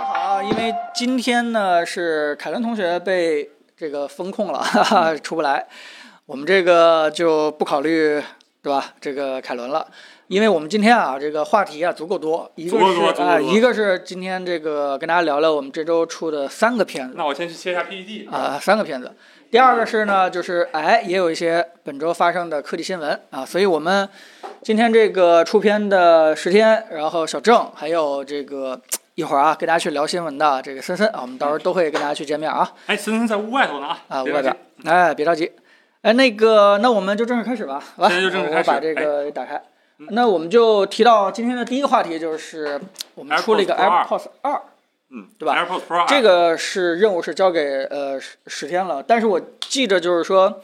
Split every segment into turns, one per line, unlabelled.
啊今天呢是凯伦同学被这个封控了， 哈哈，出不来。我们这个就不考虑对吧？这个凯伦了，因为我们今天啊这个话题啊足够多，一个
足够
是
多足够
啊、
多
一个是今天这个跟大家聊聊我们这周出的三个片子。
那我先去切一下 E PPT。
啊、三个片子。第二个是呢，就是哎，也有一些本周发生的科技新闻啊，所以我们今天这个出片的十天，然后小郑还有这个一会儿啊，跟大家去聊新闻的这个森森啊，我们到时候都会跟大家去见面啊
哎，森森在屋外头呢啊！
啊，
别
外
着
边
急，
哎，别着急，哎，那个，那我们就正式开始吧，好吧，
现在就正式开始哎
我把
嗯
这个打开。那我们就提到今天的第一个话题，就是我们出了一个
AirPods
AirPods 二，
嗯，
对吧
？AirPods Pro
这个是任务是交给呃十十天了，但是我记着就是说，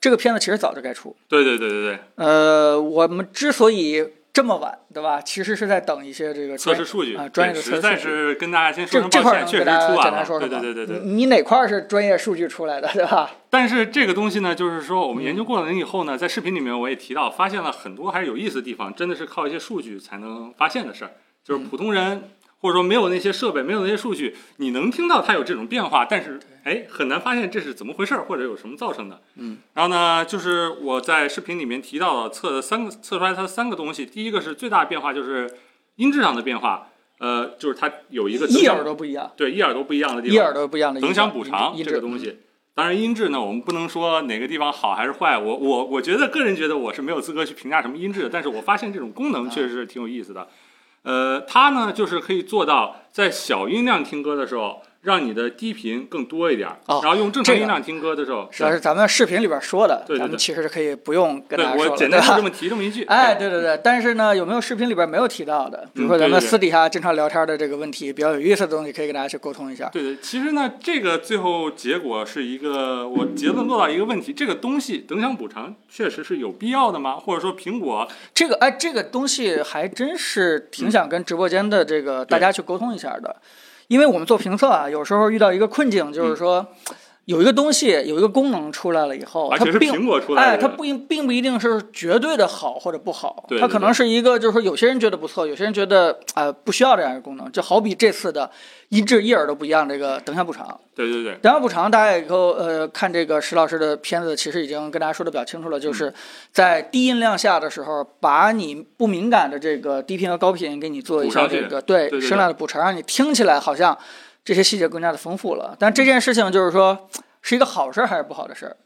这个片子其实早就该出。
对对对对
呃，我们之所以这么晚，对吧？其实是在等一些这个
对，测
专
试数据
啊专业
对
的测试
实在是跟大家先说
这
声
这
抱
块儿
歉，
能
确
给
实
大家
出
简
晚
单
了。
说说
对
吗？
对对对对。
你你哪块儿是专业数据出来的，对吧？
但是这个东西呢，就是说我们研究过了以后呢，在视频里面我也提到，发现了很多还是有意思的地方，真的是靠一些数据才能发现的事儿。就是普通人或者说没有那些设备，没有那些数据，你能听到它有这种变化，但是哎，很难发现这是怎么回事儿，或者有什么造成的。
嗯。
然后呢，就是我在视频里面提到了测的三个，测出来它三个东西，第一个是最大的变化就是音质上的变化，呃，就是它有一个
一耳朵不一样，
对一耳朵不一样的地方，
一耳朵不一样的
横向补偿
音
这个
质
东西。当然，音质呢，我们不能说哪个地方好还是坏。我我我觉得个人觉得我是没有资格去评价什么音质的，但是我发现这种功能
啊
确实是挺有意思的。呃，它呢就是可以做到在小音量听歌的时候，让你的低频更多一点儿，
哦
然后用正常
这个
音量听歌的时候，
主要是咱们视频里边说的，
对对对
咱们其实是可以不用跟
对
大家说
我
了，
简 单
对
就
吧
这么提这么一 句。
哎，对对对，但是呢，有没有视频里边没有提到的？比如说
嗯
咱们
对对对
私底下经常聊天的这个问题，比较有意思的东西，可以跟大家去沟通一下。
对对，其实呢，这个最后结果是一个，我结论落到一个问题：这个东西等响补偿确实是有必要的吗？或者说苹果
这个哎，这个东西还真是挺想跟直播间的这个大家去沟通一下的，
嗯
因为我们做评测啊，有时候遇到一个困境，就是说、有一个东西有一个功能出来了以后，
而
它
且是
并
苹果出来的，
哎，它不一并不一定是绝对的好或者不好，
对
它
对
可能是一个，就是说有些人觉得不错，有些人觉得呃不需要这样一个功能。就好比这次的一致一耳都不一样，这个等效补偿，
对对对，
等效补偿大家以后呃看这个石老师的片子，其实已经跟大家说的比较清楚了，
嗯
就是在低音量下的时候，把你不敏感的这个低频和高频给你做一
补
下
上去
这个对
对对对
声量的补偿，让你听起来好像这些细节更加的丰富了。但这件事情就是说是一个好事儿还是不好的事儿？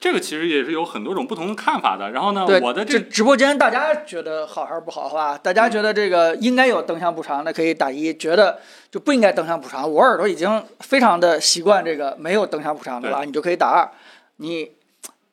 这个其实也是有很多种不同的看法的。然后呢，
对，
我的
这
这嗯
直播间大家觉得好还是不好，好吧？大家觉得这个应该有灯箱补偿的可以打一，觉得就不应该灯箱补偿。我耳朵已经非常的习惯这个没有灯箱补偿的了，你就可以打二。你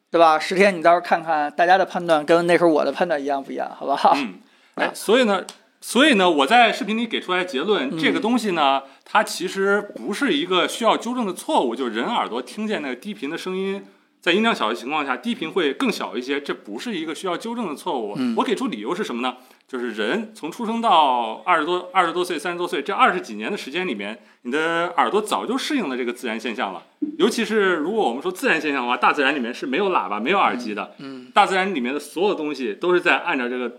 对吧？十天你到时候看看大家的判断跟那时候我的判断一样不一样，好不好？
嗯，哎，所以呢，所以呢，我在视频里给出来结论，这个东西呢，它其实不是一个需要纠正的错误，就是人耳朵听见那个低频的声音。在音量小的情况下，低频会更小一些，这不是一个需要纠正的错误。我给出理由是什么呢？就是人从出生到二十多、二十多岁、三十多岁这二十几年的时间里面，你的耳朵早就适应了这个自然现象了。尤其是如果我们说自然现象的话，大自然里面是没有喇叭、没有耳机的。
嗯
大自然里面的所有东西都是在按照这个，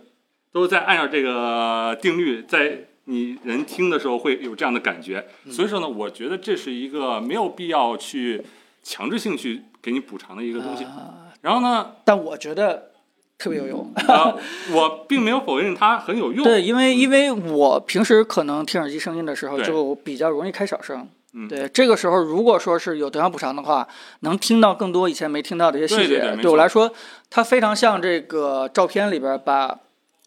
都是在按照这个定律，在你人听的时候会有这样的感觉。
嗯
所以说呢，我觉得这是一个没有必要去强制性去给你补偿的一个东西。
啊
然后呢，
但我觉得特别有用。
呃， 我并没有否认它很有用。嗯
对，因为因为我平时可能听耳机声音的时候
对
就比较容易开小声。
嗯
对，这个时候如果说是有德阳补偿的话，能听到更多以前没听到的一些细
对
节。
对对没
我
错
来说，它非常像这个照片里边把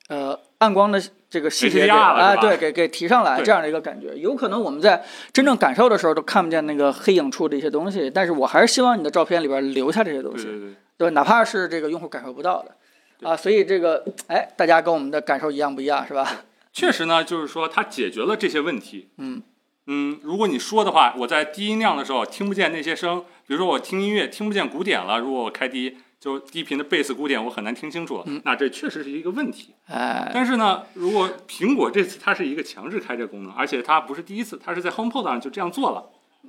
呃暗光的这个细节给
HDR 了
哎
是吧
对给给提上来
对
这样的一个感觉。有可能我们在真正感受的时候都看不见那个黑影处的一些东西，但是我还是希望你的照片里边留下这些东
对
西。
对对，
对，哪怕是这个用户感受不到的，
对
啊，所以这个，哎，大家跟我们的感受一样不一样是吧？
确实呢，就是说它解决了这些问题。
嗯
嗯，如果你说的话，我在低音量的时候听不见那些声，比如说我听音乐听不见鼓点了，如果我开低，就低频的贝斯鼓点我很难听清楚，
嗯
那这确实是一个问题。
哎，
但是呢，如果苹果这次它是一个强制开这个功能，而且它不是第一次，它是在 HomePod 上就这样做了。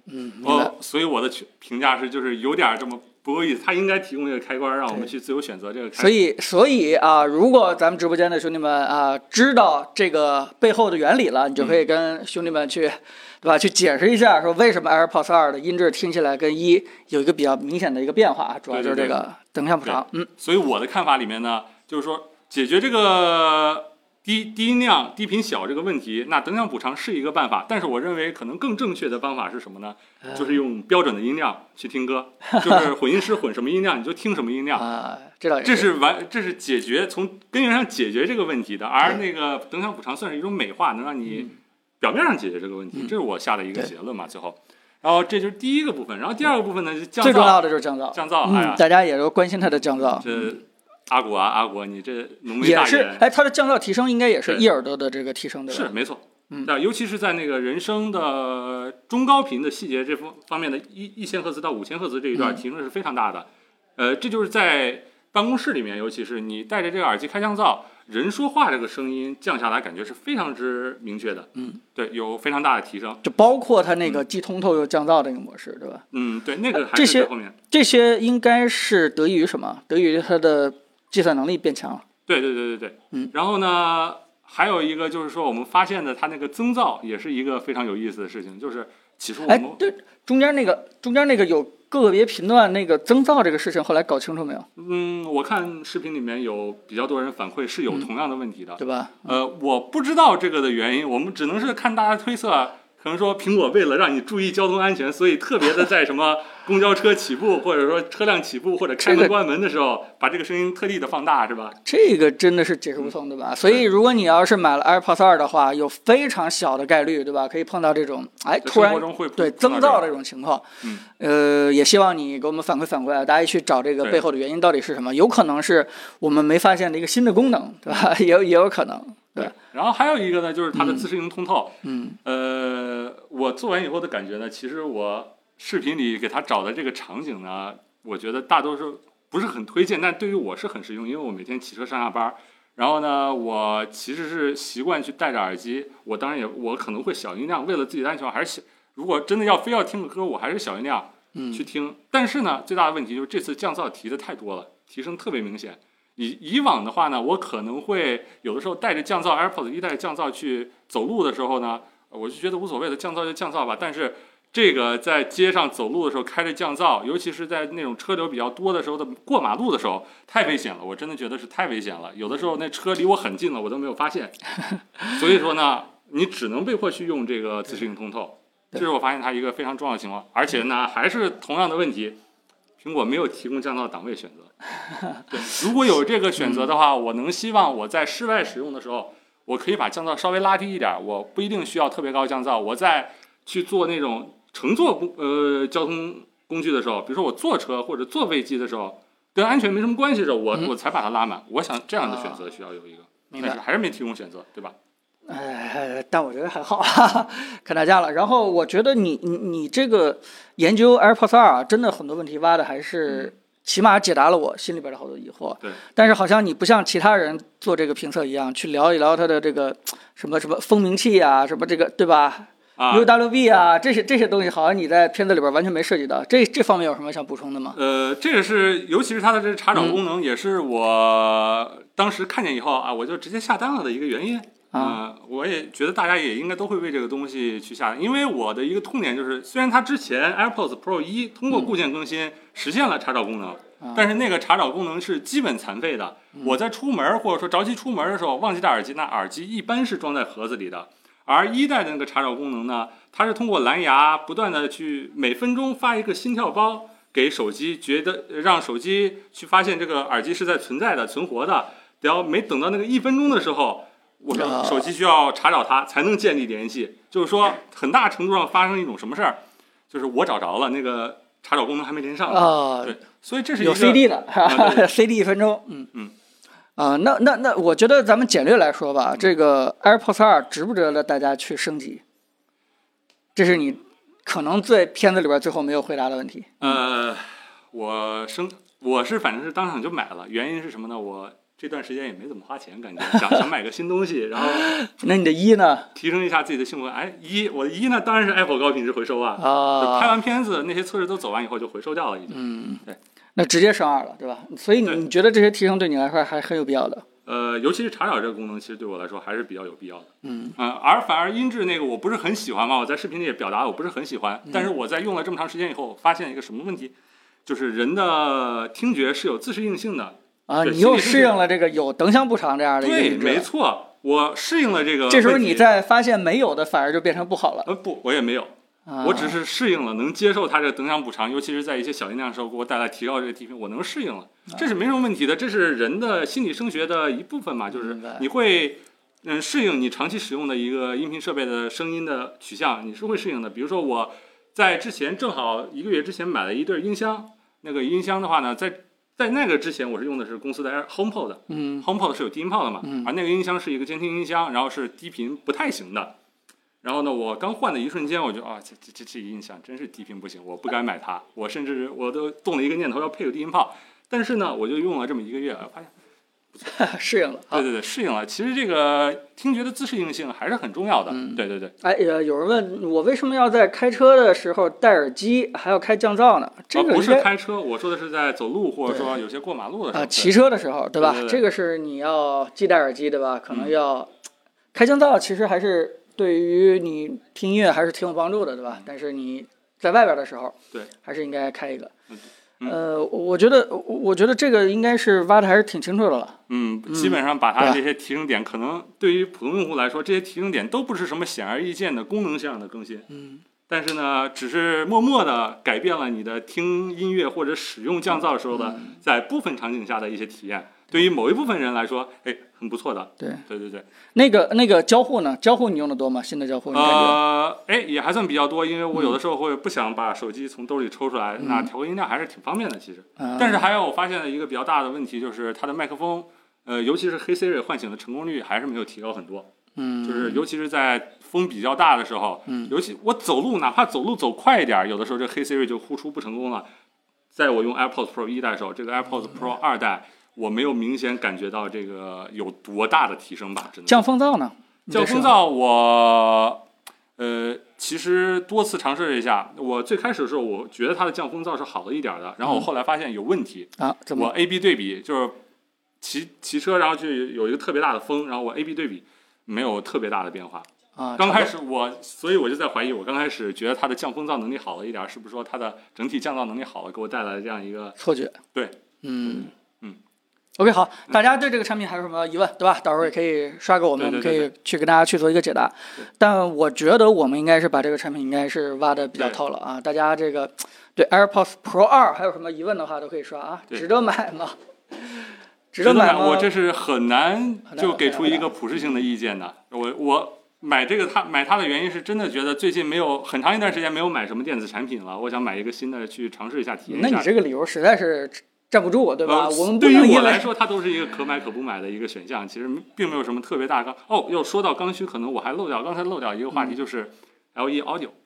嗯，明白。
哦，所以我的去评价是就是有点这么不够意思，它应该提供这个开关，让我们去自由选择这个开
所
关。
以，所以啊，如果咱们直播间
嗯
的兄弟们啊知道这个背后的原理了，你就可以跟兄弟们去，对对吧？去解释一下，说为什么 AirPods 二的音质听起来跟一有一个比较明显的一个变化啊，主要就是这
对
个等向补偿。嗯，
所以我的看法里面呢，就是说解决这个低低音量、低频小这个问题，那等量补偿是一个办法，但是我认为可能更正确的方法是什么呢？就是
嗯
用标准的音量去听歌，就是混音师混什么音量你就听什么音量。
啊，这倒也
这是完，这是解决从根源上解决这个问题的，而那个等效补偿算是一种美化，能让你表面上解决这个问题，这是我下的一个
嗯对
结论嘛。最后，然后这就是第一个部分，然后第二个部分呢，就降
最重
噪，
要的就是降噪。
降噪，哎呀
嗯，，大家也都关心它的降噪，
这阿果啊，阿果，你这浓眉
也
大
是
眼，
哎，它的降噪提升应该也是
对
一耳朵的这个提升，对
是
吧？
没错，
嗯
对，尤其是在那个人声的中高频的细节这方方面的一一千赫兹到五千赫兹这一段
嗯
提升是非常大的，呃，这就是在办公室里面，尤其是你戴着这个耳机开降噪，人说话这个声音降下来，感觉是非常之明确的，
嗯，
对，有非常大的提升，
就包括它那个既通透又降噪这个模式，对吧？
嗯，对，那个还
呃这
是
些
在后面，
这些应该是得益于什么？得益于它的计算能力变强了。
对对对对对，
嗯，
然后呢，还有一个就是说，我们发现的它那个增噪也是一个非常有意思的事情，就是起初我
哎
们，
对，中间那个中间那个有个别频段那个增噪这个事情，后来搞清楚没有？
嗯，我看视频里面有比较多人反馈是有同样的问题的。
嗯对吧？
呃，我不知道这个的原因，我们只能是看大家推测，啊可能说苹果为了让你注意交通安全，所以特别的在什么公交车起步，或者说车辆起步或者开
这
门
个
关门的时候，把这个声音特地的放大，是吧？
这个真的是解释不通，对
嗯
吧？所以如果你要是买了 AirPods 二的话，有非常小的概率，对吧？可以碰到这种哎
在
突
生
然
活中会
对
碰
增
到
噪
这
这种情况，
嗯
呃，也希望你给我们反馈反馈啊，大家去找这个
对
背后的原因到底是什么？有可能是我们没发现的一个新的功能，对吧？
嗯
也有也有可能，对
对，然后还有一个呢，就是它的自适应通透。
嗯，
呃，我做完以后的感觉呢，其实我视频里给他找的这个场景呢，我觉得大多数不是很推荐，但对于我是很实用，因为我每天骑车上下班儿。然后呢，我其实是习惯去戴着耳机，我当然也我可能会小音量，为了自己的安全，我还是小。如果真的要非要听个歌，我还是小音量
嗯
去听。但是呢，最大的问题就是这次降噪提的太多了，提升特别明显。以以往的话呢，我可能会有的时候带着降噪 AirPods 一带着降噪去走路的时候呢，我就觉得无所谓的，降噪就降噪吧。但是这个在街上走路的时候开着降噪，尤其是在那种车流比较多的时候的过马路的时候，太危险了。我真的觉得是太危险了。有的时候那车离我很近了，我都没有发现。 所以说呢，你只能被迫去用这个自适应通透，这
对
是我发现它一个非常重要的情况。而且呢，还是同样的问题。苹果没有提供降噪档位选择，对，如果有这个选择的话，我能希望我在室外使用的时候，我可以把降噪稍微拉低一点儿，我不一定需要特别高降噪。我在去做那种乘坐工呃交通工具的时候，比如说我坐车或者坐飞机的时候，跟安全没什么关系的时候，我、
嗯啊
我才把它拉满。我想这样的选择需要有一个，
明白
但是。还是没提供选择，对吧？
哎，但我觉得还好， 哈哈，看大家了。然后我觉得你你你这个研究 AirPods 二啊，真的很多问题挖的还是起码解答了我心里边的好多疑惑。
嗯对。
但是好像你不像其他人做这个评测一样，去聊一聊它的这个什么什么蜂鸣器啊，什么这个对吧
啊，
？UWB 啊，这些这些东西好像你在片子里边完全没涉及到。这这方面有什么想补充的吗？嗯
呃，这个是，尤其是它的这查找功能，也是我当时看见以后啊，我就直接下单了的一个原因。
啊
呃我也觉得大家也应该都会为这个东西去下单，因为我的一个痛点就是，虽然它之前 AirPods Pro 一通过固件更新实现了查找功能，
啊嗯
但是那个查找功能是基本残废的。我在出门或者说着急出门的时候忘记戴耳机，那耳机一般是装在盒子里的。而一代的那个查找功能呢，它是通过蓝牙不断的去每分钟发一个心跳包给手机，觉得呃让手机去发现这个耳机是在存在的、存活的。然后每等到那个一分钟的时候，我
啊
们手机需要查找它才能建立联系。就是说，很大程度上发生一种什么事儿，就是我找着了，那个查找功能还没连上。
啊，
对，所以这是一
有
个
CD 的、哈
啊对
哈 c d 一分钟，嗯
嗯。
啊、那那那，我觉得咱们简略来说吧，这个 AirPods 二值不值得大家去升级？这是你可能最片子里边最后没有回答的问题。
呃，我生我是反正是当场就买了，原因是什么呢？我这段时间也没怎么花钱，感觉想想买个新东西，然后
那你的一呢？
提升一下自己的兴奋。哎，一我的一呢当然是 Apple 高品质回收啊，就拍
啊、
完片子那些测试都走完以后就回收掉了已经。
嗯
对，
那直接升二了，对吧？所以你
对
你觉得这些提升对你来说还很有必要的？
呃，尤其是查找这个功能，其实对我来说还是比较有必要的。
嗯
嗯，而反而音质那个我不是很喜欢嘛，我在视频里也表达我不是很喜欢，
嗯
但是我在用了这么长时间以后，发现一个什么问题，就是人的听觉是有自适应性的。
啊，
对
你又
心理素质
适应了这个有等响补偿这样的一个
对，
音质
没错，我适应了这个。
这时候你。在发现没有的，反而就变成不好了。
呃不，我也没有，
啊、
我只是适应了，能接受它这个等响补偿，尤其是在一些小音量的时候给我带来提高这个低频，我能适应了，
啊
这是没什么问题的，这是人的心理声学的一部分嘛，就是
明白
你会。嗯，适应你长期使用的一个音频设备的声音的取向，你是会适应的。比如说，我在之前正好一个月之前买了一对音箱，那个音箱的话呢，在在那个之前我是用的是公司的 Air- HomePod 的，
嗯
HomePod 是有低音炮的嘛，
嗯
而那个音箱是一个监听音箱，然后是低频不太行的。然后呢，我刚换的一瞬间，我就啊，这这这这音箱真是低频不行，我不该买它。我甚至我都动了一个念头要配个低音炮，但是呢，我就用了这么一个月，发现
啊 适应了。
对
好，
对对，适应了。其实这个听觉的自适应性还是很重要的。对对对，
哎，呃，有人问我为什么要在开车的时候戴耳机，还要开降噪呢？这
啊、
个
不
应
是
该啊、
开车，我说的是在走路或者说有些过马路的时候。对
骑车的时候，对吧？
对对对
这个是你要既戴耳机，对吧？可能
嗯
要、开降噪，其实还是对于你听音乐还是挺有帮助的，对吧？但是你在外边的时候，
对，
还是应该开一个。
嗯
呃，我我觉得，我我觉得这个应该是挖的还是挺清楚的了。
嗯，基本上把它
对吧
这些提升点，可能对于普通用户来说，这些提升点都不是什么显而易见的功能上的更新。
嗯，
但是呢，只是默默的改变了你的听音乐或者使用降噪的时候的，
嗯
在部分场景下的一些体验。对于某一部分人来说，哎，很不错的。
对，
对对对，
那个那个交互呢？交互你用的多吗？新的交互你感觉？嗯
呃，哎，也还算比较多，因为我有的时候会不想把手机从兜里抽出来，那调个音量还是挺方便的，其实。
啊
但是还有我发现了一个比较大的问题，就是它的麦克风，呃，尤其是黑 Siri 唤醒的成功率还是没有提高很多。
嗯，
就是尤其是在风比较大的时候，
嗯
尤其我走路，哪怕走路走快一点儿，有的时候这黑 Siri 就呼出不成功了。在我用 AirPods Pro 一代的时候，这个
嗯
AirPods Pro 二代，我没有明显感觉到这个有多大的提升吧，真的。
降风噪呢？
降风噪我，呃，其实多次尝试了一下。我最开始的时候，我觉得它的降风噪是好了一点儿的，然后我后来发现有问题，
啊？嗯怎
我
么？
A B 对比，就是骑骑车，然后就有一个特别大的风，然后我 A B 对比没有特别大的变化。
啊，
刚开
差
始我，所以我就在怀疑，我刚开始觉得它的降风噪能力好了一点儿，是不是说它的整体降噪能力好了，给我带来了这样一个
不多错觉。
对，
嗯
嗯。
OK，好，大家对这个产品还有什么疑问，对吧？到时候也可以刷给我们，我
对
们可
对
以去给大家去做一个解答。但我觉得我们应该是把这个产品应该是挖的比较透了啊！大家这个对 AirPods Pro 二还有什么疑问的话，都可以刷啊，
对
值得买 吗？值
真的
买
买，
吗？
我这是很难
很难
就给出一个普适性的意见的。我我买这个它买它的原因是真的觉得最近没有很长一段时间没有买什么电子产品了，我想买一个新的去尝试一下体验一
嗯那
下。
你这个理由实在是站不住，对吧？
呃
我们不
对于
能
我
因
来
为
说，它都是一个可买可不买的一个选项，其实并没有什么特别大纲。哦，又说到刚需，可能我还漏掉刚才漏掉一个话题，
嗯
就是 LE Audio，、就
啊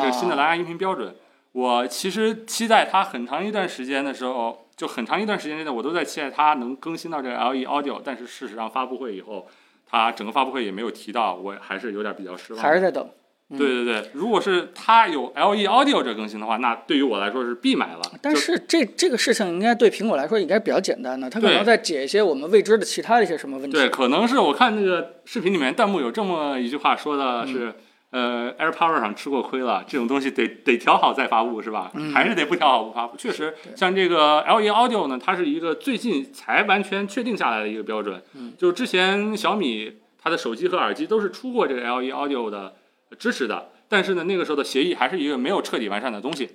这个新的蓝牙音频标准。我其实期待它很长一段时间的时候，就很长一段时间之内，我都在期待它能更新到这个 LE Audio，但是事实上发布会以后。它整个发布会也没有提到，我还是有点比较失 望。
还是在等。
对对对，如果是它有 LE Audio 这更新的话，那对于我来说是必买了。
但
就是
这这个事情应该对苹果来说应该比较简单的，它可
对
能在解一些我们未知的其他的一些什么问题。
对，可能是我看那个视频里面弹幕有这么一句话说
嗯
的是，呃，AirPower 上吃过亏了，这种东西得得调好再发布是吧？
嗯
还是得不调好不发布。确实，像这个 LE Audio 呢，它是一个最近才完全确定下来的一个标准。
嗯
就之前小米它的手机和耳机都是出过这个 LE Audio 的支持的，但是呢，那个时候的协议还是一个没有彻底完善的东西。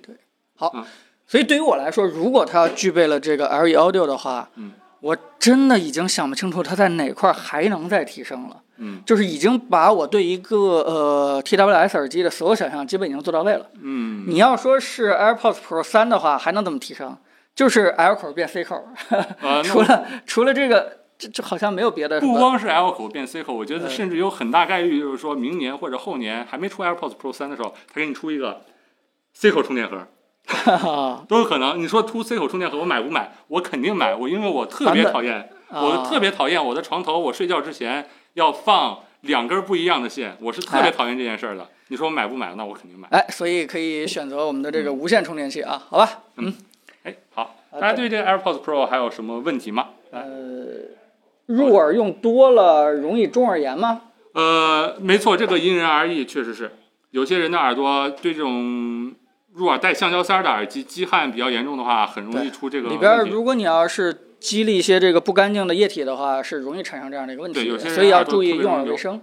所以对于我来说，如果它要具备了这个 LE Audio 的话，
嗯
我真的已经想不清楚它在哪块儿还能再提升了，
嗯
就是已经把我对一个呃 TWS 耳机的所有想象基本已经做到位了。
嗯，
你要说是 AirPods Pro 三的话，还能怎么提升？就是 L 口变 C 口，
呃，那
除
我
了除了这个，这这好像没有别的什
不
么。
光是 L 口变 C 口，我觉得
呃对
甚至有很大概率就是说明年或者后年还没出 AirPods Pro 三的时候，他给你出一个 C 口充电盒，都有可能。你说出 C 口充电盒，我买不买？我肯定买，我因为我特别
版本
讨厌，
啊
我特别讨厌我的床头，我睡觉之前要放两根不一样的线，我是特别
哎
讨厌这件事儿的。你说我买不买？那我肯定买。
哎，所以可以选择我们的这个无线充电器啊，好吧？
嗯哎，好，
啊
大家对这个 AirPods Pro 还有什么问题吗？
呃，入耳用多了容易中耳炎吗？
呃，没错，这个因人而异，确实是。有些人的耳朵对这种入耳带橡胶塞儿的耳机积汗比较严重的话，很容易出这个
里边儿
问题
如果你要是积了一些这个不干净的液体的话，是容易产生这样的一个问
对
题
有
的，
些人
所以要
耳朵
注意
特别
用耳
容易
卫
流嗯
生。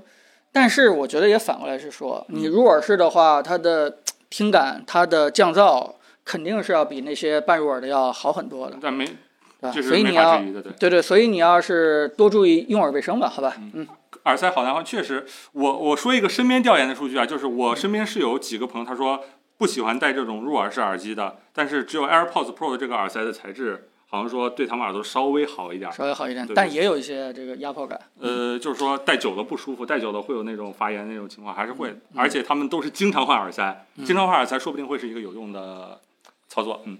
但是我觉得也反过来是说，你入耳式的话，它的听感、它的降噪肯定是要比那些半入耳的要好很多的，
但没
对吧？
这
啊所
是
以
没
你
法
要
质疑的，对。
对对，所以你要是多注意用耳卫生吧，好吧？嗯
耳塞好难换，确实，我我说一个身边调研的数据啊，就是我身边是有几个朋友，他说不喜欢戴这种入耳式耳机的，但是只有 AirPods Pro 的这个耳塞的材质，好像说对他们耳朵稍微好一点儿。
稍微好一点
对，
但也有一些这个压迫感。
呃，就是说戴久了不舒服，戴久了会有那种发炎那种情况，还是会，
嗯
而且他们都是经常换耳塞，经常换耳塞说不定会是一个有用的操作。嗯，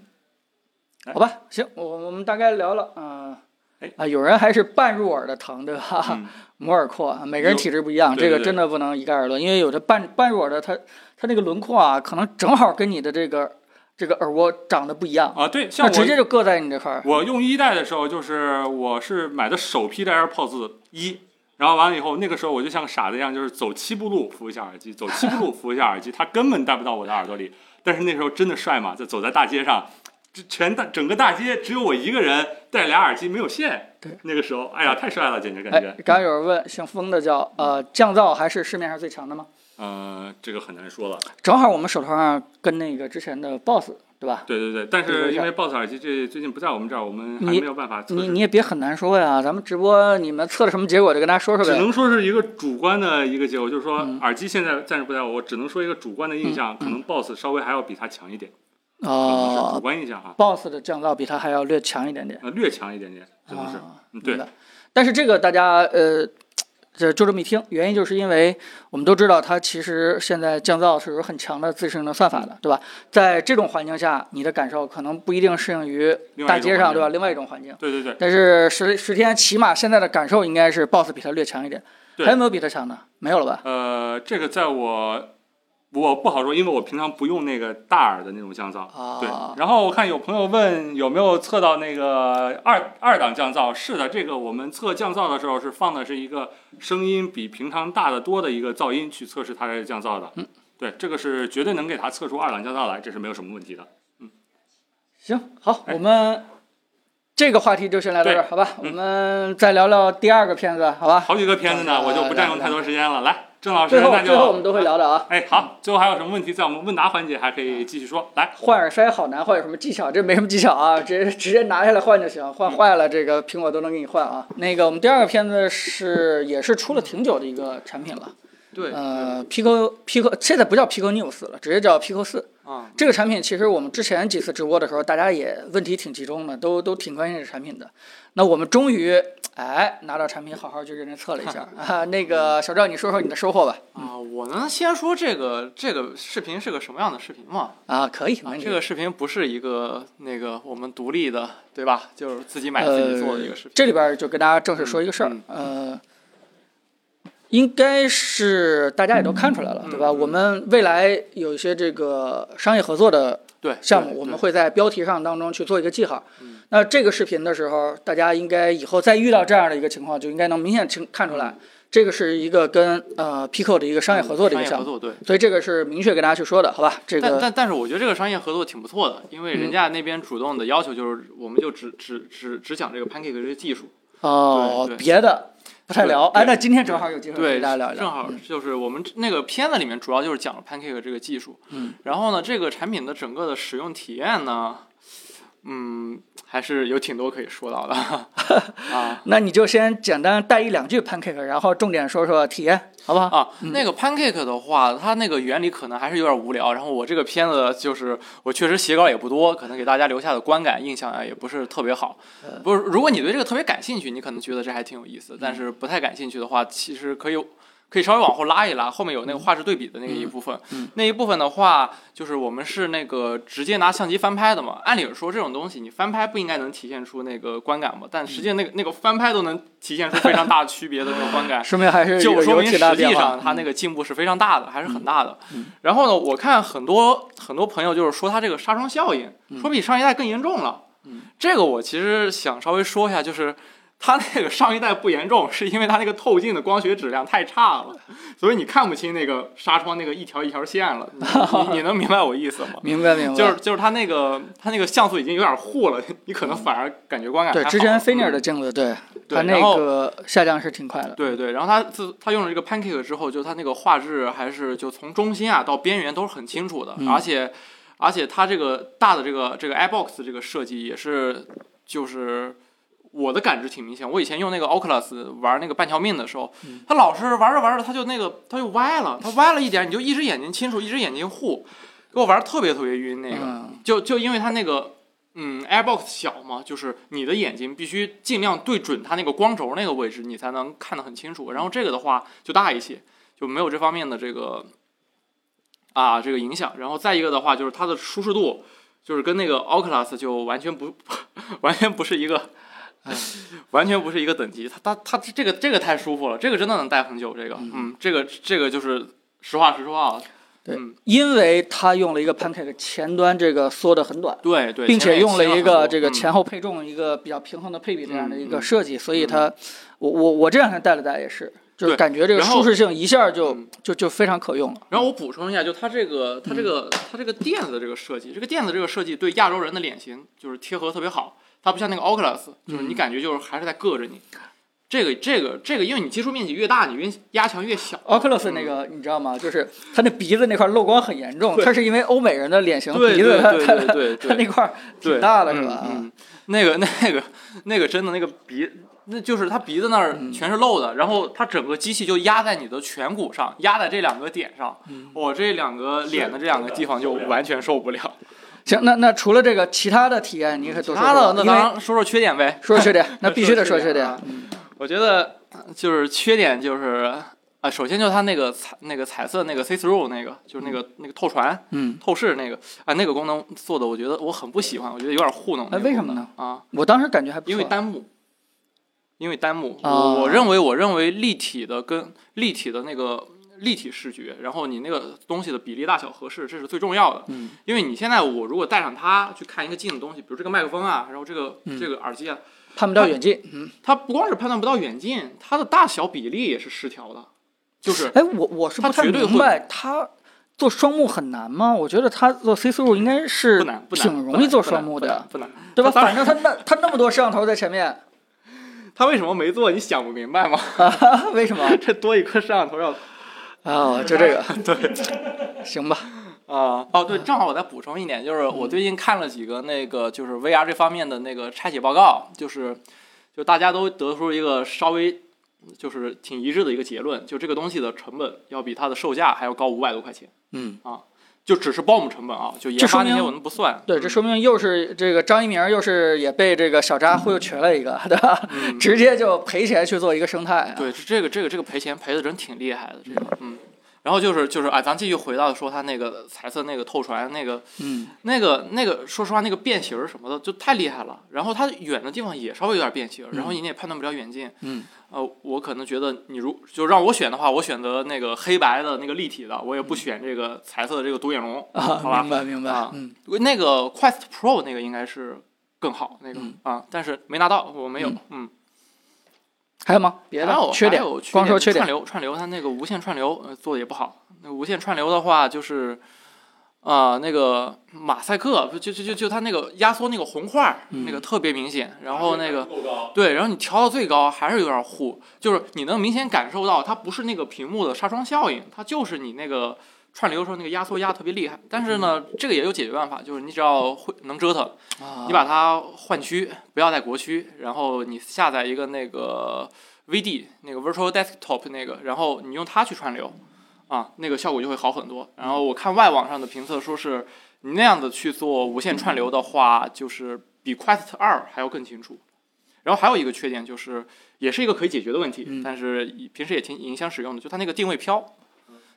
哎
好吧，行，我我们大概聊了，嗯、
哎
啊，有人还是半入耳的疼，对吧？
嗯
摩尔阔，啊每个人
有
体质不一样，
对对
这
对
个真的不能一概而论，因为有的半半入耳的，它它那个轮廓啊，可能正好跟你的这个这个耳蜗长得不一样，
啊，对，像
那
我
直接就硌在你这块儿。
我用一代的时候，就是我是买的首批的 AirPods 一，然后完了以后，那个时候我就像个傻子一样，就是走七步路扶一下耳机，走七步路扶一下 耳机，它根本戴不到我的耳朵里。但是那时候真的帅嘛，在走在大街上，这全大整个大街只有我一个人戴俩耳机没有线。
对，
那个时候，哎呀，太帅了，简直感
哎
觉。，
刚刚有人问，姓风的叫呃降噪还是市面上最强的吗？
呃，这个很难说了。
正好我们手头上跟那个之前的 BOSS 对吧？
对对对，但
这
是
个
因
是
为 BOSS 耳机这最近不在我们这儿，我们还
你
没有办法测
你
试。
你也别很难说呀，咱们直播你们测了什么结果就跟大家说说
只
呗。
能说是一个主观的一个结果，就是说
嗯
耳机现在暂时不在我，我只能说一个主观的印象，可能 BOSS 稍微还要比它强一点，可能是主
哦
观印象啊，
，BOSS 的降噪比它还要略强一点点。
呃，略强一点点，只能是，
啊
嗯对
明白但是这个大家呃，这就这么一听，原因就是因为我们都知道它其实现在降噪是有很强的自适应的算法的，对吧？在这种环境下，你的感受可能不一定适应于
另外
大
一种
街上，
环境
对吧？另外一种环境。
对对对，
但是十十天，起码现在的感受应该是 BOSS 比它略强一点，
对
还有没有比它强的？没有了吧？
呃，这个在我我不好说，因为我平常不用那个大耳的那种降噪，对
啊，，
然后我看有朋友问有没有测到那个二二档降噪，是的，这个我们测降噪的时候是放的是一个声音比平常大得多的一个噪音去测试它的降噪的，嗯，对，这个是绝对能给它测出二档降噪来，这是没有什么问题的。
行，好，
哎
我们这个话题就先来到这儿，好
嗯
吧？我们再聊聊第二个片子，好吧？
好几个片子呢，
嗯
我就不占用太多时间了，来，郑老师，
最后
啊那
最后我
就
们都会聊的啊。
哎好，最后还有什么问题在我们问答环节还可以继续说，来，
换耳塞好难换，有什么技巧？这没什么技巧啊，直接直接拿下来换就行，换坏了这个苹果都能给你换啊。那个我们第二个片子是也是出了挺久的一个产品了，
对，
呃，Pico Pico 现在不叫 Pico News 了，直接叫 Pico 四。
啊，
这个产品其实我们之前几次直播的时候，大家也问题挺集中的，都都挺关心这个产品的。那我们终于哎拿到产品，好好去认真测了一下啊。那个小赵，你说说你的收获吧。
啊，我能先说这个这个视频是个什么样的视频吗？
啊，可以，
啊
没，问题
这个视频不是一个那个我们独立的，对吧？就是自己买自己做的一个视
呃
频。
这里边儿就跟大家正式说一个事儿，
嗯
呃，应该是大家也都看出来
嗯
了，对吧？我们未来有一些这个商业合作的
对
项
对
目，
对嗯
我们会在标题上当中去做一个记号。那这个视频的时候，大家应该以后再遇到这样的一个情况，就应该能明显清看出
嗯
来，这个是一个跟呃 Pico 的一个商业合作的一个
商业
项
合
目。
作对。
所以这个是明确跟大家去说的，好吧？这
但
个嗯
但但是我觉得这个商业合作挺不错的，因为人家那边主动的要求就是，我们就只只只只讲这个 Pancake 这个技术，
哦
对，对
别的不太聊。
对
哎，那今天正好有机会
对，
跟大家聊一嗯聊。
正好就是我们那个片子里面主要就是讲了 Pancake 这个技术，
嗯，
然后呢，这个产品的整个的使用体验呢，嗯，还是有挺多可以说到的啊。
那你就先简单带一两句 pancake，然后重点说说体验，好不好？
啊，那个 Pancake 的话，它那个原理可能还是有点无聊。然后我这个片子就是我确实写稿也不多，可能给大家留下的观感印象啊也不是特别好。不是，如果你对这个特别感兴趣，你可能觉得这还挺有意思；但是不太感兴趣的话，其实可以。可以稍微往后拉一拉，后面有那个画质对比的那个一部分，那一部分的话，就是我们是那个直接拿相机翻拍的嘛。按理说这种东西你翻拍不应该能体现出那个观感嘛，但实际那个那个翻拍都能体现出非常大区别的那个观感。
说明还是
就
有
说
有
明实
挺大的
际
变化嗯
上。它那个进步是非常大的，还是很大的。然后呢，我看很多很多朋友就是说它这个纱
嗯
窗效应，说比上一代更严重了。这个我其实想稍微说一下，就是它那个上一代不严重，是因为它那个透镜的光学质量太差了，所以你看不清那个纱窗那个一条一条线了。你你你能明白我意思吗？
明白明白。
就是就是它那个它那个像素已经有点糊了，你可能反而感觉观感
对
还好
之前菲涅尔的镜子，对
对
它那
然后
个下降是挺快的。
对对，然后它自它用了这个 Pancake 之后，就它那个画质还是就从中心啊到边缘都是很清楚的，
嗯
而且而且它这个大的这个这个 iBox 这个设计也是就是。我的感知挺明显，我以前用那个 Oculus 玩那个半条命的时候，
嗯
它老是玩着玩着，它就那个它就歪了，它歪了一点，你就一只眼睛清楚，一只眼睛糊，给我玩得特别特别晕那个。
嗯，
就就因为它那个嗯 AirBox 小嘛，就是你的眼睛必须尽量对准它那个光轴那个位置，你才能看得很清楚。然后这个的话就大一些，就没有这方面的这个啊这个影响。然后再一个的话就是它的舒适度，就是跟那个 Oculus 就完全不 完全不是一个。哎完全不是一个等级，它它它这个这个太舒服了，这个真的能戴很久，这个嗯，这个这个就是实话实说啊，
因为它用了一个 Pancake 前端这个缩的很短，
对对，
并且用了一个这个
前
前后配重一个比较平衡的配比这样的一
嗯
个
嗯
设计，所以它，我我我这两天戴了戴也是，就是
对
感觉这个
然后
舒适性一下就
嗯
就就非常可用了。
然后我补充一下，就它这个它这个
嗯
它这个垫子的这个设计，这个垫子这个设计对亚洲人的脸型就是贴合特别好，它不像那个 Oculus，就是你感觉就是还是在硌着你。这个这个这个，因为你接触面积越大，你越压强越小。嗯
Oculus 那个你知道吗？就是它那鼻子那块漏光很严重，
对
它是因为欧美人的脸型
对
鼻子
对
它
对
它
对对
它那块儿
对
挺大了
嗯
是吧？
嗯，那个那个那个真的那个鼻，那就是它鼻子那儿
嗯
全是漏的，然后它整个机器就压在你的颧骨上，压在这两个点上，我、这两个脸的这两个地方就完全受不了。
行，那那除了这个其他的体验，你可以多说
他的
说
那
因为
当然说说缺点呗。
说缺点，那必须得说缺
说
点
缺。我觉得呃就是缺点就是啊、首先就是它那个彩那个彩色那个 see through 那个，就是那个、那个透传
嗯，
透视那个啊、那个功能做的，我觉得我很不喜欢，我觉得有点糊弄。
哎为什么呢？
啊，
我当时感觉还不错，
因为单幕，因为单幕，
啊
我我认为我认为立体的跟立体的那个。立体视觉，然后你那个东西的比例大小合适，这是最重要的。
嗯，
因为你现在我如果带上它去看一个近的东西，比如这个麦克风啊，然后这个、
嗯
这个耳机啊，
看不到远近。嗯，
它不光是判断不到远近，它的大小比例也是失调的， 就是
哎，我我是
它
不太
绝对
明白，他做双目很难吗？我觉得他做 C 四路应该是
不难不难，
挺
不
容
难
易做
不
双
难
目
不难
的，
不难。
对吧？
它当
反正他那他那么多摄像头在前面，
它为什么没做？你想不明白吗？
为什么？
这多一颗摄像头要
啊，就这个，对，行吧，
啊、嗯哦，对，正好我再补充一点，就是我最近看了几个那个就是 VR 这方面的那个拆解报告，就是就大家都得出一个稍微就是挺一致的一个结论，就这个东西的成本要比它的售价还要高五百多块钱，
嗯
啊，就只是 BOM 成本啊，
这
就研
说
发那些
明
我们不算，
对，这说明又是这个张一鸣，又是也被这个小扎忽悠瘸了一 个，对吧？直接就赔钱去做一个生态啊。
嗯对，这这个这个这个赔钱赔的真挺厉害的，这个嗯。然后就是就是啊，咱继续回到说它那个彩色那个透传那个
嗯，
那个那个，说实话那个变形儿什么的就太厉害了。然后它远的地方也稍微有点变形儿，然后你也判断不了远近。
嗯。
呃，我可能觉得你如就让我选的话，我选择那个黑白的那个立体的，我也不选这个彩色的这个独眼龙。
嗯啊，
吧
明白明白
啊，
嗯，
那个 Quest Pro 那个应该是更好那个、啊，但是没拿到，我没有。
嗯
嗯
还有吗？别的
还有
缺点
还有，
光说缺
点，
点
串，流串流它那个无线串流呃做的也不好。那个无线串流的话就是。啊、那个马赛克不就就就就它那个压缩那个红块儿、
嗯
那个特别明显，然后那个
够高
对，然后你调到最高还是有点糊，就是你能明显感受到它不是那个屏幕的纱窗效应，它就是你那个串流的时候那个压缩压得特别厉害。但是呢，这个也有解决办法，就是你只要会能折腾，
啊
你把它换区，不要在国区，然后你下载一个那个 VD 那个 Virtual Desktop 那个，然后你用它去串流，啊，那个效果就会好很多。然后我看外网上的评测说是你那样子去做无线串流的话，就是比 Quest 二还要更清楚。然后还有一个缺点就是，也是一个可以解决的问题，
嗯
但是平时也挺影响使用的，就它那个定位飘。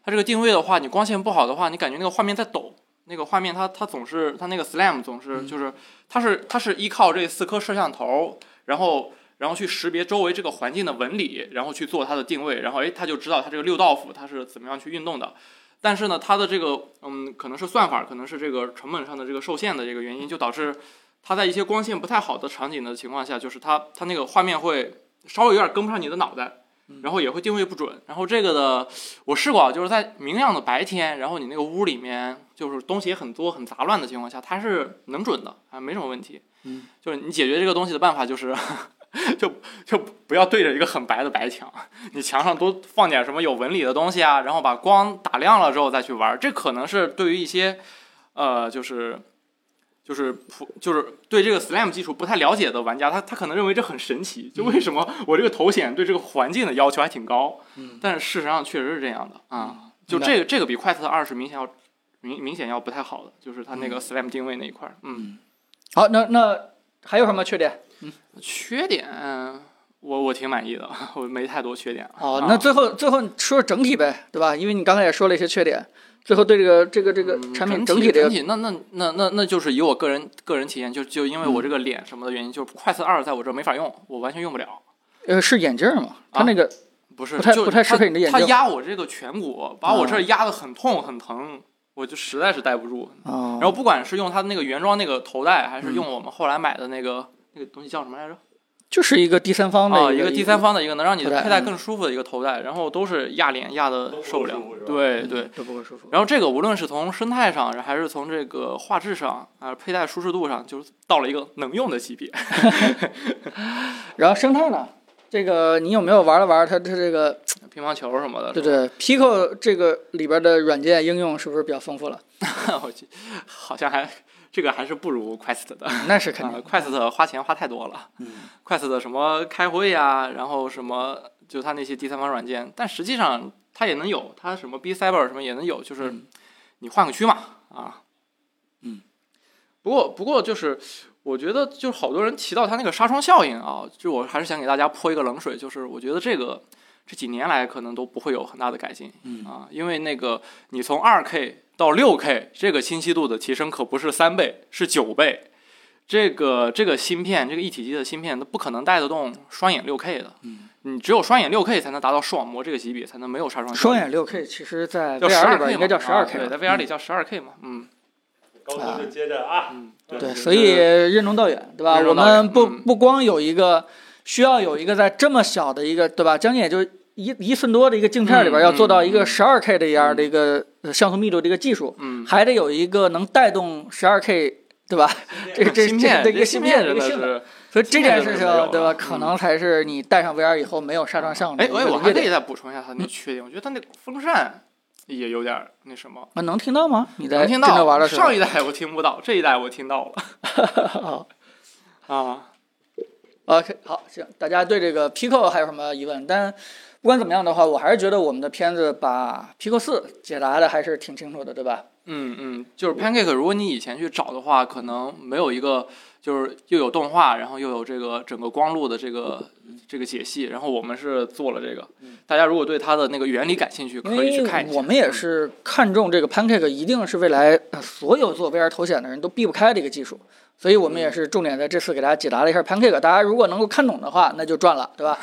它这个定位的话，你光线不好的话，你感觉那个画面在抖，那个画面它它总是它那个 slam 总是就是它是它是依靠这四颗摄像头，然后然后去识别周围这个环境的纹理，然后去做它的定位，然后哎它就知道它这个六道夫它是怎么样去运动的。但是呢，它的这个嗯，可能是算法，可能是这个成本上的这个受限的这个原因，就导致它在一些光线不太好的场景的情况下，就是它它那个画面会稍微有点跟不上你的脑袋，然后也会定位不准。然后这个的我试过啊，就是在明亮的白天，然后你那个屋里面就是东西也很多、很杂乱的情况下，它是能准的啊，没什么问题。
嗯，
就是你解决这个东西的办法就是 就就不要对着一个很白的白墙，你墙上多放点什么有纹理的东西啊，然后把光打亮了之后再去玩儿，这可能是对于一些呃就是就是普就是对这个 SLAM 技术不太了解的玩家，他他可能认为这很神奇，就为什么我这个头显对这个环境的要求还挺高，
嗯
但是事实上确实是这样的啊、
嗯
就
明白
这个这个比快测二是明显要明明显要不太好的，就是它那
嗯
个 SLAM 定位那一块儿，嗯
好，那那还有什么缺点？
缺点，我我挺满意的， 我没太多缺点。
哦
啊，
那最后最后你说说整体呗，对吧？因为你刚才也说了一些缺点，最后对这个这个这个
嗯
产品
整
体这
整
个，
体，那那那那那就是以我个人个人体验，就就因为我这个
嗯
脸什么的原因，就是快四二在我这没法用，我完全用不了。
呃，是眼镜吗？
啊
它那个
不是，
不太
就
不太适
它
配你的眼
它
睛嗯
压我这个颧骨，把我这儿压得很痛很疼，我就实在是待不住。
哦
然，后不管是用它那个原装那个头戴，还是用
嗯
我们后来买的那个那个东西叫什么来着？
就是一个第三方的
啊，
一
一
个
个第三方的一个能让你
头戴
的佩戴
嗯
更舒服的一个头戴，然后都是压脸压的
都不
受不了
舒服是吧。
对对，
嗯都不会舒服。
然后这个无论是从生态上，还是从这个画质上啊、佩戴舒适度上，就是到了一个能用的级别。
然后生态呢？这个你有没有玩了玩它它这个
乒乓球什么的，
对对 Pico 这个里边的软件应用是不是比较丰富了？
我记好像还这个还是不如 Quest 的。
那是肯定
啊、Quest 花钱花太多了。
嗯
Quest 的什么开会呀、然后什么就它那些第三方软件，但实际上它也能有，它什么 B Cyber 什么也能有，就是
嗯
你换个区嘛啊。
嗯。
不过不过就是。我觉得就是好多人提到它那个纱窗效应啊，就我还是想给大家泼一个冷水，就是我觉得这个这几年来可能都不会有很大的改进，
嗯
啊，因为那个你从二 K 到六 K 这个清晰度的提升可不是三倍，是九倍，这个这个芯片，这个一体机的芯片，它不可能带得动双眼六 K 的。
嗯，
你只有双眼六 K 才能达到视网膜这个级别，才能没有纱窗。
双眼六 K 其实在
叫十
VR
二
里
K
边应该叫十二
啊对，在
K。
VR 里叫十二 K 嘛。嗯
高通就接着啊，
嗯，
对，所以任重道远，对吧？
任
我
重道远
们不
嗯
不光有一个需要有一个在这么小的一个，对吧？将近也就一一寸多的一个镜片里边，
嗯
要做到一个
嗯
十二 K 的样的一个呃像素密度的一个技术，
嗯，
还得有一个能带动十二 K，对吧？这个这
芯片
这
这
个
芯
芯
片
片
真
这个
的
性能
是，
所以这件事情
现在就没有，了
对吧？
嗯
可能才是你戴上 VR 以后没有纱窗效应的
哎
一个
哎，
优点。
我还可以再补充一下它那缺点，我觉得它那个风扇也有点儿那什么。
啊，能听到吗？你在
能听
真的玩
到，
的时候
上一代我听不到，这一代我听到了
哦
啊。
，OK，好，行，大家对这个 Pico 还有什么疑问？但不管怎么样的话，我还是觉得我们的片子把 Pico 四解答的还是挺清楚的，对吧？
嗯嗯，就是 Pancake，如果你以前去找的话，可能没有一个就是又有动画，然后又有这个整个光路的这个这个解析，然后我们是做了这个
嗯。
大家如果对它的那个原理感兴趣，
因
可以去看
为
一下。
我们也是看中这个 Pancake，一定是未来呃所有做 VR 头显的人都避不开的一个技术，所以我们也
嗯
是重点在这次给大家解答了一下 Pancake。大家如果能够看懂的话，那就赚了， 对吧？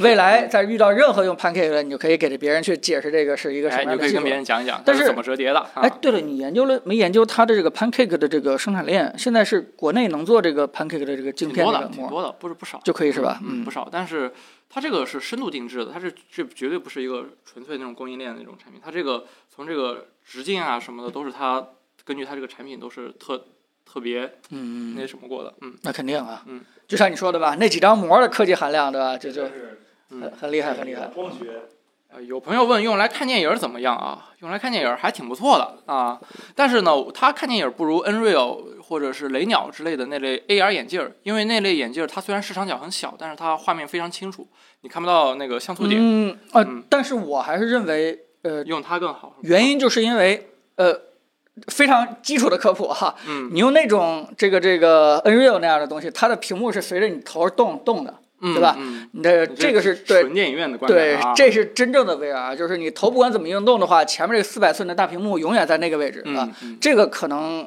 未来在遇到任何用 Pancake 的，你就可以给别人去解释这个是一个什么
哎，你
样的
就可以
技
跟
术
别。人讲一讲它
但是
是怎么折叠的。
哎
啊，
对了，你研究了没研究它的这个 Pancake 的这个生产链？现在是国内能做这个 Pancake 的这个镜
挺
片
多
这
的，
个
挺
膜
多的，不是不少。
就可以是吧？
嗯，不少，但是它这个是深度定制的，它是这绝对不是一个纯粹那种供应链的那种产品，它这个从这个直径啊什么的都是它根据它这个产品都是特特别
嗯嗯，
那什么过的，嗯
那肯定啊，
嗯，
就像你说的吧，那几张膜的科技含量，对吧？这就
就是
很
嗯，
很厉害，很厉害。
光学
呃有朋友问用来看电影儿怎么样啊？用来看电影儿还挺不错的啊，但是呢，它看电影儿不如 Nreal 或者是雷鸟之类的那类 AR 眼镜儿，因为那类眼镜儿它虽然市场角很小，但是它画面非常清楚，你看不到那个像素点，
嗯啊
嗯，
但是我还是认为，呃，
用它更好。
原因就是因为，呃，非常基础的科普哈，
嗯
你用那种这个这个 Nreal 那样的东西，它的屏幕是随着你头动动的，
嗯，
对吧
嗯
你的
你
这个是对
纯电影院的观
对
感啊，。
这是真正的 VR，就是你头不管怎么运动的话，前面这个四百寸的大屏幕永远在那个位置啊
嗯。，嗯
这个可能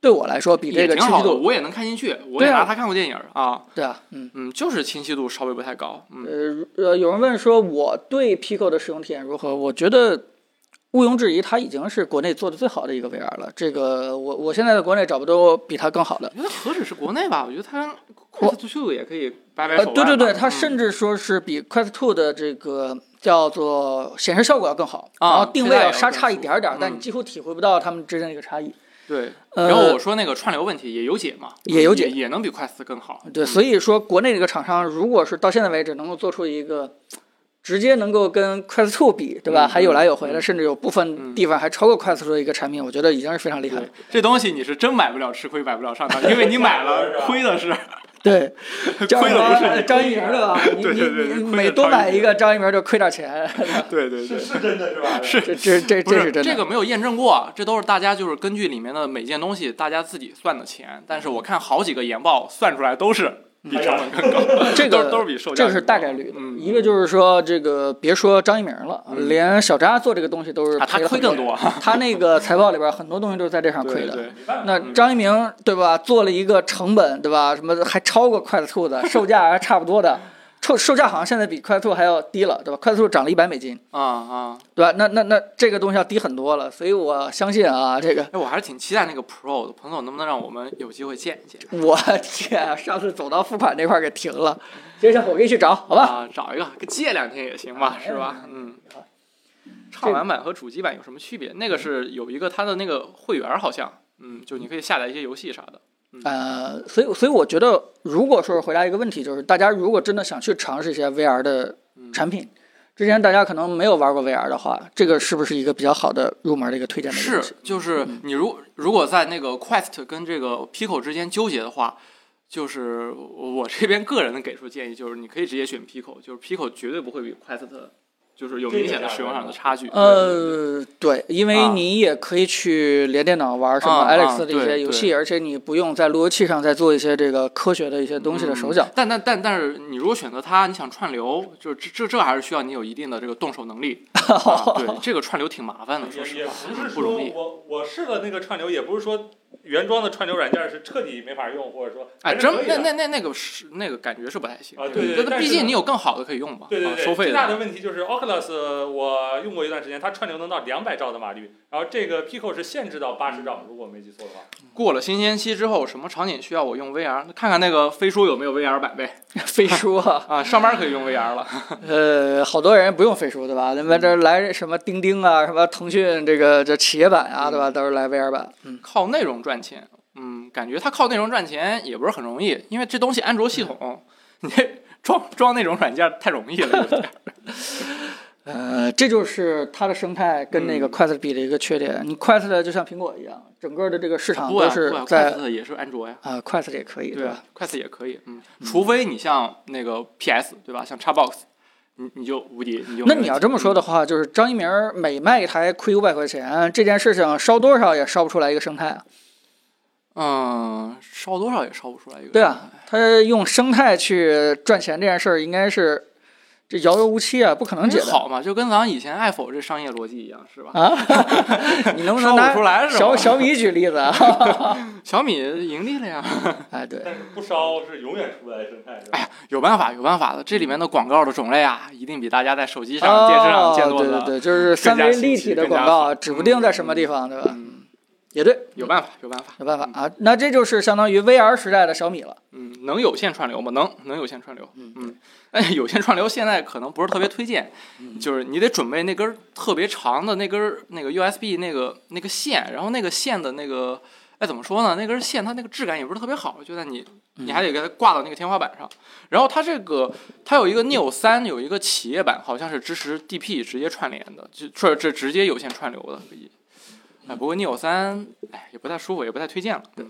对我来说比这
也
个
挺
清
好
晰
的，
度，
我也能看进去，我
对
也
啊
拿它看过电影儿啊。
对啊，嗯。
嗯，就是清晰度稍微不太高。嗯
呃呃，有人问说我对 Pico 的使用体验如何？我觉得毋庸置疑，它已经是国内做的最好的一个 VR 了。这个我我现在在国内找不到比它更好的。
我觉得何止是国内吧，我觉得它跟快速足球也可以掰掰
呃
手，腕
对对对，
吧
它
嗯
甚至说是比 Quest 2的这个叫做显示效果要更好，
啊
然后定位
这个
要
也
稍
有
差一
更
点儿点儿，但
嗯
你几乎体会不到它们之间的一个差异。
对。
呃
然后我说那个串流问题也有解嘛，
也有解
也能比快四更好。嗯
对，所以说国内这个厂商，如果是到现在为止能够做出一个直接能够跟 Quest 2比，对吧？
嗯
还有来有回的，
嗯
甚至有部分地方还超过 Quest 2的一个产品，我觉得已经是非常厉害了
对。，这东西你是真买不了吃亏，买不了 上当，因为你买
是
了
吧
亏的是。
对，叫
亏
什
的不是
么
你
张一鸣对 吧？你
对对对
你你
亏的
每多买一个张一鸣就亏点钱，
对对对，
是真的是吧？
这这这
不
这是真
这
的。
个没有验证过，这都是大家就是根据里面的每件东西大家自己算的钱。但是我看好几个研报算出来都是比成本更高，
嗯 这
都
个
是都是比售价
这个是
更高
大概率的，
嗯
一个就是说，这个别说张一鸣了，
嗯
连小扎做这个东西都是
啊，他
赔了
亏
很多
更多，
他那个财报里边很多东西都是在这上亏
对
的。
对，
那张一鸣对吧？做了一个成本对吧？什么还超过快兔的，售价还差不多的，售售价好像现在比快兔还要低了，对吧？快兔涨了一百美金，
啊啊！
对吧？那那那这个东西要低很多了，所以我相信啊，这个
哎，我还是挺期待那个 Pro 的，彭总能不能让我们有机会见一见
我天啊，上次走到付款这块儿给停了，这下我给你去找，好吧？
啊？找一个借两天也行吧，是吧？嗯。畅玩版和主机版有什么区别？那个是有一个它的那个会员，好像，嗯，就你可以下载一些游戏啥的。
呃，所以所以我觉得，如果说是回答一个问题，就是大家如果真的想去尝试一些 VR 的产品，之前大家可能没有玩过 VR 的话，这个是不是一个比较好的入门的一个推荐的一个东西？
是，就是你如如果在那个 Quest 跟这个 Pico 之间纠结的话，就是我这边个人的给出建议就是，你可以直接选 Pico，就是 Pico 绝对不会比 Quest 就是有明显的使用上的差距。
呃，对，因为
啊
你也可以去连电脑玩什么
啊啊
Alex 的一
对
些游戏，而且你不用在路由器上再做一些这个科学的一些东西的手脚
嗯。但但但但是你如果选择它，你想串流，就是这这这还是需要你有一定的这个动手 能力。啊、对，这个串流挺麻烦的，说
也
实
也
话
不是，
不
说
容易。
我我试了那个串流，也不是说原装的串流软件是彻底没法用，或者说
哎，
还是
真
可以
那
的
那那那个是那个感觉是不太行
啊对对
但
但
毕
是
竟你有更好的可以用嘛，
对对对，
啊、收费
最大
的
的问题就是 Oculus，呃我用过一段时间，它串流能到两百兆的码率，然后这个 Pico 是限制到八十
嗯
兆，如果我没记错的话。
过了新鲜期之后，什么场景需要我用 VR？那看看那个飞书有没有 VR 版呗。
飞书 啊，
啊，上班可以用 VR 了。
呃，好多人不用飞书对吧？那
嗯
么这来什么钉钉啊，什么腾讯这个这企业版
嗯
啊，对吧？都是来 VR 版。嗯，
靠内容赚钱，嗯，感觉他靠内容赚钱也不是很容易，因为这东西安卓系
嗯
统，你这装装那种软件太容易了。有点
呃，这就是它的生态跟那个
嗯
Quest 比的一个缺点。你 Quest 就像苹果一样，整个的这个市场
不
都
啊不
是
啊
在
，Quest 也是安卓呀。
啊，Quest 也可以
对
对吧
啊？，Quest 也可以，嗯，除非你像那个 PS 对吧，像 Xbox，你你就无敌，你就
那你要这么说的话，就是张一鸣每卖一台亏五百块钱这件事情，烧多少也烧不出来一个生态啊。
嗯，烧多少也烧不出来一个。
对啊，他用生态去赚钱这件事儿，应该是这遥遥无期啊，不可能解
这
的
好嘛，就跟咱以前 Apple 这商业逻辑一样，是吧？
啊。你能不能
烧不出来
拿
是吧
小小米举例子啊？
小米盈利了呀。
哎，对，
但是不烧是永远出不来生态，是吧？
有办法，有办法的。这里面的广告的种类啊，一定比大家在手机上、
哦
电视上见多
对
了。
对对，就是三维立体的广告啊，
更加新奇
指不定在什么地方，对吧？
嗯，
也对，
有办法，有办法，
有办法啊。那这就是相当于 VR 时代的小米了。
嗯，能有线串流吗？能，能有线串流。
嗯
嗯，哎， 有线串流现在可能不是特别推荐，就是你得准备那根儿特别长的那根儿那个 USB 那个那个线，然后那个线的那个，哎，怎么说呢？那根线它那个质感也不是特别好，就在你你还得给它挂到那个天花板上。然后它这个它有一个 Neo 三有一个企业版，好像是支持 DP 直接串联的，就这这直接有线串流的。哎，不过 Neo 三哎也不太舒服，也不太推荐了。对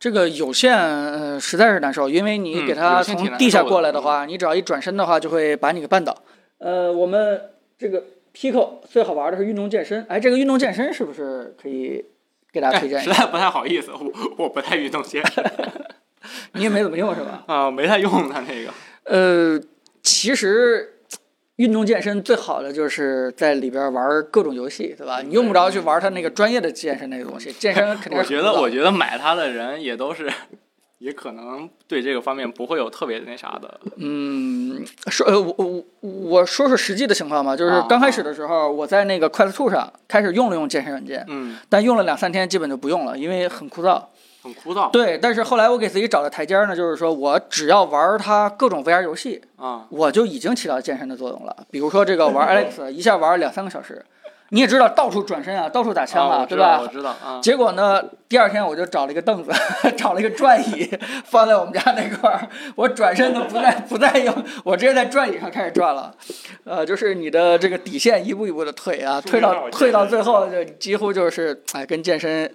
这个有线呃实在是难受，因为你
嗯
给它
有线挺
从
难
地下
受的嗯
过来的话，你只要一转身的话，就会把你给绊倒。呃，我们这个 Pico 最好玩的是运动健身，哎，这个运动健身是不是可以给大家推荐一
实
下？
在不太好意思，我我不太运 动鞋
你也没怎么用是 吧？
啊，没太用它那个。
呃，其实。运动健身最好的就是在里边玩各种游戏，对吧？你用不着去玩它那个专业的健身那个东西，健身肯定是
我觉得，
很枯燥
我觉得买它的人也都是，也可能对这个方面不会有特别那啥的。
嗯，嗯，说呃，我我我说说实际的情况吧，就是
啊
刚开始的时候，我在那个快速兔上开始用了用健身软件，
嗯，
但用了两三天基本就不用了，因为很枯燥。
很枯燥
对，但是后来我给自己找的台阶儿呢，就是说我只要玩它各种 VR 游戏，
啊，
我就已经起到健身的作用了。比如说这个玩 Alex，一下玩两三个小时，你也知道到处转身啊，到处打枪
啊
啊，
我知
对
道，
吧
我？知道啊，
结果呢，第二天我就找了一个凳子， 找了一个转椅，放在我们家那块儿。我转身都不再不再用，我直接在转椅上开始转了。呃，就是你的这个底线一步一步的退啊，
说
退
明白
到
我
退到
健
最
身
后，就几乎就是哎，跟健身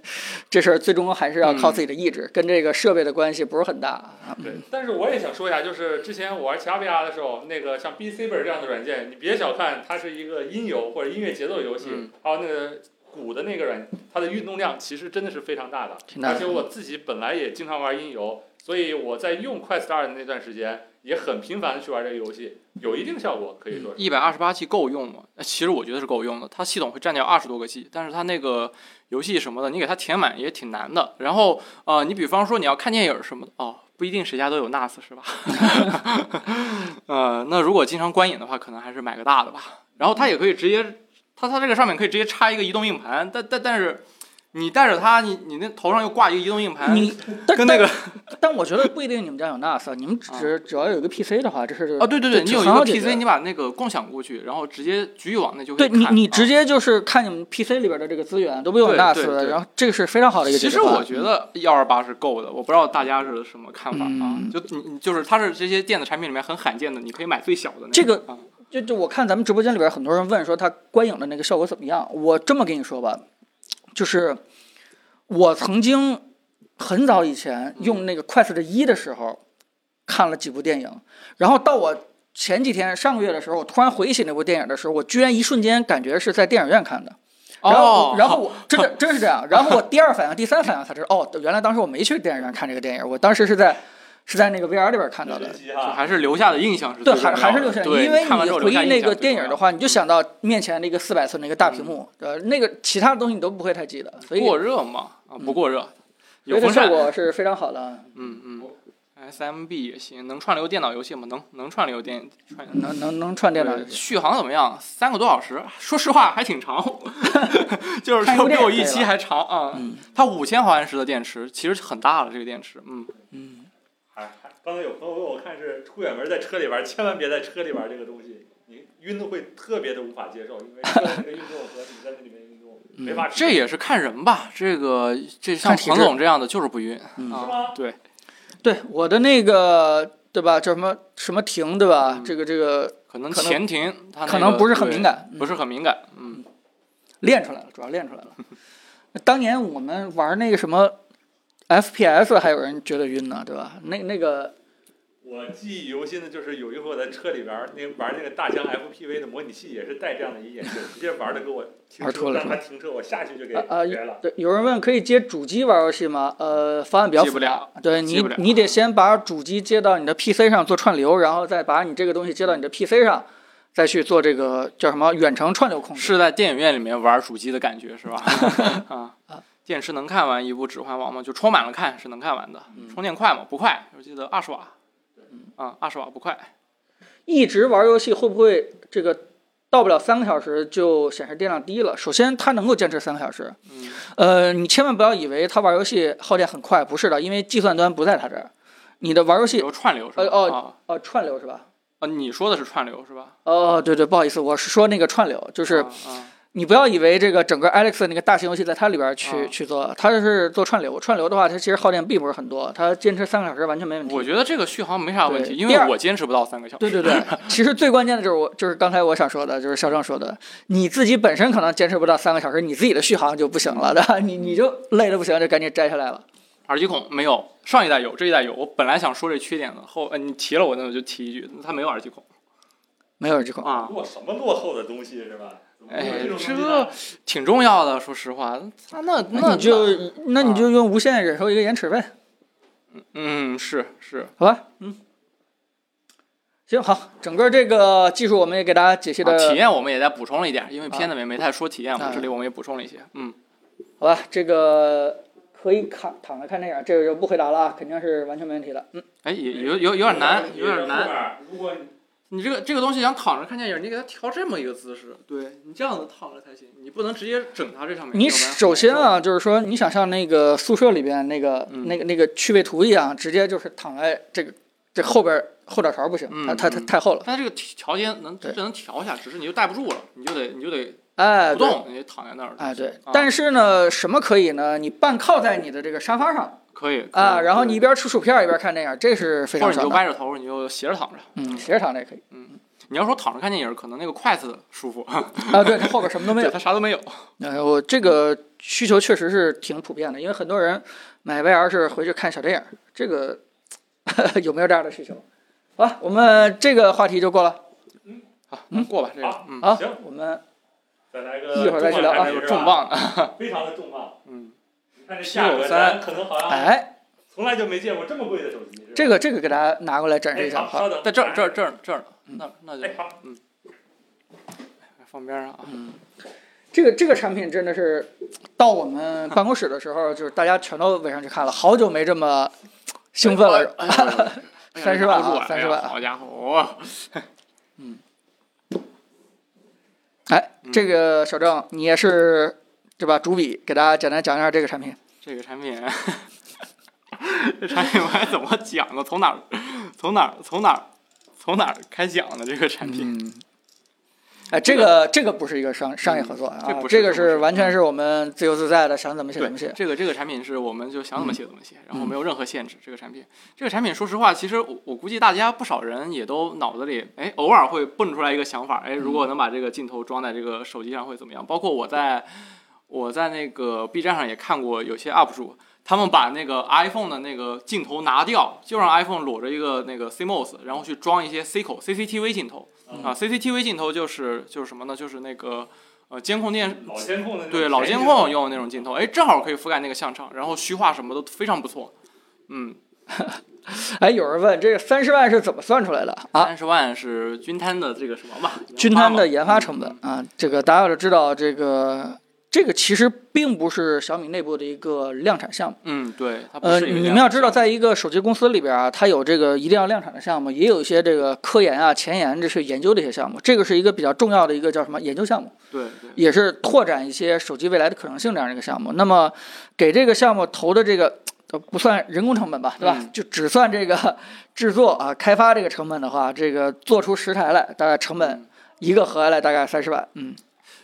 这事儿最终还是要靠自己的意
嗯
志，跟这个设备的关系不是很大啊。
对，但是我也想说一下，就是之前我玩其他 VR 的时候，那个像 b c b e r 这样的软件，你别小看它是一个音游或者音乐节奏游戏，
嗯
还有那个鼓的那个软，它的运动量其实真的是非常大的。
挺大的
而且我自己本来也经常玩音游，所以我在用 Quest 二的那段时间也很频繁的去玩这个游戏，有一定效果，可以说是。
一百二十八 G 够用吗？呃其实我觉得是够用的，它系统会占掉二十多个 G，但是它那个游戏什么的，你给它填满也挺难的。然后呃，你比方说你要看电影什么的，哦，不一定谁家都有 NAS 是吧？ 呃，那如果经常观影的话，可能还是买个大的吧。然后它也可以直接，它它这个上面可以直接插一个移动硬盘，但但但是你带着它，你你那头上又挂一个移动硬盘，
你但
跟那个
但但我觉得不一定你们家有 NAS，啊你们只只要有一个 PC 的话，这是
哦，对对对，
这
你有一
很
个
好解决
PC，你把那个共享过去，然后直接局域网那就可以
对你，
看
你
啊
直接就是看你们 PC 里边的这个资源都不用
对
NAS
对
的，
对
然后这个是非常好的一个解
其
决
实
方案。
我觉得幺二八是够的，我不知道大家是什么看法啊
嗯？
就你你就是它是这些电子产品里面很罕见的，你可以买最小的那
这个
啊
就就我看咱们直播间里边很多人问说它观影的那个效果怎么样，我这么跟你说吧，就是我曾经很早以
嗯
前用那个 Quest 一的时候看了几部电影，然后到我前几天上个月的时候，我突然回忆起那部电影的时候，我居然一瞬间感觉是在电影院看的。然后
哦
我，，然后我真的真是这样，然后我第二反应、第三反应才知道，哦，原来当时我没去电影院看这个电影，我当时是在是在那个 VR 里边看到的。
就还是留下的印象是
对，
最
还
重要的
还是留下，
对
因为
看完
你
之后
回
留下
忆那
印象
个
最
电
重
影
要嗯
的话，你就想到面前那个四百寸那个大屏幕，呃，那个其他的东西你都不会太记得，所以
过热嘛啊
嗯
不过热，
所
有
以这
风
效
扇，
果是非常好的，
嗯嗯。SMB 也行，能串流电脑游戏吗？能，能串流电串。
能能能串电脑游戏。
续航怎么样？三个多小时， 说实话还挺长， 就是
看一
说
部
比
电影
我
可
预
以
期
了
还长啊。
嗯
它五千毫安时的电池其实很大了，这个电池，嗯，
嗯，
还还哎刚才有朋友问我看是出远门在车里玩，千万别在车里玩这个东西，你晕的会特别的无法接受，因为车的那个运动和你在那里面运动没法
这也是看人吧，这个这像
看体质
彭总这样的就是不晕
嗯
是
啊。
吗？
对，
对，我的那个对吧，叫什么什么停对吧
嗯？
这个这个
可能
可能
前庭它那个
可能不是很敏，感，嗯
对不是很敏感，嗯，
练出来了，主要练出来了。当年我们玩那个什么 FPS，还有人觉得晕呢，对吧？那那个
我记忆犹新的就是有一回我在车里边儿那玩那个大疆 FPV 的模拟器，也是戴这样的一眼镜，直接玩的给我停
玩
车，
脱了
让他停车，我下去就给
啊啊
摔了。
对，有人问可以接主机玩游戏吗？呃，方案比较
记不
复杂
了，
对
记
你
不了
你得先把主机接到你的 PC 上做串流，然后再把你这个东西接到你的 PC 上，再去做这个叫什么远程串流控制。
是在电影院里面玩主机的感觉 是吧？ 啊，电池能看完一部《指环王》吗？就充满了看是能看完的，
嗯
充电快吗？不快，我记得二十瓦，啊，二十瓦不快，
一直玩游戏会不会这个到不了三个小时就显示电量低了？首先，它能够坚持三个小时，
嗯，
呃，你千万不要以为它玩游戏耗电很快，不是的，因为计算端不在它这儿。你的玩游戏
有串流是吧？
呃
哦
哦呃串流是吧？
啊，你说的是串流是吧？
哦，对对，不好意思，我是说那个串流，就是
啊啊
你不要以为这个整个 Alex 那个大型游戏在它里边去、
啊
去做，它是做串流。串流的话，它其实耗电并不是很多，它坚持三个小时完全没问题。
我觉得这个续航没啥问题，
对
因
第
为
二
我坚持不到三个小时。
对对 对，其实最关键的就是我就是刚才我想说的，就是肖正说的，你自己本身可能坚持不到三个小时，你自己的续航就不行了，对吧？你你就累的不行，就赶紧摘下来了。
耳机孔没有，上一代有，这一代有。我本来想说这缺点的，后呃你提了我，那我就提一句，它没有耳机孔
没有耳机孔，
啊，
落什么落后的东西是吧？怎么会有
哎
这种，东西
这
呢
个挺重要的。说实话，它啊那那啊
你就那你就用无线忍受一个延迟呗。
嗯是是，
好吧，嗯，行好，整个这个技术我们也给大家解析
啊
的，
体验我们也在补充了一点，因为
啊
片子里面没太说体验，我们
啊
这里我们也补充了一些。嗯，
好吧，这个可以看躺着看电影，这个就不回答了，啊，肯定是完全没问题的。嗯，
哎哎，也有有有点难，有点难。
难。如果你
你这个这个东西想躺着看电影，你给它调这么一个姿势，
对
你这样子躺着才行，你不能直接整它这上面。
你
要不然很
首先
难
啊，就是说你想像那个宿舍里边那个、
嗯
那个那个趣味图一样，直接就是躺在这个这后边后脚勺不行，
嗯
它它它
嗯
太厚
受，
了。
但这个调节能
对
这能调一下，只是你就带不住了，你就得你就得
哎，
不
对，
动，你得躺在那儿。
哎对
啊，
但是呢，什么可以呢？你半靠在你的这个沙发上
可以
啊，然后你一
你
边吃薯片一边看电影，这是非
嗯或
常
者你就
爽的。
歪着头，你就斜着躺着。
嗯，斜着躺着也可以
你要说躺着看电影，可能那个筷子舒服，
啊，对，它后边什么都没有
对，。它啥都没有。
呃，我这个需求确实是挺普遍的，因为很多人买 VR 是回去看小电影儿，这个 有没有这样的需求？好吧，我们这个话题就过了。
好，啊那过吧，这个
好
嗯，
好
行，
我们
再来个
一会儿再去聊啊
重磅产品是吧
重磅的，
非常的重磅。
嗯，
你看这价格，咱可能好像
哎，
从来就没见过这么贵的手机。是吧
这个这个给大家拿过来展示
哎，
一下，
好，
好，
稍等，
在这儿这儿这儿这儿呢，
嗯
那那就
哎，好，
放边上啊。
这个这个产品真的是到我们办公室的时候，就是大家全都围上去看了，好久没这么 兴奋了。
哎呦，哎呀
三十万啊
忍不住了
三十万
哎呀好家伙，哦
哎，这个小郑，你也是对吧？主笔给大家简单讲一下这个产品。
这个产品， 这产品我还怎么讲呢？从哪儿，从哪儿，从哪儿，从哪儿开讲呢？这个产品，
嗯，哎，这个这个不是一个商商业合作啊，
这不是
这个
这不是
完全是我们自由自在的，想怎么写
对
怎么写。
这个这个产品是我们就想怎么写怎么写，然后没有任何限制。这个产品，这个产品，说实话，其实我我估计大家不少人也都脑子里，哎，偶尔会蹦出来一个想法，哎，如果能把这个镜头装在这个手机上会怎么样？包括我在我在那个 B 站上也看过有些 UP 主。他们把那个 iPhone 的那个镜头拿掉，就让 iPhone 裸着一个那个 CMOS，然后去装一些 C 口 CCTV 镜头
嗯
啊，CCTV 镜头就是就是什么呢？就是那个呃监控电
老监控的那种
对老监控用的那种镜头，哎，正好可以覆盖那个像场，然后虚化什么都非常不错。嗯，
哎，有人问这个三十万是怎么算出来的啊？
三十万是均摊的这个什么嘛？
均摊的研发成
嗯
本啊，这个大家要知道，这个这个其实并不是小米内部的一个量产项目。
嗯，对，它不
呃，
是一个
你
量
们要知道，在一个手机公司里边啊，它有这个一定要量产的项目，也有一些这个科研啊、前沿这些研究的一些项目，这个是一个比较重要的一个叫什么研究项目。
对对，
也是拓展一些手机未来的可能性这样的一个项目。那么给这个项目投的这个呃不算人工成本吧，对吧？
嗯
就只算这个制作啊、开发这个成本的话，这个做出十台来，大概成本、
嗯
一个合下来大概三十万。嗯，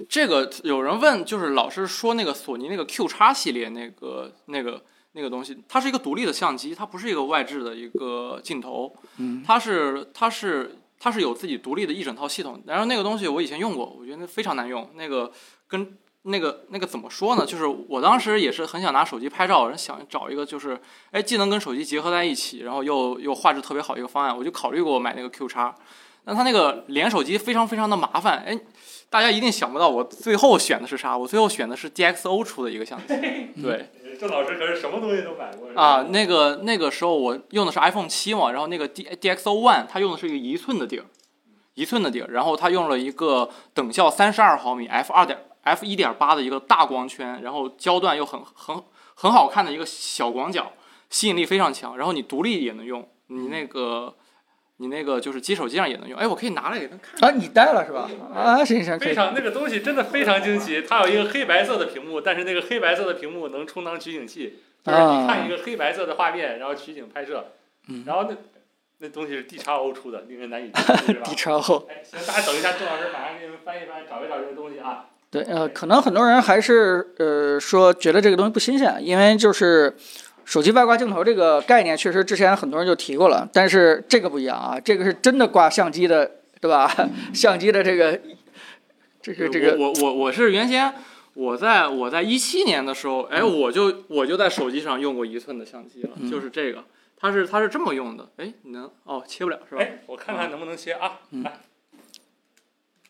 这个有人问，就是老是说那个索尼那个 Q 叉系列那个那个那个东西，它是一个独立的相机，它不是一个外置的一个镜头，
嗯，
它是它是它是有自己独立的一整套系统。然后那个东西我以前用过，我觉得非常难用，那个跟那个那个怎么说呢？就是我当时也是很想拿手机拍照，然后想找一个就是哎既能跟手机结合在一起，然后又又画质特别好一个方案，我就考虑过买那个 Q 叉。但它那个连手机非常非常的麻烦，哎，大家一定想不到我最后选的是啥，我最后选的是 DxO 出的一个相机，对，
呃郑老师可是什么东西都买过是吧
啊，那个那个时候我用的是 iPhone 七嘛，然后那个 D D X O One 它用的是一个一寸的底儿，一寸的底儿，然后它用了一个等效三十二毫米 f 二点 f 一点八的一个大光圈，然后焦段又很很很好看的一个小广角，吸引力非常强。然后你独立也能用，你那个你那个就是机手机上也能用。哎，我可以拿来给他们看。
啊，你带了是吧？啊，行行，可
非
以。
常那个东西真的非常惊奇，它有一个黑白色的屏幕，但是那个黑白色的屏幕能充当取景器，就是你看一个黑白色的画面，然后取景拍摄，
啊嗯
然后那那东西是 D 叉 O 出的，令人难以置 信，是吧
底？超厚，
哎，行，大家等一下，郑老师马上给你们翻一翻，找一找这个东西啊。
对，呃，可能很多人还是呃说觉得这个东西不新鲜，因为就是手机外挂镜头这个概念，确实之前很多人就提过了，但是这个不一样啊，这个是真的挂相机的，对吧？ 相机的这个这个这个
嗯我我我我是原先我在我在一七年的时候，哎，我就我就在手机上用过一寸的相机了，
嗯
就是这个，它是它是这么用的，哎，你能哦切不了是吧？
哎，我看看能不能切啊，来，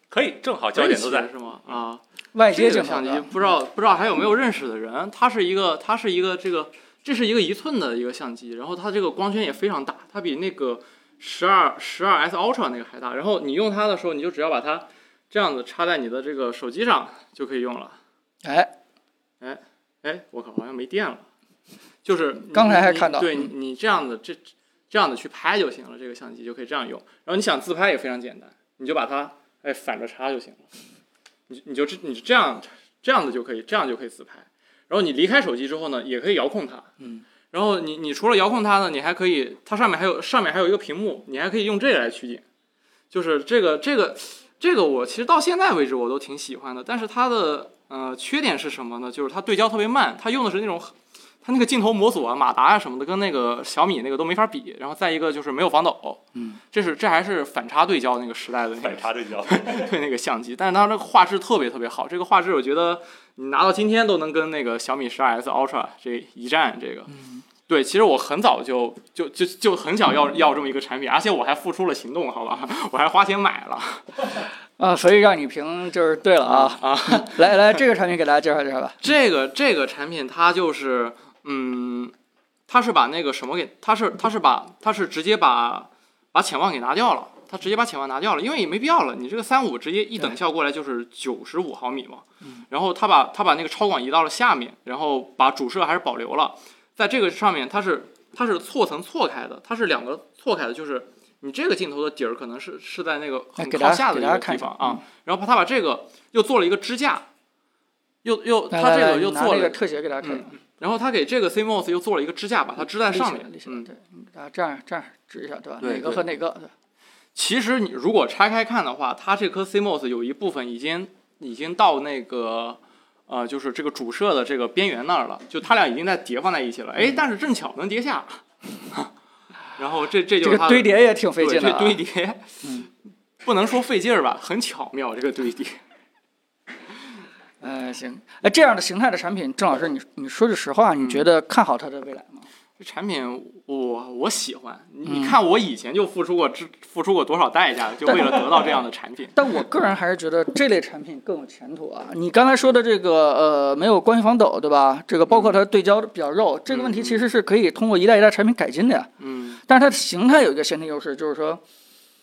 可以，正
嗯
好
可
焦
以
点都
切
在。
是吗？啊，
外
这
接
个
镜头
相
啊，
机不知道不知道还有没有认识的人，它是一个它是一个这个这是一个一寸的一个相机，然后它这个光圈也非常大，它比那个十二十二 S Ultra 那个还大。然后你用它的时候，你就只要把它这样子插在你的这个手机上就可以用了。
哎，
哎，我靠，好像没电了。就是你
刚才还
你
看到
对
嗯
你你这样子，这这样的去拍就行了，这个相机就可以这样用。然后你想自拍也非常简单，你就把它哎反着插就行了，你你就这你就这样这样的就可以，这样就可以自拍。然后你离开手机之后呢，也可以遥控它，
嗯。
然后你你除了遥控它呢，你还可以，它上面还有上面还有一个屏幕，你还可以用这个来取景，就是这个这个这个我其实到现在为止我都挺喜欢的，但是它的呃缺点是什么呢？就是它对焦特别慢，它用的是那种它那个镜头模组啊、马达啊什么的，跟那个小米那个都没法比。然后再一个就是没有防抖，
嗯，
这是这还是反差对焦那个时代的那个
反差 对焦，哎
对那个相机，但是它那个画质特别特别好。这个画质我觉得你拿到今天都能跟那个小米十二 S Ultra 这一战，这个，对，其实我很早就就就就很想要要这么一个产品，而且我还付出了行动，好吧，我还花钱买了。
啊，所以让你评就是对了啊啊！ 来来，这个产品给大家介绍介绍吧。
这个这个产品它就是，嗯，它是把那个什么给，它是它是把它是直接把把潜望给拿掉了，它直接把潜望拿掉了，因为也没必要了。你这个三五直接一等效过来就是九十五毫米嘛，
嗯
然后它把它把那个超广移到了下面，然后把主摄还是保留了，在这个上面它是它是错层错开的，它是两个错开的，就是。你这个镜头的底儿可能是是在那个
哎
很
给
靠
大家
下的
给
一
大
个
家看
地
一下嗯
方啊，然后他把这个又做了一个支架，又又
来
他
来
这个
来
又
拿
做
那个
了
特写给大家看一下，
然后他给这个 CMOS 又做了一个支架，把它支在上面
立起。来立
嗯
起，来对，啊，这样这样指一下，对吧？
对
哪个
对
和哪个？对
其实你如果拆开看的话，它这颗 CMOS 有一部分已经已经到那个呃，就是这个主摄的这个边缘那儿了，就它俩已经在叠放在一起
嗯
了。哎，但是正巧能叠下， 然后这这就
这
是
个
它的
堆叠也挺费劲的、
对
啊。
这堆叠，
嗯
不能说费劲儿吧，很巧妙这个堆叠。
呃，行，哎，这样的形态的产品，郑老师，你你说句实话，你
嗯
觉得看好它的未来吗？
这产品我我喜欢，你
嗯
你看我以前就付出过支付出过多少代价，就为了得到这样的产 品。
但我个人还是觉得这类产品更有前途啊！你刚才说的这个呃，没有光学防抖，对吧？这个包括它对焦比较肉，这个问题其实是可以通过一代一代产品改进的呀。
嗯，
但是它的形态有一个先天优势，就是说，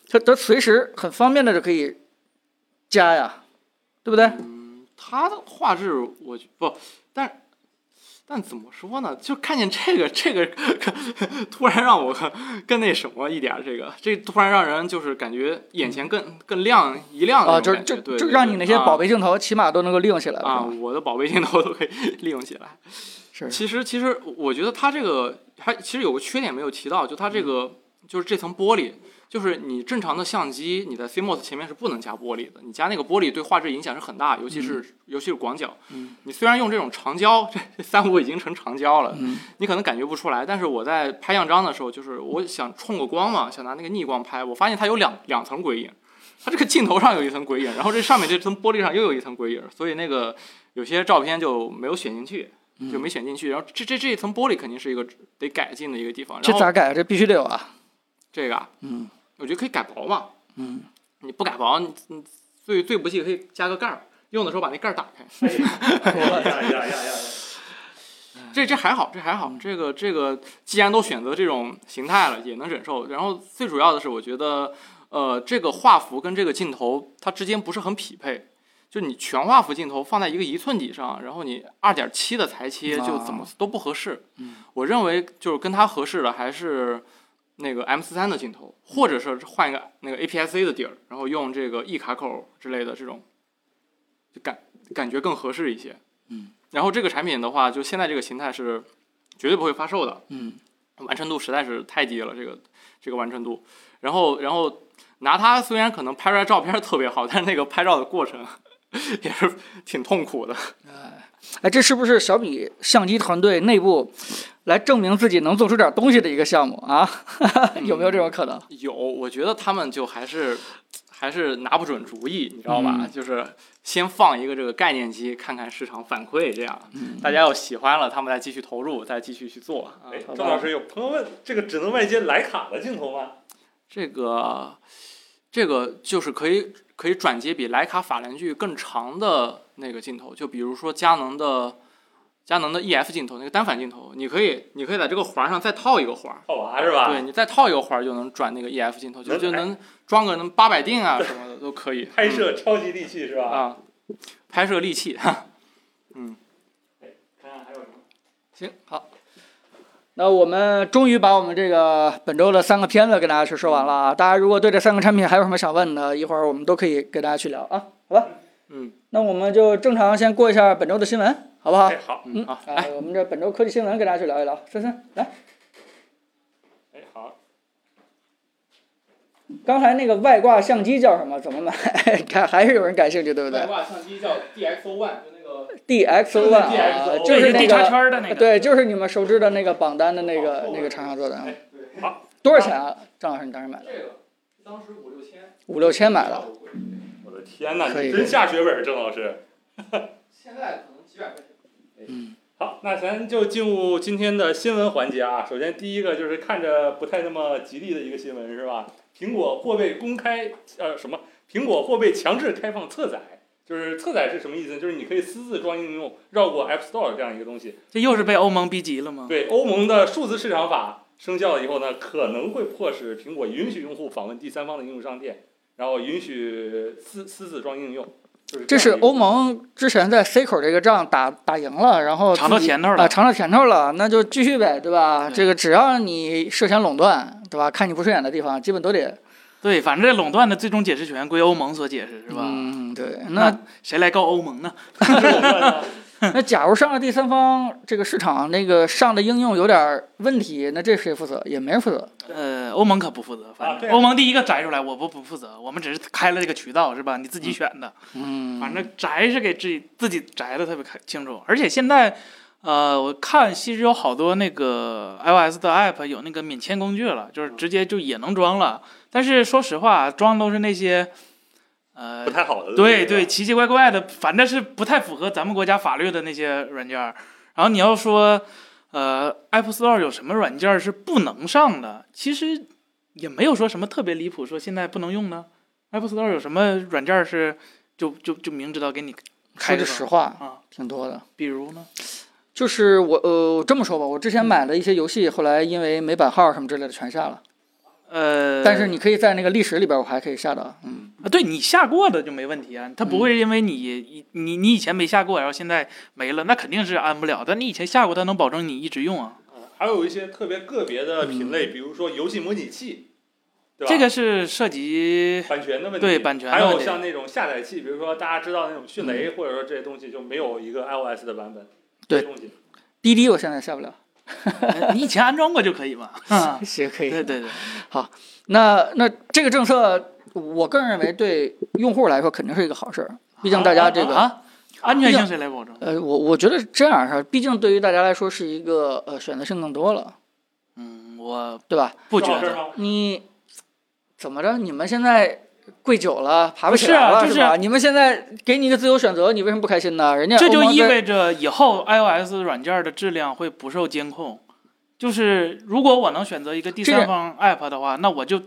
它它随时很方便的就可以加呀，对不对？
啊它的画质我觉不，但但怎么说呢？就看见这个这个，突然让我更那什么一点儿，这个这突然让人就是感觉眼前更更亮一亮的
啊，
那种
就是
感觉
就
对
就
对
让
对
你那些宝
啊
贝镜头起码都能够利用起来了
啊，我的宝贝镜头都可以利用起来。
是吧是
其实其实我觉得它这个还其实有个缺点没有提到，就它这
嗯
个、就是这层玻璃，就是你正常的相机你在 CMOS 前面是不能加玻璃的，你加那个玻璃对画质影响是很大，尤其是、尤其是广角。
嗯
你虽然用这种长焦，这这三五已经成长焦了，
嗯
你可能感觉不出来，但是我在拍样张的时候，就是我想冲个光嘛，想拿那个逆光拍，我发现它有两两层鬼影，它这个镜头上有一层鬼影，然后这上面这层玻璃上又有一层鬼影，所以那个有些照片就没有选进去，
嗯
就没选进去。然后这这这一层玻璃肯定是一个得改进的一个地方。
这
然后
咋改？这必须得有啊。
这个啊，
嗯
我觉得可以改薄嘛，
嗯，
你不改薄，你你最最不济可以加个盖儿，用的时候把那盖儿打开。
呀哎呀 呀呀！
这这还好，这还好，这个这个既然都选择这种形态了，也能忍受。然后最主要的是，我觉得呃，这个画幅跟这个镜头它之间不是很匹配。就你全画幅镜头放在一个一寸底上，然后你二点七的裁切就怎么都不合适。我认为就是跟它合适的还是那个 M 四三的镜头，或者是换一个那个 APS-C 的底儿，然后用这个 E 卡口之类的这种，就感感觉更合适一些。然后这个产品的话，就现在这个形态是绝对不会发售的，
嗯，
完成度实在是太低了，这个这个完成度。然后然后拿它虽然可能拍出来照片特别好，但 是那个拍照的过程 也是挺痛苦的。
哎，这是不是小米相机团队内部来证明自己能做出点东西的一个项目啊？ 有没有这种可能？
有，我觉得他们就还是还是拿不准主意，你知道吧？
嗯
就是先放一个这个概念机，看看市场反馈，这样、大家要喜欢了，他们再继续投入，再继续去做。啊
哎，
好吧
赵老师，有朋友问，这个只能外接徕卡的镜头吗？
这个这个就是可以可以转接比徕卡法兰距更长的那个镜头，就比如说佳能的佳能的 EF 镜头那个单反镜头，你可以你可以在这个环上再套一个环儿。
套娃是吧？
对你再套一个环儿就能转那个 EF 镜头，就
能
就
哎
能装个能八百定啊什么的都可以。
拍
嗯
摄超级利器是吧？
啊，拍摄利器，
看看还有什么？
行，好。那我们终于把我们这个本周的三个片子跟大家去说完了啊！大家如果对这三个产品还有什么想问的，一会儿我们都可以跟大家去聊啊，好吧？
嗯，
那我们就正常先过一下本周的新闻，好不好？
哎，好，
嗯，
好
啊，我们这本周科技新闻跟大家去聊一聊。森森，来，
哎，好，
刚才那个外挂相机叫什么？怎么买？ 看还是有人感兴趣，对不对
挂相机叫 DXO One，就那个
？DXO
就是
One，、啊
DXO
就是那
地插
个
圈儿的那个，
对，就是你们熟知的那个榜单的那个那个厂商做的啊。
好，
多少钱啊？张老师，你当时买的
这个，当时五六千，
五六千买的，，
我的天哪，
可以
你真下血本儿，郑老师。
现在可能几百块钱。
好，那咱就进入今天的新闻环节啊。首先第一个就是看着不太那么吉利的一个新闻是吧？苹果或被公开呃什么？苹果或被强制开放侧载，就是侧载是什么意思呢？就是你可以私自装应用，绕过 App Store 这样一个东西。
这又是被欧盟逼急了吗？
对欧盟的数字市场法生效以后呢，可能会迫使苹果允许用户访问第三方的应用商店，然后允许私私自装应用。就是
这
这
是
样一个
欧盟之前在 C 口这个仗打打赢了，然后自己
尝到甜头
啊，
了，嗯
尝到甜头了，那就继续呗，对吧？
对
这个只要你涉嫌垄断，对吧？看你不顺眼的地方，基本都得
对，反正这垄断的最终解释权归欧盟所解释，是吧？
嗯，对。那
那谁来告欧盟呢？
那假如上了第三方这个市场，那个上的应用有点问题，那这谁负责？也没人负责。
呃，欧盟可不负责，
啊
反
对
正
啊
欧盟第一个摘出来，我不不负责，我们只是开了这个渠道，是吧？你自己选的，
嗯，
反正摘是给自己自己摘的特别开清楚。而且现在，呃，我看其实有好多那个 iOS 的 app 有那个免签工具了，就是
嗯
直接就也能装了。但是说实话，装都是那些，呃
不，太好的对
对对，，奇奇怪怪的，反正是不太符合咱们国家法律的那些软件儿。然后你要说，呃，App Store 有什么软件儿是不能上的？其实也没有说什么特别离谱，说现在不能用呢。App Store 有什么软件儿是就就就明知道给你
说
开
句
着
实
呢？
话，
啊，
挺多的。
比如呢？
就是我呃这么说吧，我之前买了一些游戏，后来因为没版号什么之类的全下了，
呃，
但是你可以在那个历史里边，我还可以下到。嗯，
啊，对你下过的就没问题啊，它
嗯
不会因为你、你你以前没下过，然后现在没了，那肯定是安不了。但你以前下过，它能保证你一直用啊。
还有一些特别个别的品
嗯
类，比如说游戏模拟器，对吧？
这个是涉及
版权的问题，
对版权的
还有
问题嗯
像那种下载器，比如说大家知道那种迅雷，或者说这些东西就没有一个 iOS 的版本。
对
这些东西
滴滴我现在下不了。
呃你以前安装过就可以嘛。啊，
是可
对
以。
对对，
那那这个政策，我个人认为对用户来说肯定是一个好事儿，毕竟大家这个。
啊，安全性谁来保证？
呃，我我觉得这样是，毕竟对于大家来说是一个呃选择性更多了，
嗯，我
对吧？
不觉
正好这儿
得。
吗？
你怎么着？你们现在跪久了，爬不起
不是
来
啊
了，
就是
吧？你们现在给你一个自由选择，你为什么不开心呢？人家
这就
欧盟
意
在
味着以后 iOS 软件的质量会不受监控。就是如果我能选择一个第
这个
三方 app 的话，那我就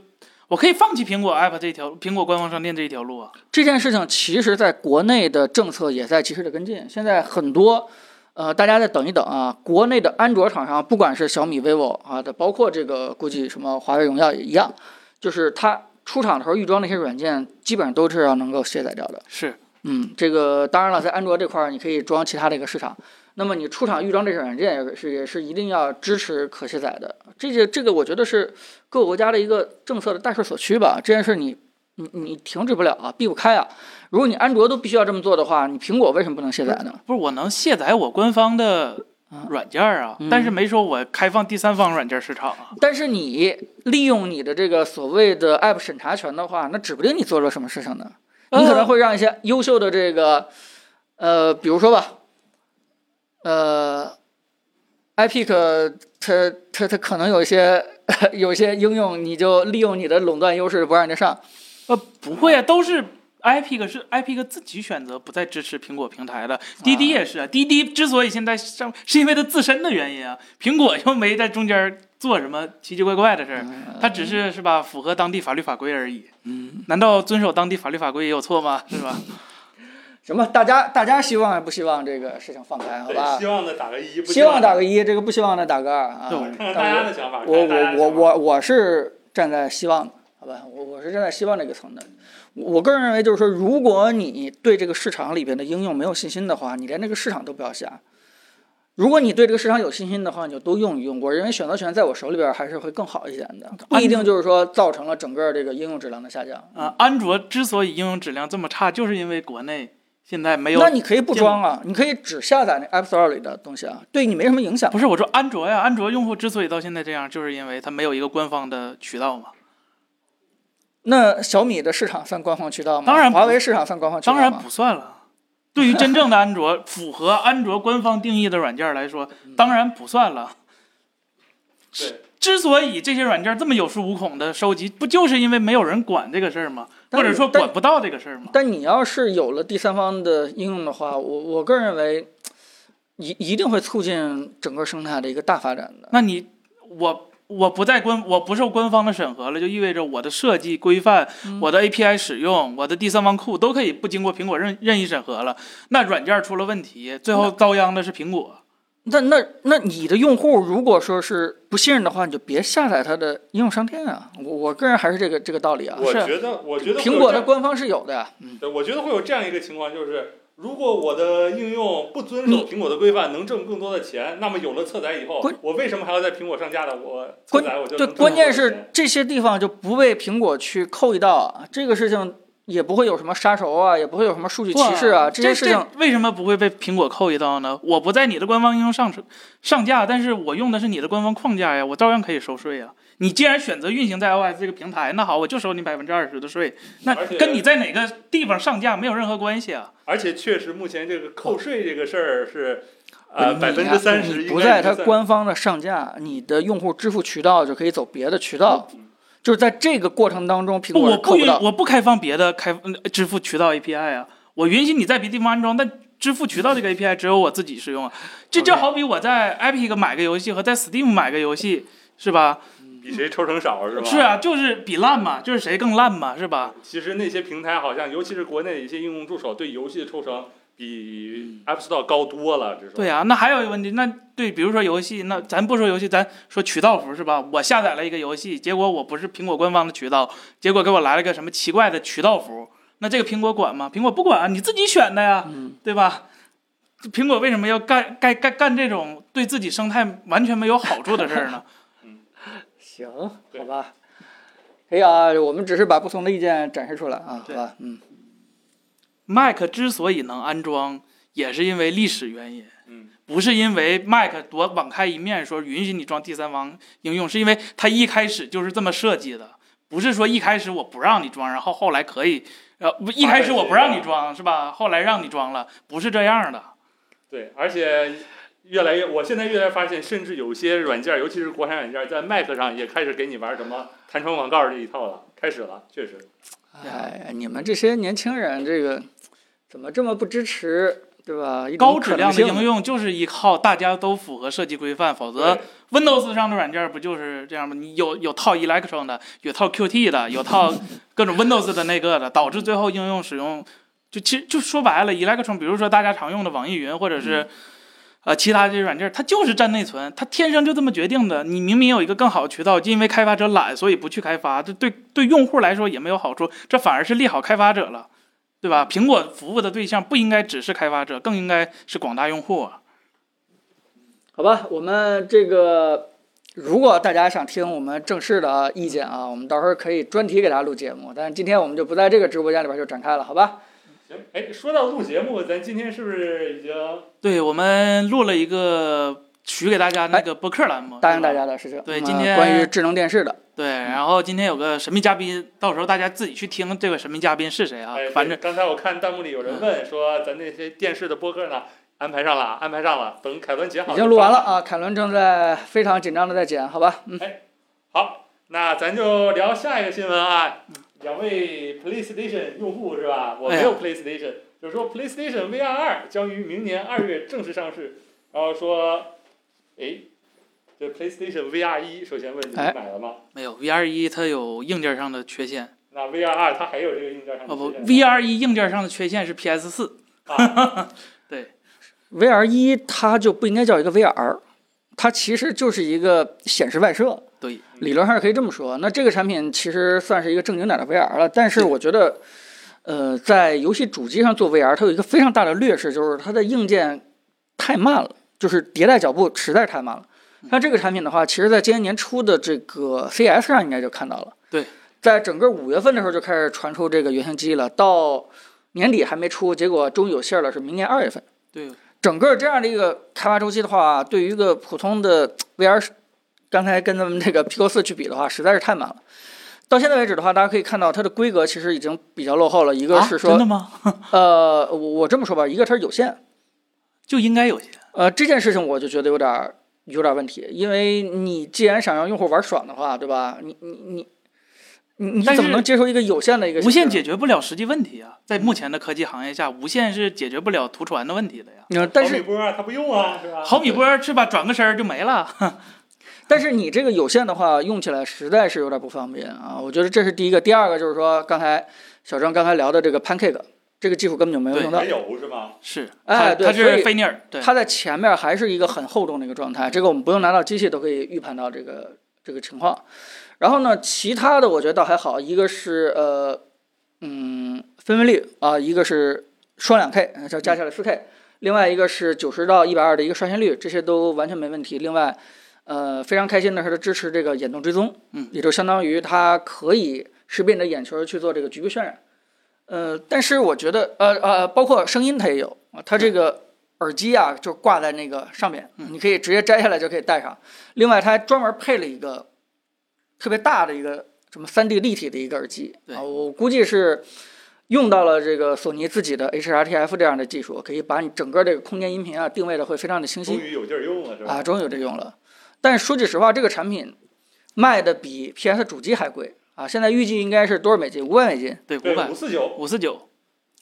我可以放弃苹果 app 这条苹果官方商店这一条路啊。
这件事情其实在国内的政策也在及时的跟进，现在很多。呃，大家再等一等啊！国内的安卓厂商，不管是小米、vivo 啊的，包括这个估计什么华为、荣耀也一样，就是它出厂的时候预装那些软件，基本上都是要能够卸载掉的。
是，
嗯，这个当然了，在安卓这块儿，你可以装其他的一个市场。那么你出厂预装这些软件也是也是一定要支持可卸载的。这些这个我觉得是各个国家的一个政策的大势所趋吧。这件事你你你停止不了啊，避不开啊。如果你安卓都必须要这么做的话，你苹果为什么不能卸载呢？
不是我能卸载我官方的
啊
软件啊，
嗯
但是没说我开放第三方软件市场啊。
但是你利用你的这个所谓的 App 审查权的话，那指不定你做了什么事情呢。你可能会让一些优秀的这个，呃，比如说吧，呃，iPic 它它它可能有一些 有一些应用，你就利用你的垄断优势不让人家上。
呃，不会啊，都是 iPic 是 iPic 自己选择不再支持苹果平台的，滴滴也是啊，滴滴之所以现在上，是因为它自身的原因啊，苹果又没在中间做什么奇奇怪怪的事儿，它
呃
只是是吧，符合当地法律法规而已。嗯，难道遵守当地法律法规也有错吗？是吧？
什么？大家大家希望还不希望这个事情放开？好
对，
吧
希，望的打个一，不
希望打
个
个一，这个不希望的打个二啊。
对
看看大家的想法。
我
看看大
我
家的
我
想法
我我是站在希望的，好吧，我我是站在希望这个层的。我我个人认为，就是说，如果你对这个市场里边的应用没有信心的话，你连这个市场都不要下。如果你对这个市场有信心的话，你就都用一用。我认为选择权在我手里边还是会更好一点的，不一定就是说造成了整个这个应用质量的下降。
嗯
啊，安卓之所以应用质量这么差，就是因为国内现在没有
那。你可以不装啊，你可以只下载那 App Store 里的东西啊，对你没什么影响。
不是我说安卓呀，安卓用户之所以到现在这样，就是因为它没有一个官方的渠道嘛。
那小米的市场算官方渠道吗？
当然不
华为市场算官方渠道吗？
当然不算了。对于真正的安卓，符合安卓官方定义的软件来说，
嗯
当然不算了。
对
之所以这些软件这么有恃无恐的收集，不就是因为没有人管这个事儿吗？
但
或
是
者说管不到这个事儿吗？
但你要是有了第三方的应用的话，我我个人认为，一一定会促进整个生态的一个大发展的。
那你我我不在官我不受官方的审核了，就意味着我的设计规范、
嗯
我的 API 使用、我的第三方库都可以不经过苹果任任意审核了。那软件出了问题，最后遭殃的是苹果。
那那那你的用户如果说是不信任的话，你就别下载它的应用商店啊。我我个人还是这个这个道理啊。
我
是
觉得，我觉得会有
苹果的
这样
官方是有的呀。嗯，
对，我觉得会有这样一个情况，就是如果我的应用不遵守苹果的规范，能挣更多的钱，那么有了侧载以后
嗯关，
我为什么还要在苹果上架呢？我侧
关
载我就
对，
能挣
关键
更多
是
的钱
这些地方就不被苹果去扣一刀啊。这个事情也不会有什么杀手啊，也不会有什么数据歧视啊，
这
些事情。
为什么不会被苹果扣一刀呢？我不在你的官方应用上上架，但是我用的是你的官方框架呀，我照样可以收税呀。你既然选择运行在 iOS 这个平台，那好，我就收你百分之二十的税，那
而且
跟你在哪个地方上架没有任何关系啊。
而且确实目前这个扣税这个事儿是，呃，
你
百分之三十
你不在它
它
官方的上架，你的用户支付渠道就可以走别的渠道。就是在这个过程当中，苹
嗯不，
果
我
是扣
不
不
允，
到。
我不开放别的开呃支付渠道 API 啊，我允许你在别地方安装，但支付渠道这个 API 只有我自己使用啊。这就
OK
好比我在 Epic 买个游戏和在 Steam 买个游戏是吧？
比谁抽成少是吧？
是。啊，就是比烂嘛，就是谁更烂嘛，是吧？
其实那些平台好像，尤其是国内一些应用助手对游戏的抽成比 App Store 高多了，这是。
嗯对啊，那还有一个问题，那对，比如说游戏，那咱不说游戏，咱说渠道服是吧？我下载了一个游戏，结果我不是苹果官方的渠道，结果给我来了个什么奇怪的渠道服，那这个苹果管吗？苹果不管啊，你自己选的呀，
嗯
对吧？苹果为什么要干干干干这种对自己生态完全没有好处的事 儿呢？
行，
对
好吧。可以啊，我们只是把不同的意见展示出来啊，好
对
吧，嗯，
Mac 之所以能安装，也是因为历史原因。
嗯，
不是因为 Mac 多网开一面说允许你装第三方应用，是因为它一开始就是这么设计的，不是说一开始我不让你装，然后后来可以，呃，不一开始我不让你装是吧？后来让你装了，不是这样的。
对，而且越来越，我现在越来越发现，甚至有些软件，尤其是国产软件，在 Mac 上也开始给你玩什么弹窗广告这一套了，开始了，确实。
哎，你们这些年轻人，这个怎么这么不支持，对吧？一种
高质量的
可能性
应用就是依靠大家都符合设计规范，否则 Windows 上的软件不就是这样吗？你有有套 Electron 的，有套 Qt 的，有套各种 Windows 的那个的，导致最后应用使用就其实就说白了，Electron，比如说大家常用的网易云或者是、呃其他这些软件，它就是占内存，它天生就这么决定的。你明明有一个更好的渠道，就因为开发者懒，所以不去开发，这对对用户来说也没有好处，这反而是利好开发者了。对吧？苹果服务的对象不应该只是开发者，更应该是广大用户啊。
好吧，我们这个如果大家想听我们正式的啊意见啊，我们到时候可以专题给大家录节目，但今天我们就不在这个直播间里边就展开了，好吧？
行，哎，说到录节目，咱今天是不是已经
对，我们录了一个许给大家那个播客栏目，
哎答应大
是吧。
家的是这，
对
嗯
今天
关于智能电视的，
对，然后今天有个神秘嘉宾，到时候大家自己去听这个神秘嘉宾是谁啊
哎，？
反
对
正嗯
刚才我看弹幕里有人问说，咱那些电视的播客呢，安排上了，安排上了，等凯伦剪好
已
就
经录完
发
了。啊，凯伦正在非常紧张的在剪，好吧？嗯，
好，那咱就聊下一个新闻啊。两位 PlayStation 用户是吧？
哎
我没有 PlayStation，、就是说 PlayStation VR 二将于明年二月正式上市。然后说，哎，这 PlayStation VR 一，首先问你
哎
们买了吗？
没有 VR 一，它有硬件上的缺陷。
那 VR 二它还有这个硬件上的
哦不
缺陷吗
，VR 一硬件上的缺陷是 PS 四。
啊
VR 一它就不应该叫一个 VR，它其实就是一个显示外设。
对，
理论上是可以这么说。那这个产品其实算是一个正经点的 VR 了，但是我觉得，呃，在游戏主机上做 VR，它有一个非常大的劣势，就是它的硬件太慢了。就是迭代脚步实在太慢了。像这个产品的话，其实在今年年初的这个 CES 上应该就看到了。
对，
在整个五月份的时候就开始传出这个原型机了，到年底还没出，结果终于有信儿了，是明年二月份。
对，
整个这样的一个开发周期的话，对于一个普通的 VR，刚才跟咱们这个 Pico 四去比的话，实在是太慢了。到现在为止的话，大家可以看到它的规格其实已经比较落后了。一个
啊
是
真
说，
的吗？
呃，我我这么说吧，一个它是有限，
就应该有些。
呃，这件事情我就觉得有点儿有点儿问题，因为你既然想让用户玩爽的话，对吧？你你你你你
但
怎么
是
能接受一个有限的一个
无
形
线
式
解决不了实际问题啊，在目前的科技行业下，无线是解决不了图传的问题的呀。
呢？但
毫米
是
波啊，它不用啊，是吧？
毫米波是吧？转个身儿就没了。
但是你这个有限的话，用起来实在是有点不方便啊。我觉得这是第一个，第二个就是说刚才小张刚才聊的这个 Pancake 这个技术根本就没有
对
用到
没，有是吗？
是，
哎
它
对
它
所以
是菲涅尔，对，
它在前面还是一个很厚重的一个状态，这个我们不用拿到机器都可以预判到这个这个情况。然后呢，其他的我觉得倒还好，一个是呃，嗯，分辨率啊、一个是双两 K，呃就加起来四 K，另外一个是九十到一百二的一个刷新率，这些都完全没问题。另外，呃，非常开心的是它支持这个眼动追踪，
嗯
也就相当于它可以识别你的眼球去做这个局部渲染。呃，但是我觉得，呃呃，包括声音它也有，它这个耳机啊就挂在那个上面，
嗯
你可以直接摘下来就可以戴上。另外，它还专门配了一个特别大的一个什么三 D 立体的一个耳机
对
啊，我估计是用到了这个索尼自己的 HRTF 这样的技术，可以把你整个这个空间音频啊定位的会非常的清晰。
终于有地儿用了是吧？
啊，终于有这用了。但是说句实话，这个产品卖的比 PS 主机还贵啊！现在预计应该是多少美金？五百美金，
对
对
五，百
五四九
五四九，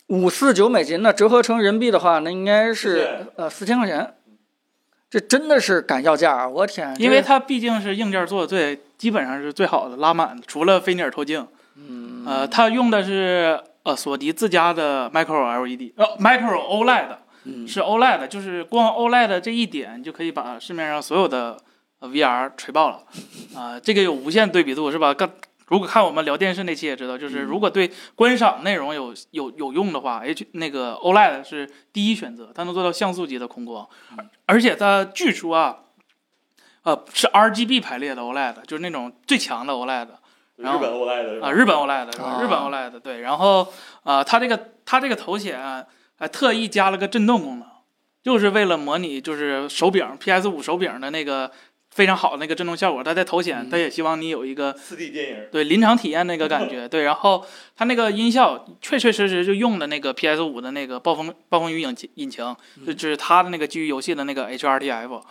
五四九美金，那折合成人民币的话，那应该
是
是呃四千块钱。这真的是敢要价啊！我天，
因为
这
它毕竟是硬件做的最，基本上是最好的，拉满，除了菲涅尔透镜，嗯，呃，它用的是呃索尼自家的 micro LED，呃 micro OLED
嗯
是 OLED，就是光 OLED 这一点就可以把市面上所有的呃 VR 锤爆了，啊、这个有无限对比度是吧？刚如果看我们聊电视那期也知道，就是如果对观赏内容有有有用的话，H 那个 OLED 是第一选择，它能做到像素级的空光，而而且它据说啊，呃是 RGB 排列的 OLED，就是那种最强的 E OLED。
日
然后
本 OLED 的是吧
啊，日本 OLED 是吧？
啊
日本 OLED 对，然后啊，它这个它这个头显啊还特意加了个震动功能，就是为了模拟就是手柄 PS 五手柄的那个非常好的那个震动效果。它在头
嗯
显，它也希望你有一个
四 D 电影，
对临场体验那个感觉，对，然后它那个音效确确实实就用的那个 PS 五的那个暴风暴风雨引擎引擎，就就是它的那个基于游戏的那个 HRTF，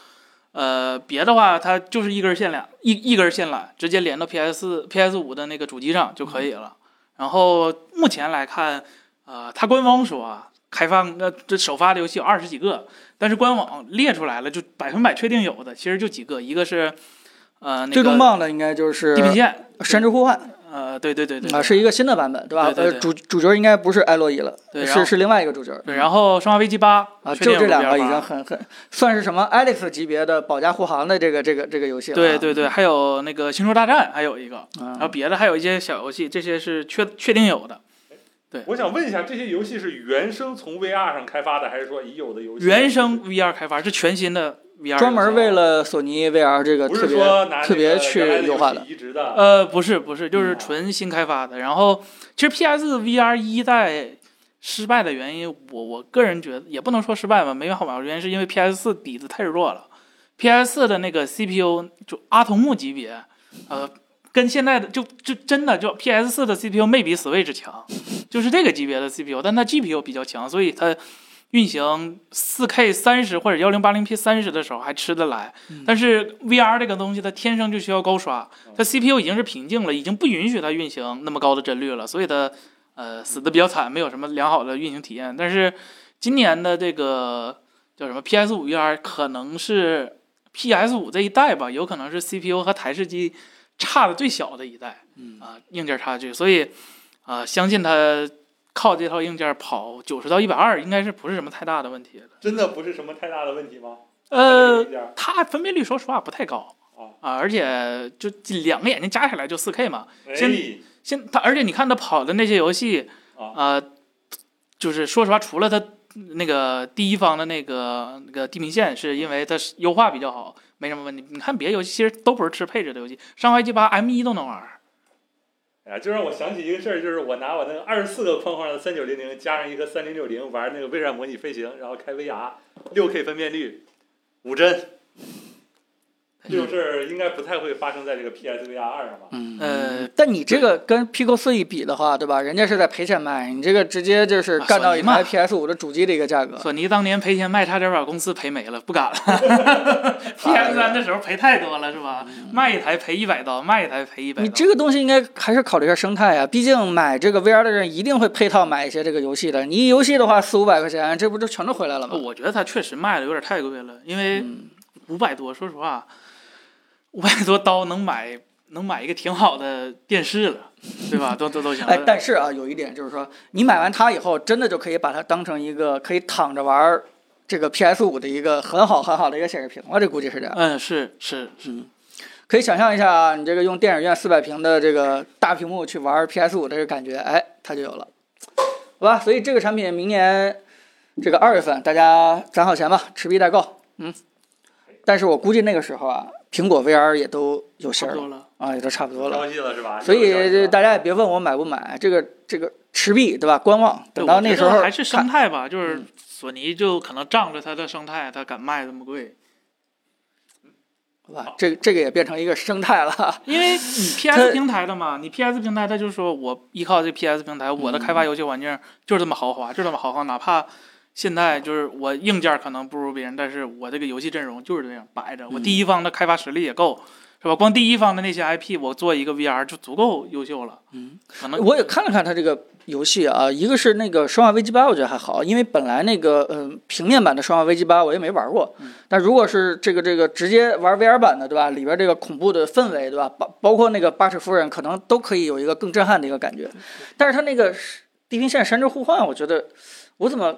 呃，别的话它就是一根线缆一一根线缆直接连到 PS PS 五的那个主机上就可以了。然后目前来看，呃，它官方说啊，开放那、这首发的游戏有二十几个，但是官网列出来了，就百分百确定有的其实就几个，一个是呃那
最重
个
磅的应该就是
地平
《
线。
山之呼唤》
呃，对对对对
呃啊，是一个新的版本，对吧？
对对对
呃，主主角应该不是艾洛伊了，
对然后
是是另外一个主角。
对，然后《生化危机八》
啊，
确
就
定
这
有
两个
VR
已
版
经很很算是什么 Alex 级别的保驾护航的这个这个这个游戏了、啊。
对对对，还有那个《星球大战》，还有一个，然后
啊，
别的还有一些小游戏，这些是确确定有的。
我想问一下，这些游戏是原生从 VR 上开发的，还是说已有的游戏？
原生 VR 开发是全新的 VR，
专门为
游戏
了索尼 VR 这个
不
呃特
是
别
说拿
特别去优
优
化的
的移植的，
呃不是不是，就是
嗯
纯新开发的。然后其实 PS VR 一代失败的原因，我我个人觉得也不能说失败吧，没有好吧，原因是因为 PS 四底子太弱了，PS 四的那个 CPU 就阿童木级别，呃，跟现在的就就真的就 PS 四的 CPU 没比 Switch 强，就是这个级别的 CPU，但它 GPU 比较强，所以它运行 4K 三十或者 1080P 三十的时候还吃得来。但是 VR 这个东西它天生就需要高刷，它 CPU 已经是瓶颈了，已经不允许它运行那么高的帧率了，所以它呃死的比较惨，没有什么良好的运行体验。但是今年的这个叫什么 PS 五 VR 可能是 PS 五这一代吧，有可能是 CPU 和台式机差的最小的一代，
嗯
啊、硬件差距，所以啊、相信它靠这套硬件跑九十到一百二，应该是不是什么太大的问题了。
真的不是什么太大的问题吗？
呃
这，个硬件儿
它分辨率说实话不太高
哦
啊、而且就两个眼睛加起来就四 K 嘛。先
哎
现它，而且你看它跑的那些游戏呃
啊
啊、就是说实话，除了它那个第一方的那个那个地平线，是因为它是优化比较好，没什么问题。你看别的游戏其实都不是吃配置的游戏，《上回 G 八 M 一都能玩儿，
哎呀，就让我想起一个事儿，就是我拿我那个二十四个框框的三九零零加上一个三零六零玩那个微软模拟飞行，然后开 VR，六 K 分辨率，五帧。
哎
这种事儿应该不太会发生在这个 PSVR 二上吧？
嗯
呃，但你这个跟 Pico 四一比的话，对吧？人家是在赔钱卖，你这个直接就是干到一
啊索
台
尼
PS 五的主机的一个价格。
索尼当年赔钱卖，差点把公司赔没了，不敢了。PS 三的时候赔太多了，是吧？卖一台赔一百刀，卖一台赔一百刀。
你这个东西应该还是考虑一下生态啊，毕竟买这个 VR 的人一定会配套买一些这个游戏的。你一游戏的话，四五百块钱，这不就全都回来了吗？
我觉得它确实卖的有点太贵了，因为
嗯
五百多，说实话，五百多刀能买能买一个挺好的电视了，对吧？都都都行。
哎，但是啊，有一点就是说，你买完它以后，真的就可以把它当成一个可以躺着玩儿这个 PS 五的一个很好很好的一个显示屏了。这估计是这样。
嗯，是是是，
可以想象一下啊，你这个用电影院四百平的这个大屏幕去玩 PS 五这个感觉，哎，它就有了，好吧？所以这个产品明年这个二月份大家攒好钱吧，持币待购，嗯。但是我估计那个时候啊，苹果 VR 也都有
差
信
不
儿了
多了。
啊，也都差不多了。
着急了是吧？
所以这
大
大家也别问我买不买，这个这个持币对吧？观望，等到那时
我觉
候
得还是生
看
态吧，就是
嗯
索尼就可能仗着它的生态，它敢卖这么贵。
好吧？这这个也变成一个生态了。
因为你 PS 平台的嘛，你 PS 平台，它就是说我依靠这 PS 平台，我的开发游戏环境就是这么豪华，就这么豪华。哪怕现在就是我硬件可能不如别人，但是我这个游戏阵容就是这样摆着，我第一方的开发实力也够，是吧？光第一方的那些 IP，我做一个 VR 就足够优秀了。
嗯，
可能
我也看了看它这个游戏啊，一个是那个《生化危机八》，我觉得还好，因为本来那个嗯、平面版的《生化危机八》我也没玩过，但如果是这个这个直接玩 VR 版的，对吧？里边这个恐怖的氛围，对吧？包包括那个巴尺夫人，可能都可以有一个更震撼的一个感觉。但是它那个是地平线山之互换，我觉得我怎么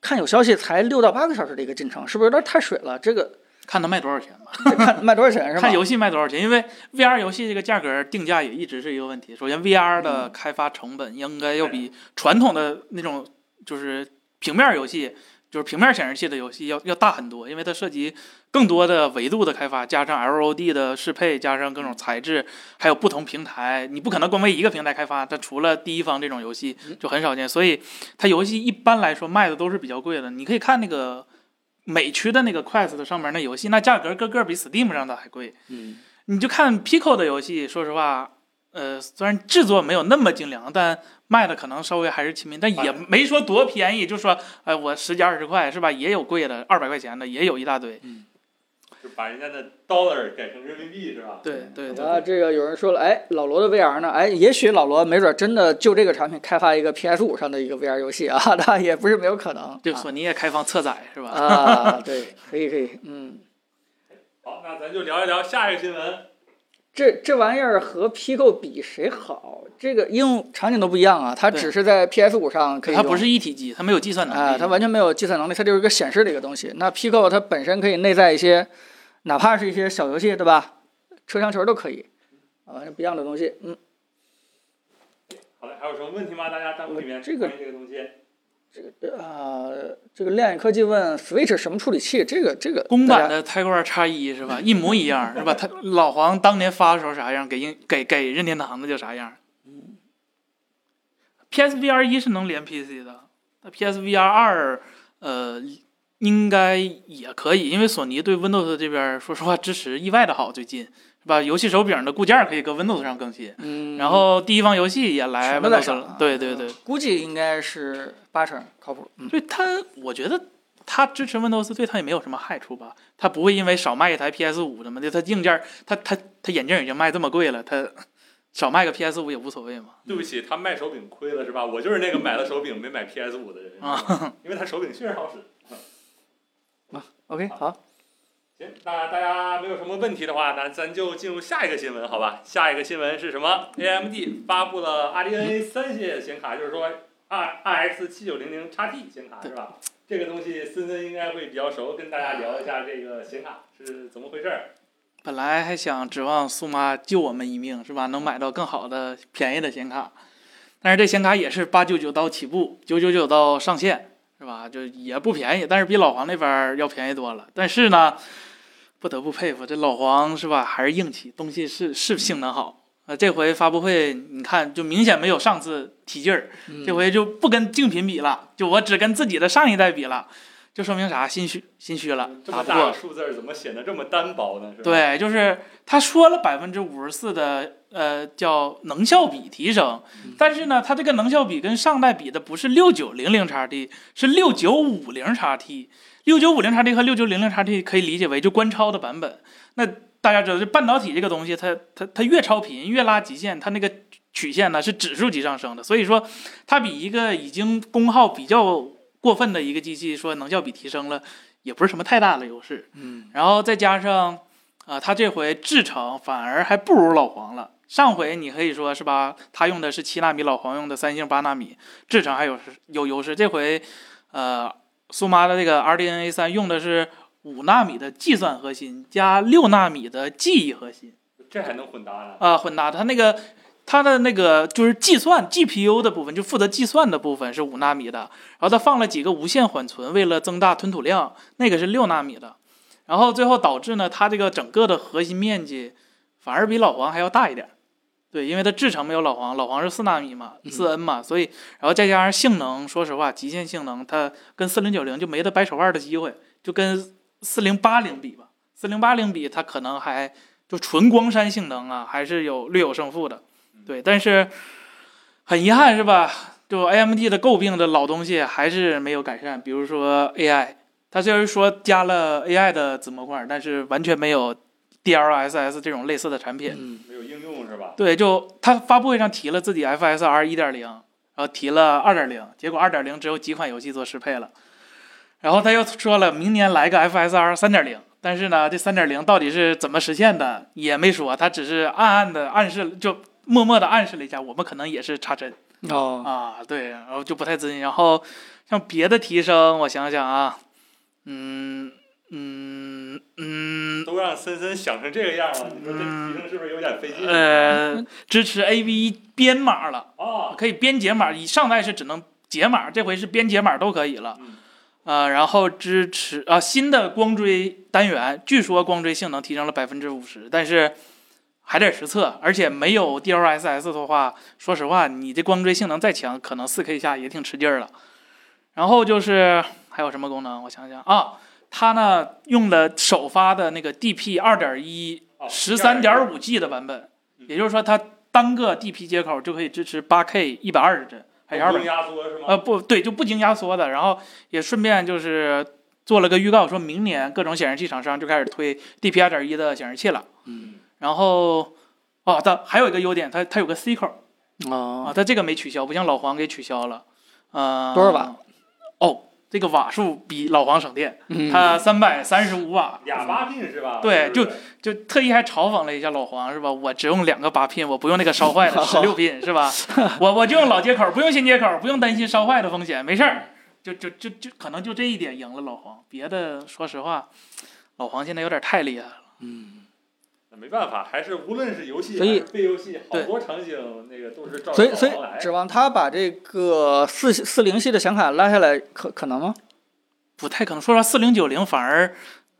看有消息才六到八个小时的一个进程，是不是有点太水了？这个
看它卖多少钱吧，
这看卖多少 钱是吧？
看游戏卖多少钱。因为 VR 游戏这个价格定价也一直是一个问题。首先，VR
嗯
的开发成本应该要比传统的那种就是平面游戏，就是平面显示器的游戏要要大很多，因为它涉及更多的维度的开发，加上 LOD 的适配，加上各种材质，还有不同平台，你不可能光为一个平台开发。它除了第一方这种游戏就很少见，所以它游戏一般来说卖的都是比较贵的。你可以看那个美区的那个 Quest 上面那游戏，那价格个个比 Steam 上的还贵。
嗯，
你就看 Pico 的游戏，说实话，呃，虽然制作没有那么精良，但卖的可能稍微还是亲民，但
哎
也没说多便宜，就说哎、我十几二十块是吧？也有贵的，二百块钱的也有一大堆。
就把人家的 dollar 改成人民币是吧？
对对对，
啊，这个有人说了，哎，老罗的 VR 呢？哎，也许老罗没准真的就这个产品开发一个 PS 五上的一个 VR 游戏啊， 那也不是没有可能。
对索尼也开放侧载是吧？
啊，对，可以可以，嗯，
好，那咱就聊一聊下一个新闻。
这这玩意儿和 Pico 比谁好？这个应用场景都不一样啊，它
对
只是在 PS 五上可以
它
用，啊
不是一体机，它没有计算能力。
啊，它完全没有计算能力，它就是一个显示的一个东西。那 Pico 它本身可以内在一些，哪怕是一些小游戏，对吧？车厢球都可以，啊，不一样的东西，嗯。
好嘞，还有什么问题吗？大家弹幕里面
这个
关于这个东西，
呃，这个恋爱科技问 Switch 什么处理器？这个这个
公
大
版
家
的 Tiger 叉一是吧？一模一样是吧？它老黄当年发的时候啥样，给英给给任天堂的就啥样。PSVR 一是能连 PC 的，那 PSVR 二呃应该也可以，因为索尼对 Windows 这边说实话支持意外的好，最近是吧？游戏手柄的固件可以跟 Windows 上更新，
嗯，
然后第一方游戏也来
全都在
Windows
上
了
了，，
对对对，，
估计应该是八成靠谱。嗯，
对它，我觉得它支持 Windows 对它也没有什么害处吧。它不会因为少卖一台 PS 五什么的，它硬件儿，它它它眼镜已经卖这么贵了，它少卖个 PS 五也无所谓嘛。
对不起，他卖手柄亏了是吧？我就是那个买了手柄没买 PS 五的人，是
啊
吧因为他手柄确实好使。
OK，好，
行，那大家没有什么问题的话，那咱就进入下一个新闻，好吧？下一个新闻是什么？AMD 发布了 RDNA 三系列显卡，就是说 R RX 七九零零 XT 显卡是吧？这个东西森森应该会比较熟，跟大家聊一下这个显卡是怎么回事儿。
本来还想指望苏妈救我们一命是吧？能买到更好的、便宜的显卡，但是这显卡也是八九九刀起步，九九九到上限是吧？就也不便宜，但是比老黄那边儿要便宜多了。但是呢，不得不佩服这老黄是吧？还是硬气，东西是是性能好。啊，这回发布会你看就明显没有上次提劲儿，
嗯
这回就不跟竞品比了，就我只跟自己的上一代比了，就说明啥？心虚心虚了，
这
打
么
不
大
过
的。数字儿怎么显得这么单薄呢？是吧？
啊对，就是他说了百分之五十四的呃叫能效比提升，
嗯
但是呢，它这个能效比跟上代比的不是六九零零 x T，是六九五零 x T。六九五零 x T 和六九零零 x T 可以理解为就官超的版本。那大家知道，这半导体这个东西它，它它越超频越拉极限，它那个曲线呢是指数级上升的，所以说它比一个已经功耗比较过分的一个机器说能效比提升了，也不是什么太大的优势。
嗯，
然后再加上啊、他这回制程反而还不如老黄了。上回你可以说是吧，他用的是七纳米，老黄用的三星八纳米，制程还有是有优势。这回，呃，苏妈的这个 RDNA 三用的是五纳米的计算核心加六纳米的记忆核心。
这还能混搭呢？
啊、混搭它那个它的那个就是计算 GPU 的部分，就负责计算的部分是五纳米的，然后它放了几个无线缓存，为了增大吞吐量，那个是六纳米的，然后最后导致呢，它这个整个的核心面积反而比老黄还要大一点儿。对，因为它制程没有老黄，老黄是四纳米嘛，四 N 嘛，所以然后再加上性能，说实话，极限性能它跟四零九零就没得掰手腕的机会，就跟四零八零比吧，四零八零比它可能还就纯光栅性能啊，还是有略有胜负的。对，但是很遗憾是吧？就 AMD 的诟病的老东西还是没有改善，比如说 AI，它虽然说加了 AI 的子模块，但是完全没有 DLSS 这种类似的产品。
嗯
没有应用是吧？
对，就他发布会上提了自己 FSR 一点零，然后提了二点零，结果二点零只有几款游戏做适配了，然后他又说了明年来个 FSR 三点零，但是呢，这三点零到底是怎么实现的也没说，他只是暗暗的暗示，就默默的暗示了一下，我们可能也是插针
哦，
啊，对，然后就不太自信。然后像别的提升，我想想啊，嗯嗯嗯，
都让森森想成这个样了，你说这提升是不是有点费劲？
呃，支持 AV 编码了。
啊，
哦可以编解码，以上代是只能解码，这回是编解码都可以了。
嗯
呃，然后支持啊、新的光追单元，据说光追性能提升了百分之五十，但是还得实测，而且没有 DLSS 的话，说实话，你这光追性能再强，可能 4K 下也挺吃劲儿了。然后就是还有什么功能？我想想啊，它呢用了首发的那个 DP 二点一
哦啊
十三点
五，
五 G 的版本，
嗯
也就是说它单个 DP 接口就可以支持八 K 一百二十帧，还是二
哦不
百
用压缩是吗？
呃不对，就不经压缩的。然后也顺便就是做了个预告，说明年各种显示器厂商就开始推 DP 二点一的显示器了。
嗯，
然后哦，它还有一个优点，它它有个 C 口啊，
哦，
它这个没取消，不像老黄给取消了。呃，
多少瓦？
哦，这个瓦数比老黄省电，
嗯，
它三百三十五瓦。
哑巴病是吧？
对
是不是
就特意还嘲讽了一下老黄是吧？我只用两个八拼，我不用那个烧坏的十六拼是吧？我我就用老接口，不用新接口，不用担心烧坏的风险，没事儿。就就就就可能就这一点赢了老黄，别的说实话，老黄现在有点太厉害了。
嗯，
那没办法，还是无论是游戏
所
还
以
是非游戏，好
对
多场景那个都是照
所
着
以所以
老王来
指望他把这个四四零系的显卡拉下来，可可能吗？
不太可能。说实话，四零九零反而，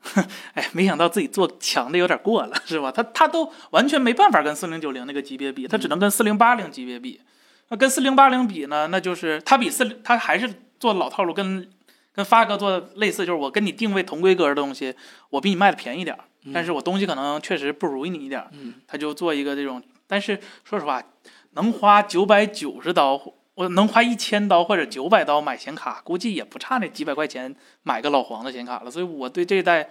哎，没想到自己做强的有点过了，是吧？他他都完全没办法跟四零九零那个级别比，他只能跟四零八零级别比。那跟四零八零比呢，那就是他比四零，他还是做老套路，跟跟发哥做类似，就是我跟你定位同规格的东西，我比你卖的便宜点儿，但是我东西可能确实不如你一点儿，
嗯
他就做一个这种。但是说实话，能花九百九十刀，我能花一千刀或者九百刀买显卡，估计也不差那几百块钱买个老黄的显卡了，所以我对这一代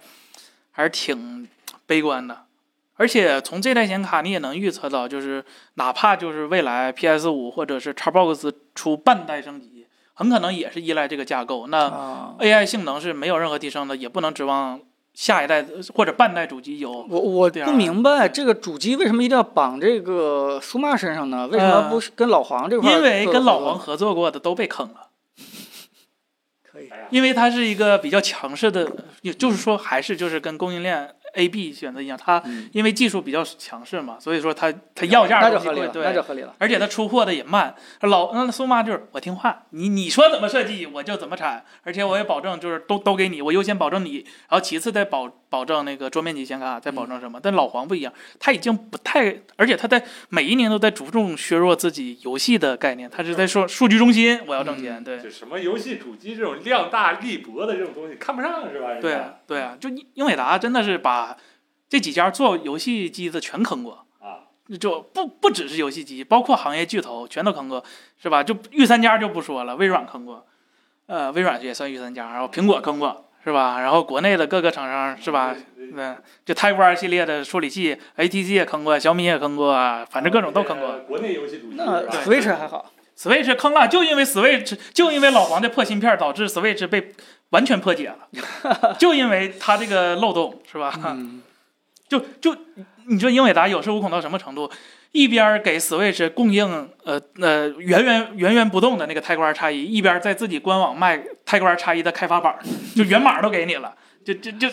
还是挺悲观的。而且从这代显卡，你也能预测到，就是哪怕就是未来 PS 五或者是 Xbox 出半代升级，很可能也是依赖这个架构。那
啊，
AI 性能是没有任何提升的，也不能指望下一代或者半代主机有。
我我
对
不
啊
明白这个主机为什么一定要绑这个苏妈身上呢？为什么
呃
不是跟老黄这块儿做
因
合作？
为跟老黄合作过的都被坑了，
可以，
哎呀，
因为它是一个比较强势的，也就是说还是就是跟供应链 A、B 选择一样，它
嗯
因为技术比较强势嘛，所以说它它要价
那
的
就
东西
合理
贵，
了，那
对
就，合理了。
而且它出货的也慢。老那苏妈就是我听话，你你说怎么设计我就怎么产，而且我也保证就是都都给你，我优先保证你，然后其次再保保证那个桌面级显卡，再保证什么。但老黄不一样，他已经不太，而且他在每一年都在着重削弱自己游戏的概念，他是在说数据中心我要挣钱，对。
就什么游戏主机这种量大力薄的这种东西看不上是吧？人家
对啊，对啊，就英英伟达真的是把这几家做游戏机的全坑过，
啊，
就不不只是游戏机，包括行业巨头全都坑过，是吧？就御三家就不说了，微软坑过，呃，微软也算御三家，然后苹果坑过，是吧？然后国内的各个厂商是吧？
对？
对，就 Type R 系列的处理器，ATC 也坑过，小米也坑过，啊反正各种都坑过。
呃。国内游戏主机
那
是吧
Switch 还好，
Switch 坑了，就因为 Switch 就因为老黄的破芯片导致 Switch 被完全破解了， 就因为它这个漏洞是吧？
嗯，
就就你说英伟达有恃无恐到什么程度？一边儿给 Switch 供应呃呃源源源源不动的那个 Tiger 叉一，一边儿在自己官网卖 Tiger 叉一的开发板儿，就源码都给你了，就就就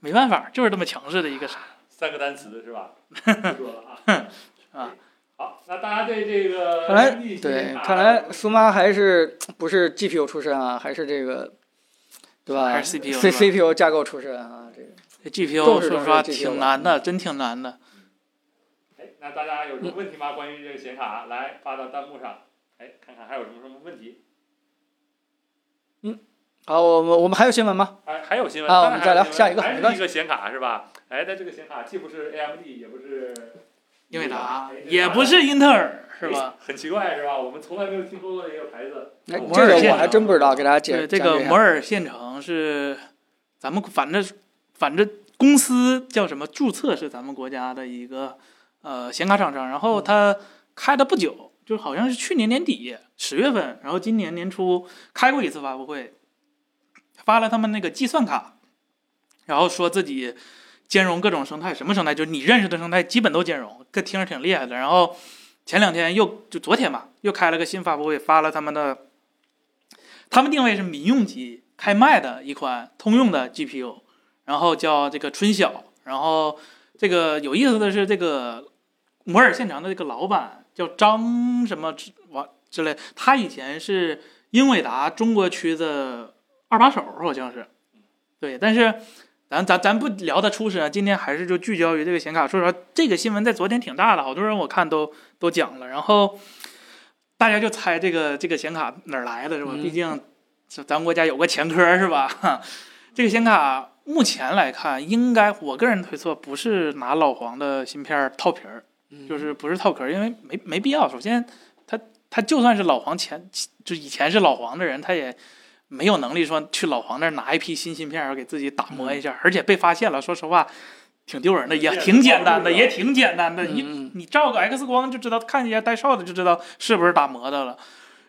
没办法，就是这么强势的一个啥
三个单词是吧？不说了啊
啊。
好，那大家对这个
看来
AMD 显
对，
卡
看来苏妈还是不是 GPU 出身啊，还是这个，对吧？
还是 CPU
C
是
CPU 架构出身啊，这个。
这
重视
GPU 说
重视
实话
GPU
挺难的，真挺难的。
哎，那大家有
嗯
什么问题吗？关于这个显卡，来发到弹幕上，哎，看看还有什么什么问题。
好，我们我们还有新闻吗？
还还有新闻，
啊
当然
我们再聊
还有新闻
下一个没
还
关
是
系
一个显卡是吧？哎，但这个显卡既不是 AMD，也不是
英伟达
哎
也不是英特尔是吧？？
很奇怪是吧？我们从来没有听说过的一个牌子。
哎
摩
这
尔
个
线
我还真不知道，给大家解
对，
讲
这
解
个
一下
摩尔县城是咱们反正反正公司叫什么注册是咱们国家的一个呃显卡厂商，然后它开了不久，就好像是去年年底十月份，然后今年年初开过一次发布会，发了他们那个计算卡，然后说自己兼容各种生态，什么生态就是你认识的生态基本都兼容，这听着挺厉害的。然后前两天又就昨天吧，又开了个新发布会，发了他们的，他们定位是民用级开卖的一款通用的 GPU，然后叫这个春晓。然后这个有意思的是，这个摩尔现场的这个老板叫张什么之王之类，他以前是英伟达中国区的二把手，好像是，对，但是。咱咱咱不聊它出身啊，今天还是就聚焦于这个显卡。说实话，这个新闻在昨天挺大的，好多人我看都都讲了，然后大家就猜这个这个显卡哪儿来的是吧？
嗯
毕竟咱咱国家有个前科是吧？ 这个显卡目前来看，应该我个人推测不是拿老黄的芯片套皮儿，就是不是套壳儿，因为没没必要。首先，他他就算是老黄前就以前是老黄的人，他也没有能力说去老黄那儿拿一批新芯片，然后给自己打磨一下，而且被发现了，说实话挺丢人的，也
也
挺简单的，
不好
也挺简单的，一
嗯，
你照个 X 光就知道，看一下带哨的就知道是不是打磨的了。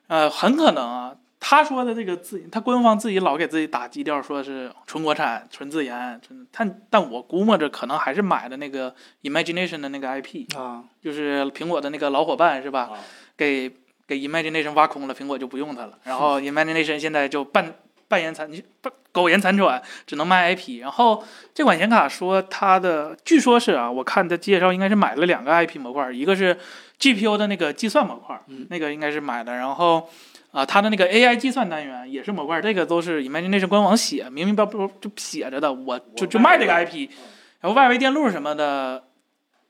呃，很可能啊，他说的这个自，他官方自己老给自己打基调，说是纯国产、纯自研，纯但但我估摸着可能还是买的那个 Imagination 的那个 IP，
嗯啊，
就是苹果的那个老伙伴是吧？
啊
给给 Imagination 挖空了，苹果就不用它了。然后 Imagination 现在就半半言残半苟延残喘，只能卖 IP。然后这款显卡说它的，据说是啊，我看它介绍应该是买了两个 IP 模块，一个是 GPU 的那个计算模块，
嗯
那个应该是买的。然后啊、它的那个 AI 计算单元也是模块，这个都是 Imagination 官网写，明明白白就写着的，我就就卖这个 IP。然后外围电路什么的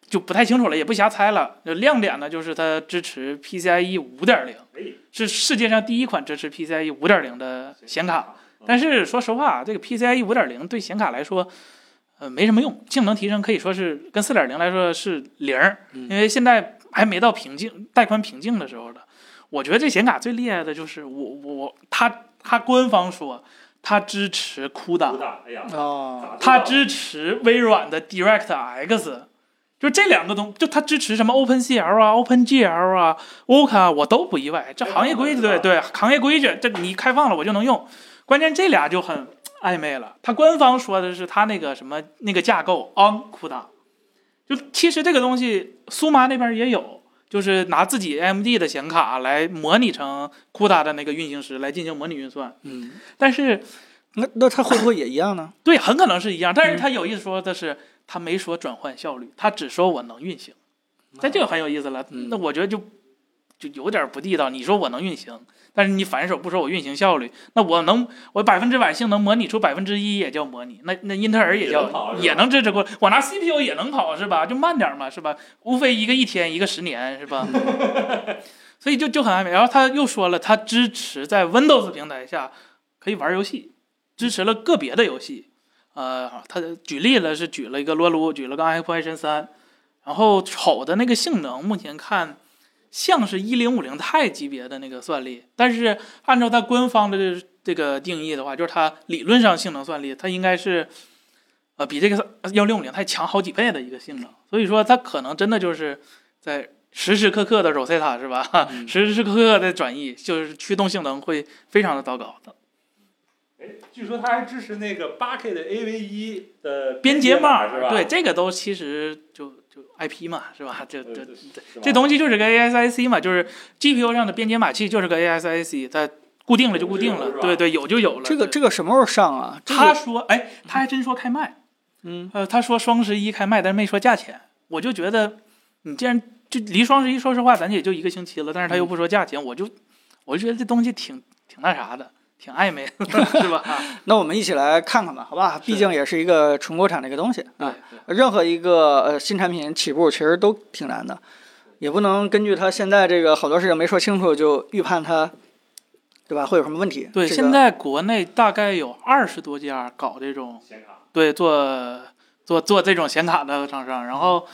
就不太清楚了，也不瞎猜了。就亮点呢，就是它支持 PCIe E 五点零，
哎，
是世界上第一款支持 PCIe E 五点零的 显卡。，
啊嗯
但是说实话，这个 PCIe 五点零对显卡来说，呃，没什么用，性能提升可以说是跟四点零来说是零儿，
嗯
因为现在还没到瓶颈带宽瓶颈的时候呢。我觉得这显卡最厉害的就是我我我，它它官方说它支持 CUDA，
不大，哎呀，
哦，
它支持微软的 DirectX，就这两个东，就它支持什么 OpenCL 啊、OpenGL 啊、Oka，我都不意外。这行业规矩，
开放
对
了
对，行业规矩，这你开放了我就能用。关键这俩就很暧昧了。它官方说的是它那个什么那个架构 On CUDA，就其实这个东西苏妈那边也有，就是拿自己 AMD 的显卡来模拟成 CUDA 的那个运行时来进行模拟运算。
嗯，
但是
那那它会不会也一样呢？
对，很可能是一样，但是
嗯
他有意思说的是，他没说转换效率，他只说我能运行，那
哦
就很有意思了。
嗯
那我觉得就就有点不地道。你说我能运行，但是你反手不说我运行效率，那我能我百分之百性能模拟出百分之一也叫模拟，那那英特尔也
也能跑
叫
是吧
也能支持过，我拿 CPU 也能跑是吧？就慢点嘛是吧？无非一个一天一个十年是 吧？所以就就很安全。然后他又说了，他支持在 Windows 平台下可以玩游戏，支持了个别的游戏。呃，他举例了是举了一个撸啊撸，举了个《暗黑破坏神三》，然后瞅的那个性能，目前看像是一零五零钛级别的那个算力，但是按照它官方的这这个定义的话，就是它理论上性能算力，它应该是呃比这个幺零五零钛强好几倍的一个性能，所以说它可能真的就是在时时刻刻的 Rosetta 是吧？ 时时刻刻的转移，就是驱动性能会非常的糟糕的。
哎据说它还支持那个八 K 的 AV 一的
边
界
界
码
码
是吧？
对，这个都其实就就 IP 嘛，是吧？这
呃，
这
这
这东西就是个 ASIC 嘛，就是 GPU 上的编解码器就是个 ASIC，它固定了就固定
有就有是
了，
吧
对对，有就有了。
这个
对
这个什么时候上啊？这个
嗯他说，哎，他还真说开卖，
嗯，
呃，他说双十一开卖，但是没说价钱。我就觉得，你既然就离双十一，说实话，咱也就一个星期了，但是他又
嗯
不说价钱，我就我就觉得这东西挺挺那啥的， 挺暧昧，是吧？
那我们一起来看看吧，好吧？毕竟也是一个纯国产的一个东西啊。任何一个呃新产品起步其实都挺难的，也不能根据它现在这个好多事情没说清楚就预判它，对吧？会有什么问题？
对，
这个
现在国内大概有二十多家搞这种
显卡
对做做做这种显卡的厂商，然后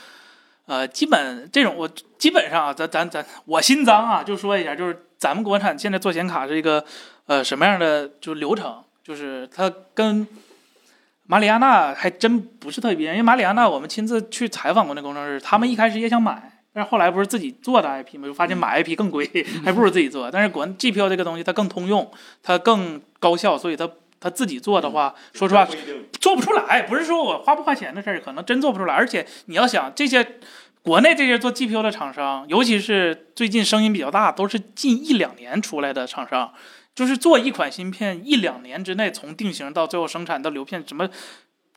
呃，基本这种我基本上啊，咱咱咱我心脏啊，就说一下，就是咱们国产现在做显卡是一个呃什么样的就是流程，就是它跟。马里亚纳还真不是特别，因为马里亚纳我们亲自去采访过那工程师，他们一开始也想买，但是后来不是自己做的 IP 嘛，就发现买 IP 更贵， 还不如自己做。但是国 GPU 这个东西它更通用，它更高效，所以它它自己做的话，说实话
不一定
做不出来，不是说我花不花钱的事儿，可能真做不出来。而且你要想这些国内这些做 GPU 的厂商，尤其是最近声音比较大，都是近一两年出来的厂商，就是做一款芯片一两年之内，从定型到最后生产到流片，什么，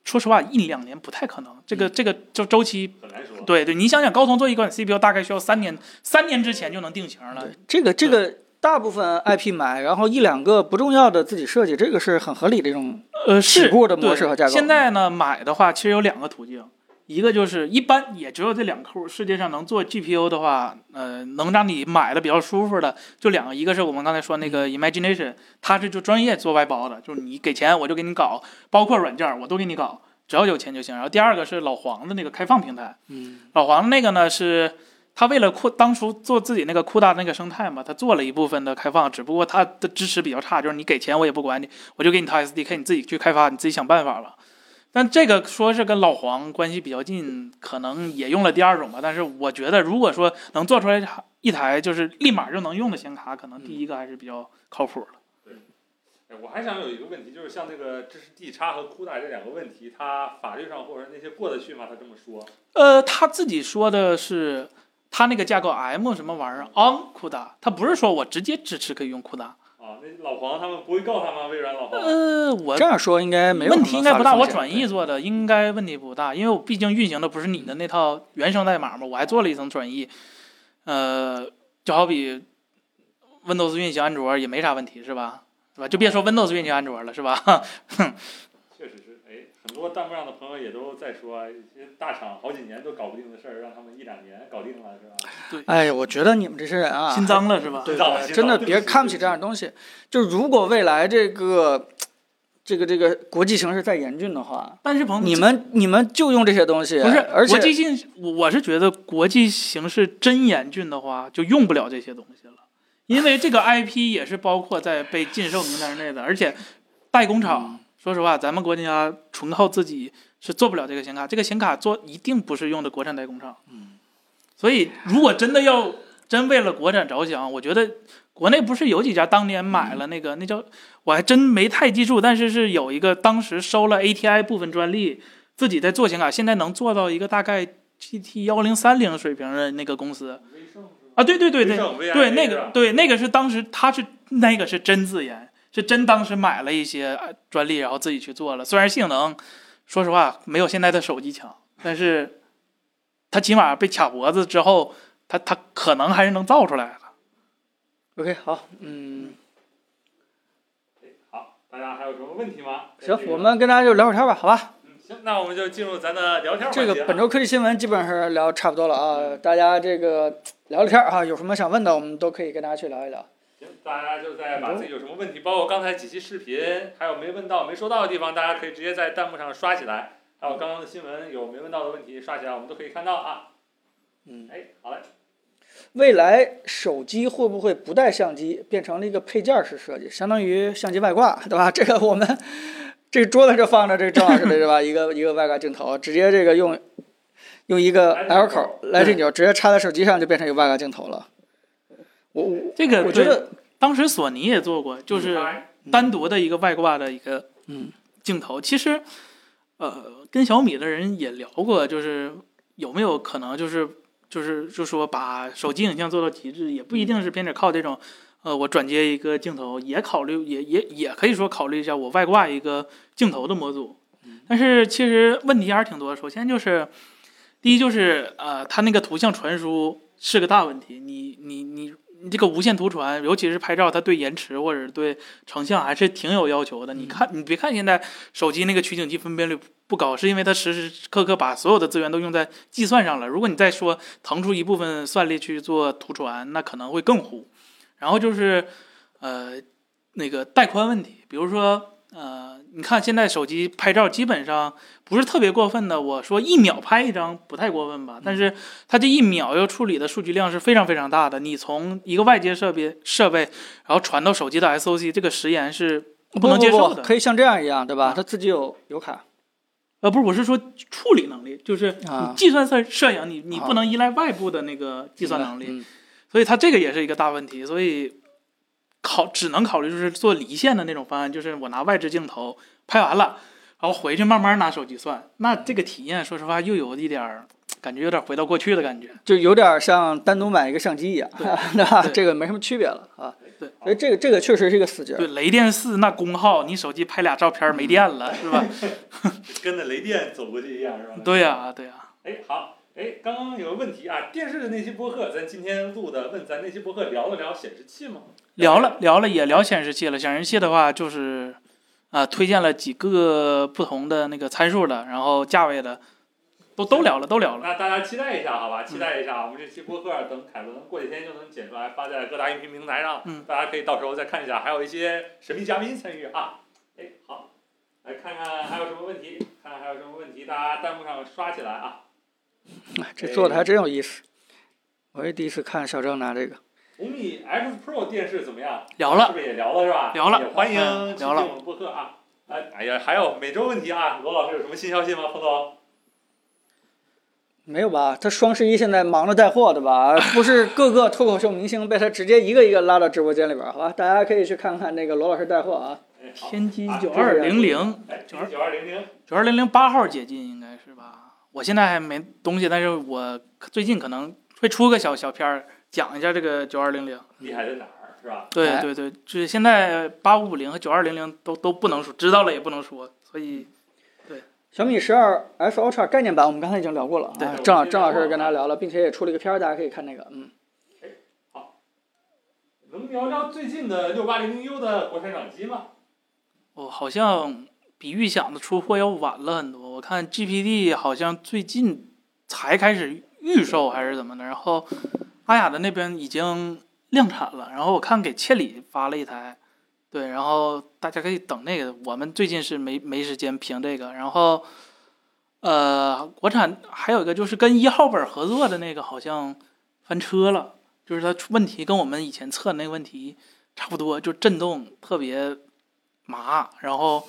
说实话一两年不太可能。这个这个就周期，
很难说。
对对，你想想高通做一款 CPU 大概需要三年，三年之前就能定型了
对。这个这个大部分 IP 买，然后一两个不重要的自己设计，这个是很合理的一种。
呃，
起
是
步的模
对
式和架构
现在呢，买的话其实有两个途径，一个就是一般也只有这两库，世界上能做 GPU 的话，呃，能让你买的比较舒服的就两个，一个是我们刚才说那个 Imagination，它是就专业做外包的，就是你给钱我就给你搞，包括软件儿我都给你搞，只要有钱就行。然后第二个是老黄的那个开放平台，
嗯，
老黄那个呢是。他为了扩当初做自己那个酷大那个生态嘛，他做了一部分的开放，只不过他的支持比较差，就是你给钱我也不管你，我就给你套 SDK，你自己去开发，你自己想办法了。但这个说是跟老黄关系比较近，可能也用了第二种吧。但是我觉得，如果说能做出来一台就是立马就能用的显卡，可能第一个还是比较靠谱的。
哎我还想有一个问题，就是像那个这是 D 叉和 CUDA 这两个问题，它法律上或者那些过得去吗？他这么说，
呃，他自己说的是他那个架构 M 什么玩意儿 on CUDA，他不是说我直接支持可以用 CUDA。
啊，那老黄他们不会告他吗？微软老黄？
呃，我
哦这样说应该没有
问题应该不大，我转
译。
译做的应该问题不大，因为我毕竟运行的不是你的那套原生代码嘛，我还做了一层转译。呃，就好比 Windows 运行安卓也没啥问题是吧？是吧？就别说 Windows 运行安卓了是吧？
确实是，哎，很多弹幕上的朋友也都在说，这些大厂好几年都搞不定的事儿，让他们一两年搞定了，是吧？
哎呀，我觉得你们这些人啊，
心脏了是吧？
对
知道了
对
知道
真的
了
别看不起这样的东西。就如果未来这个这个这个国际形势再严峻的话，
但是朋友
你们你们就用这些东西，
不是，
而
国际
且
性，我我是觉得国际形势真严峻的话，就用不了这些东西了，因为这个 IP 也是包括在被禁售名单内的，而且代工
嗯
厂，说实话，咱们国家纯靠自己是做不了这个显卡，这个显卡做一定不是用的国产代工厂，嗯，所以如果真的要真为了国产着想，我觉得国内不是有几家当年买了那个、那叫我还真没太记住，但是是有一个当时收了 ATI 部分专利，自己在做显卡，现在能做到一个大概 GT 幺零三零水平的那个公司
微胜是吧？
啊，对对对对
微胜 VIA
对，那
是
个
吧
对那个是当时他是那个是真自研，是真当时买了一些呃专利，然后自己去做了。虽然性能，说实话没有现在的手机强，但是它起码被卡脖子之后，它它可能还是能造出来的。
OK，好，嗯，
好，大家还有什么问题吗？
行，我们跟大家就聊会儿天吧，好吧？
行，那我们就进入咱的聊天
这个本周科技新闻基本上聊差不多了啊，大家这个聊聊天儿啊，有什么想问的，我们都可以跟大家去聊一聊。
行，大家就在把自己有什么问题，包括刚才几期视频，还有没问到、没说到的地方，大家可以直接在弹幕上刷起来。还有刚刚的新闻有没问到的问题，刷起来我们都可以看到啊。
嗯，
哎，好嘞，
未来手机会不会不带相机，变成了一个配件儿式设计，相当于相机外挂，对吧？这个我们这个桌子这放着这个郑老师的对吧？一个一个外挂镜头，直接这个用用一个 L 口来这钮，直接插在手机上就变成一个外挂镜头了。我我
这 个
我觉
对
得
当时索尼也做过，就是
嗯
单独的一个外挂的一个
嗯
镜头。其实，呃，跟小米的人也聊过，就是有没有可能就是就是就说把手机影像做到极致，也不一定是偏只靠这种。呃，我转接一个镜头，也考虑，也也也可以说考虑一下我外挂一个镜头的模组。但是其实问题还是挺多的。首先就是，第一就是呃，它那个图像传输是个大问题。你你你你这个无线图传，尤其是拍照，它对延迟或者是对成像还是挺有要求的。你看，你别看现在手机那个取景器分辨率不高，是因为它时时刻刻把所有的资源都用在计算上了。如果你再说腾出一部分算力去做图传，那可能会更糊。然后就是呃那个带宽问题，比如说呃，你看现在手机拍照基本上不是特别过分的，我说一秒拍一张不太过分吧，但是它这一秒要处理的数据量是非常非常大的，你从一个外接设备设备，然后传到手机的 SOC，这个时延是不能接受
不
的。
可以像这样一样，对吧
啊？
它自己有有卡
呃，不是，我是说处理能力，就是你
啊，
计算摄摄影，你你
啊
不能依赖外部的那个计算能力。
嗯
所以它这个也是一个大问题，所以考只能考虑就是做离线的那种方案，就是我拿外置镜头拍完了，然后回去慢慢拿手机算。那这个体验，说实话又有一点儿感觉有点回到过去的感觉。
就有点像单独买一个相机一样，对吧？
对
这个没什么区别了啊。
对，
所以这个这个确实是一个死结。
对，雷电四那功耗，你手机拍俩照片儿没电了，是吧？
跟着雷电走过去一样是吧？
对呀、对呀、
哎，好，哎，刚刚有个问题啊，电视的那期播客，咱今天录的，问咱那期播客聊了聊显示器吗？
聊了聊了也聊显示器了，显示器的话就是啊、推荐了几个不同的那个参数的，然后价位的，都都聊了，都聊了。
那大家期待一下，好吧？期待一下，我们这期播客等凯伦过几天就能剪出来，发在各大音频平台上，
嗯
大家可以到时候再看一下，还有一些神秘嘉宾参与啊。哎，好，来看看还有什么问题，看看还有什么问题，大家弹幕上刷起来啊。
哎这做的还真有意思，我也第一次看小郑拿这个。
红米 X Pro 电视怎么样？
聊了
是不是也聊了是吧？
聊了
也欢迎
嗯
去听
聊了
我们播客啊。哎，哎呀，还有每周问题啊，罗老师有什么新消息吗？彭总？
没有吧？他双十一现在忙着带货，对吧？不是各个脱口秀明星被他直接一个一个拉到直播间里边儿，好吧？大家可以去看看那个罗老师带货啊。
哎，好，
天玑
啊
九二零零
哎，
九二
九二零零，
九二零零八号解禁应该是吧？我现在还没东西，但是我最近可能会出个小小片儿，讲一下这个九二零零。
厉害在哪儿是吧？
对
哎
对对，就是现在八五五零和九二零零都都不能说，知道了也不能说，所以
小米十二 S Ultra 概念版，我们刚才已经聊过了啊
对。
郑老郑老师跟他聊了，并且也出了一个片儿，大家可以看那个。嗯，
能聊聊最近的六八零零 U 的国产掌机吗？
我好像比预想的出货要晚了很多。我看 GPD 好像最近才开始预售还是怎么的，然后阿雅的那边已经量产了，然后我看给千里发了一台，对，然后大家可以等那个。我们最近是没没时间评这个，然后呃，国产还有一个就是跟一号本合作的那个好像翻车了，就是它出问题跟我们以前测的那个问题差不多，就震动特别麻，然后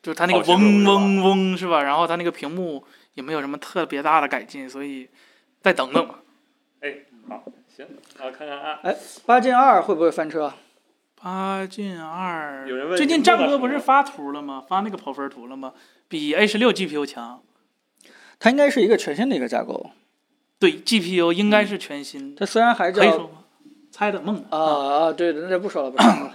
就是它那
好
个
吃不
嗡
是吧
嗡嗡是吧？然后它那个屏幕也没有什么特别大的改进，所以再等等吧。
行，啊，看看啊，
八进二会不会翻车？
八进二
有人问，
最近
你用
战
了
哥
什
不是
么
发图了吗？发那个跑分图了吗？比 A 十六 GPU 强，
它应该是一个全新的一个架构。
对 GPU 应该是全新的，
它虽然还
可以说
叫
吗？猜的梦的啊
啊，啊，对，那就不说了，不说了。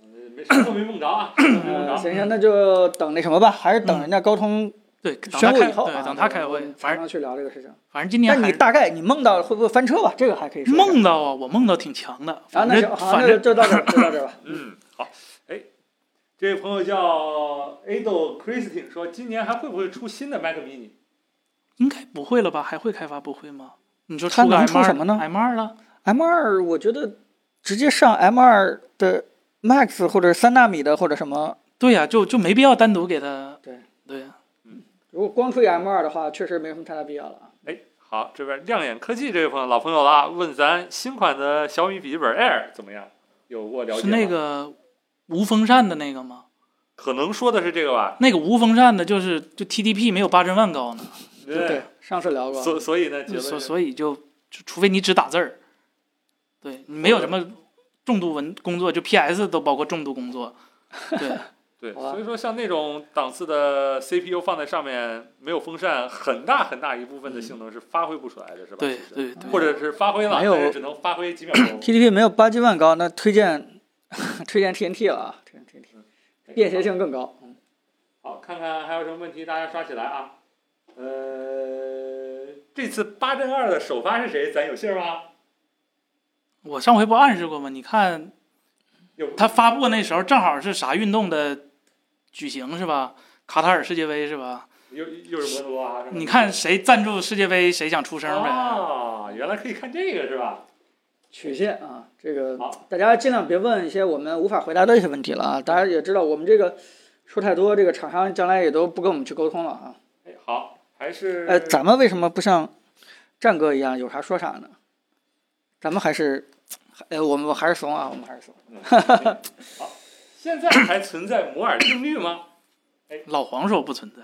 没
没事，都没梦着啊，都没梦
呃
着。
行行，那就等那什么吧，还是等人家高通
对，嗯等
宣
他
布
开，
以后啊
对，等他开会，
马
反正
上去聊这个事情。
反正今年
但你
还
大概你梦到会不会翻车吧？这个还可以说一下。
梦到啊，我梦到挺强的，
啊，
反
那
正
行，好，
反
那就
正
就到这儿，就到这儿 吧。
嗯，好，哎，这位朋友叫 Ado Christine 说，今年还会不会出新的 Mac Mini？
应该不会了吧？还会开发不会吗？你说
他
出个
能
M
出
二
什么呢
？M 二了，
M 二，我觉得直接上 M 二的 Max 或者三纳米的或者什么，
对呀、就就没必要单独给他。
对
对呀、
如果光吹 M 二的话，确实没什么太大必要了啊。
哎，好，这边亮眼科技这位朋友老朋友了啊，问咱新款的小米笔记本 Air 怎么样？有过了解
是
吗
那个无风扇的那个吗？
可能说的是这个吧？
那个无风扇的，就是就 TDP 没有八帧万高呢，
对对，上次聊过。
所所以呢，结
嗯所
论是
所以就就除非你只打字儿，对你没有什么重度文工作，就 PS 都包括重度工作。对，
对，
好吧
所以说像那种档次的 CPU 放在上面没有风扇，很大很大一部分的性能是发挥不出来的，是吧？
嗯对
其实
对对
或者是发挥了，
没有。
但是只能发挥几秒钟
TDP 没有八 G 万高，那推荐 推荐 TNT 了啊，推荐 TNT，便携性更高。
好，看看还有什么问题，大家刷起来啊！呃，这次八阵二的首发是谁？咱有信儿吗？
我上回不暗示过吗？你看
有
他发布那时候正好是啥运动的举行是吧？卡塔尔世界杯是吧？
又又是摩托罗
啊
拉是吧？
你看谁赞助世界杯，谁想出声
哦
呗。
啊，原来可以看这个是吧？
曲线啊，这个
好
大家尽量别问一些我们无法回答的一些问题了啊。大家也知道，我们这个说太多，这个厂商将来也都不跟我们去沟通了啊。
哎，好，还是
哎，咱们为什么不像战哥一样有啥说啥呢？咱们还是，哎，我们还是怂啊，我们还是怂。
现在还存在摩尔定律吗？
老黄说不存在，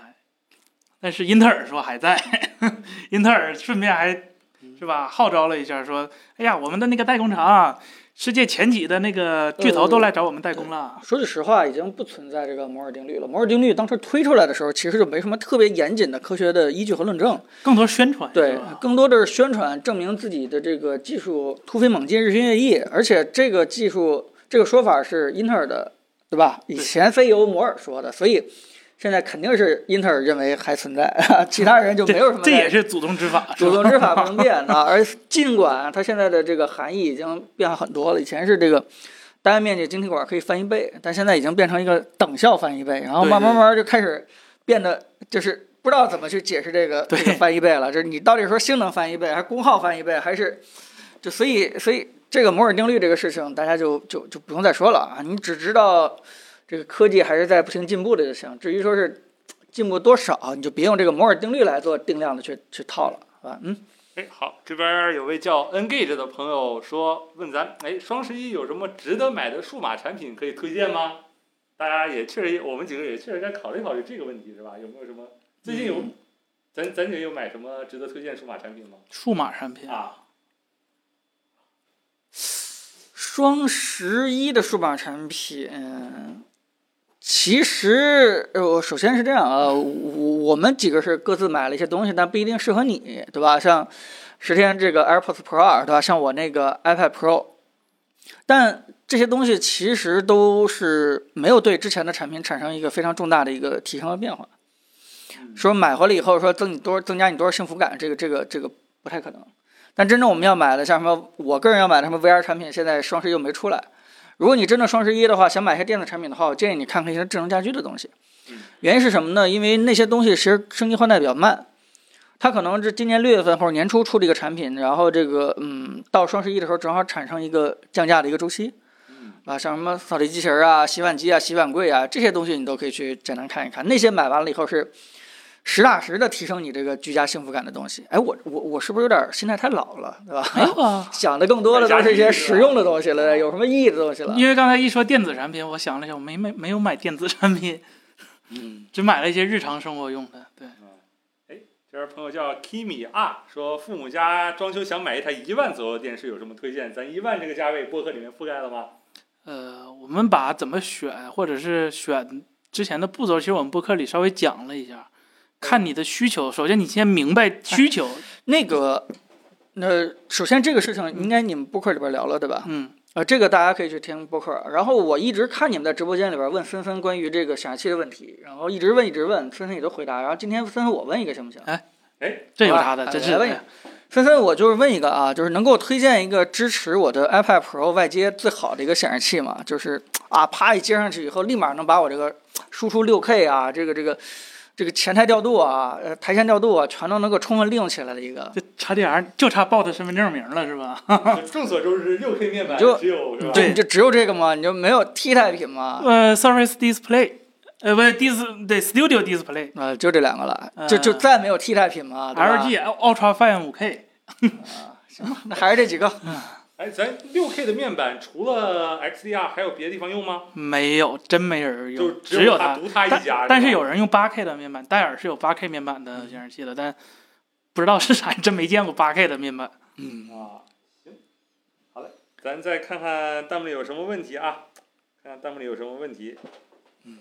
但是英特尔说还在。 英特尔顺便还是吧号召了一下，说：“哎呀，我们的那个代工厂啊，世界前几的那个巨头都来找我们代工了。
说句实话，已经不存在这个摩尔定律了。摩尔定律当时推出来的时候，其实就没什么特别严谨的科学的依据和论证。
更多宣传。”
对，更多的是宣传，证明自己的这个技术突飞猛进、日新月异。而且这个技术这个说法是英特尔的，对吧？以前非由摩尔说的，所以现在肯定是英特尔认为还存在， 其他人就没有什么
这
在
也是祖宗 之法，
祖
是吧
宗之法不能变的。而尽管它现在的这个含义已经变很多了，以前是这个。单面积晶体管可以翻一倍，但现在已经变成一个等效翻一倍，然后
对
慢慢
对
慢就开始变得就是不知道怎么去解释这个这
对
个翻一倍了。就是你到底说性能翻一倍，还是功耗翻一倍，还是就所以所以这个摩尔定律这个事情，大家就就就不用再说了啊，你只知道这个科技还是在不停进步的就行。至于说是进步多少，你就别用这个摩尔定律来做定量的去去套了，好吧？嗯，
哎，好，这边儿有位叫 Engage 的朋友说，问咱，哎，双十一有什么值得买的数码产品可以推荐吗？大家也确实也，我们几个也确实该考虑考虑这个问题，是吧？有没有什么最近有，
嗯
咱咱姐有买什么值得推荐数码产品吗？
数码产品。
啊，
双十一的数码产品，嗯其实呃我首先是这样啊，我我们几个是各自买了一些东西，但不一定适合你，对吧？像十天这个 AirPods Pro 二，对吧？像我那个 iPad Pro，但这些东西其实都是没有对之前的产品产生一个非常重大的一个提升和变化。说买回来以后说增你多增加你多少幸福感，这个这个这个不太可能。但真正我们要买的，像什么我个人要买的什么 VR 产品，现在双十一又没出来。如果你真的双十一的话，想买一些电子产品的话，我建议你看看一些智能家居的东西
嗯。
原因是什么呢？因为那些东西其实升级换代比较慢，它可能是今年六月份或者年初出这个产品，然后这个嗯，到双十一的时候正好产生一个降价的一个周期
嗯。
啊，像什么扫地机器人啊、洗碗机啊、洗碗柜啊这些东西，你都可以去简单看一看。那些买完了以后是实打实的提升你这个居家幸福感的东西。哎，我我我是不是有点心态太老了，对吧？
没有啊，
想的更多的都是一些实用的东西了，有什么意义的东西了。
因为刚才一说电子产品，我想了想，我没没没有买电子产品，
嗯，
只买了一些日常生活用的。对，
这边朋友叫 Kimi 啊，说父母家装修想买一台一万左右的电视，有什么推荐？咱一万这个价位，播客里面覆盖了 吗？
呃，我们把怎么选，或者是选之前的步骤，其实我们播客里稍微讲了一下。看你的需求，首先你先明白需求，
那个，那首先这个事情应该你们播客里边聊了对吧？
嗯，
呃，这个大家可以去听播客。然后我一直看你们在直播间里边问森森关于这个显示器的问题，然后一直问一直问，森森也都回答。然后今天森森我问一个行不行？
这有啥的？
啊
真
来
是哎
问一个森森，我就是问一个啊，就是能给我推荐一个支持我的 iPad Pro 外接最好的一个显示器吗？就是啊，啪一接上去以后，立马能把我这个输出 6K 啊，这个这个这个前台调度啊，呃，台前调度啊，全都能够充分利用起来的一个。
这差点儿就差报他身份证名了是吧？
众所周知，六 K 面板
就
只有是吧？
就你就只有这个吗？你就没有替代品吗？
呃，Surface Display，呃，不是 Dis 对 Studio Display。
呃，就这两个了，就就
嗯
再没有替代品
啊
吗？对吧啊
LG Ultra Fine 5K，
那还是这几个。
哎，咱六 K 的面板除了 XDR 还有别的地方用吗？
没有，真没人
就
用，
只
有
它
它。
独它
但
一家。
但是
吧嗯
有人用 8K 的面板，戴尔是有 8K 面板的显示器的，但不知道是啥，真没见过 8K 的面板。
啊，行，好嘞，咱再看看弹幕里有什么问题啊？看看弹幕里有什么问题。嗯，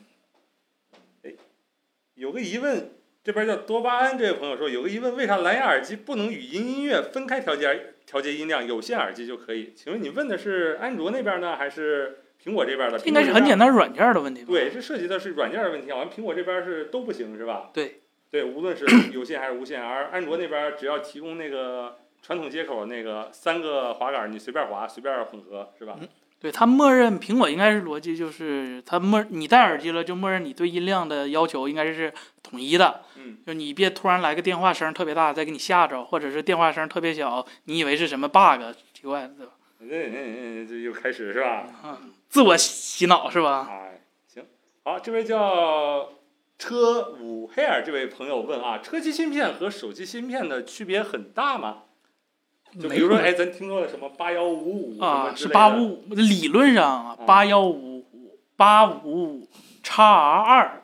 哎，有个疑问，这边叫多巴胺这位朋友说，有个疑问，为啥蓝牙耳机不能语音音乐分开调节调节音量，有线耳机就可以？请问你问的是安卓那边呢，还是苹果这边的？
应该是很
单。
简单软件的问题吧？
对，这涉及的是软件的问题，好像苹果这边是都不行是吧？
对
对，无论是有线还是无线，而安卓那边只要提供那个传统接口那个三个滑杆，你随便滑，随便混合 是吧？
对，它默认苹果应该是逻辑就是它默你戴耳机了，就默认你对音量的要求应该是统一的，
嗯，
就你别突然来个电话声特别大再给你吓着，或者是电话声特别小，你以为是什么 bug，奇怪对吧？
嗯嗯嗯，这又开始是吧？
自我洗脑是吧？
哎，哦行，好，这位叫车五 hair 这位朋友问啊，车机芯片和手机芯片的区别很大吗？就比如说，
没有
哎，咱听说了什么八幺五五什么
啊，是
之类的
八五五，理论上啊
嗯，
八幺五五、八五五、叉 R 二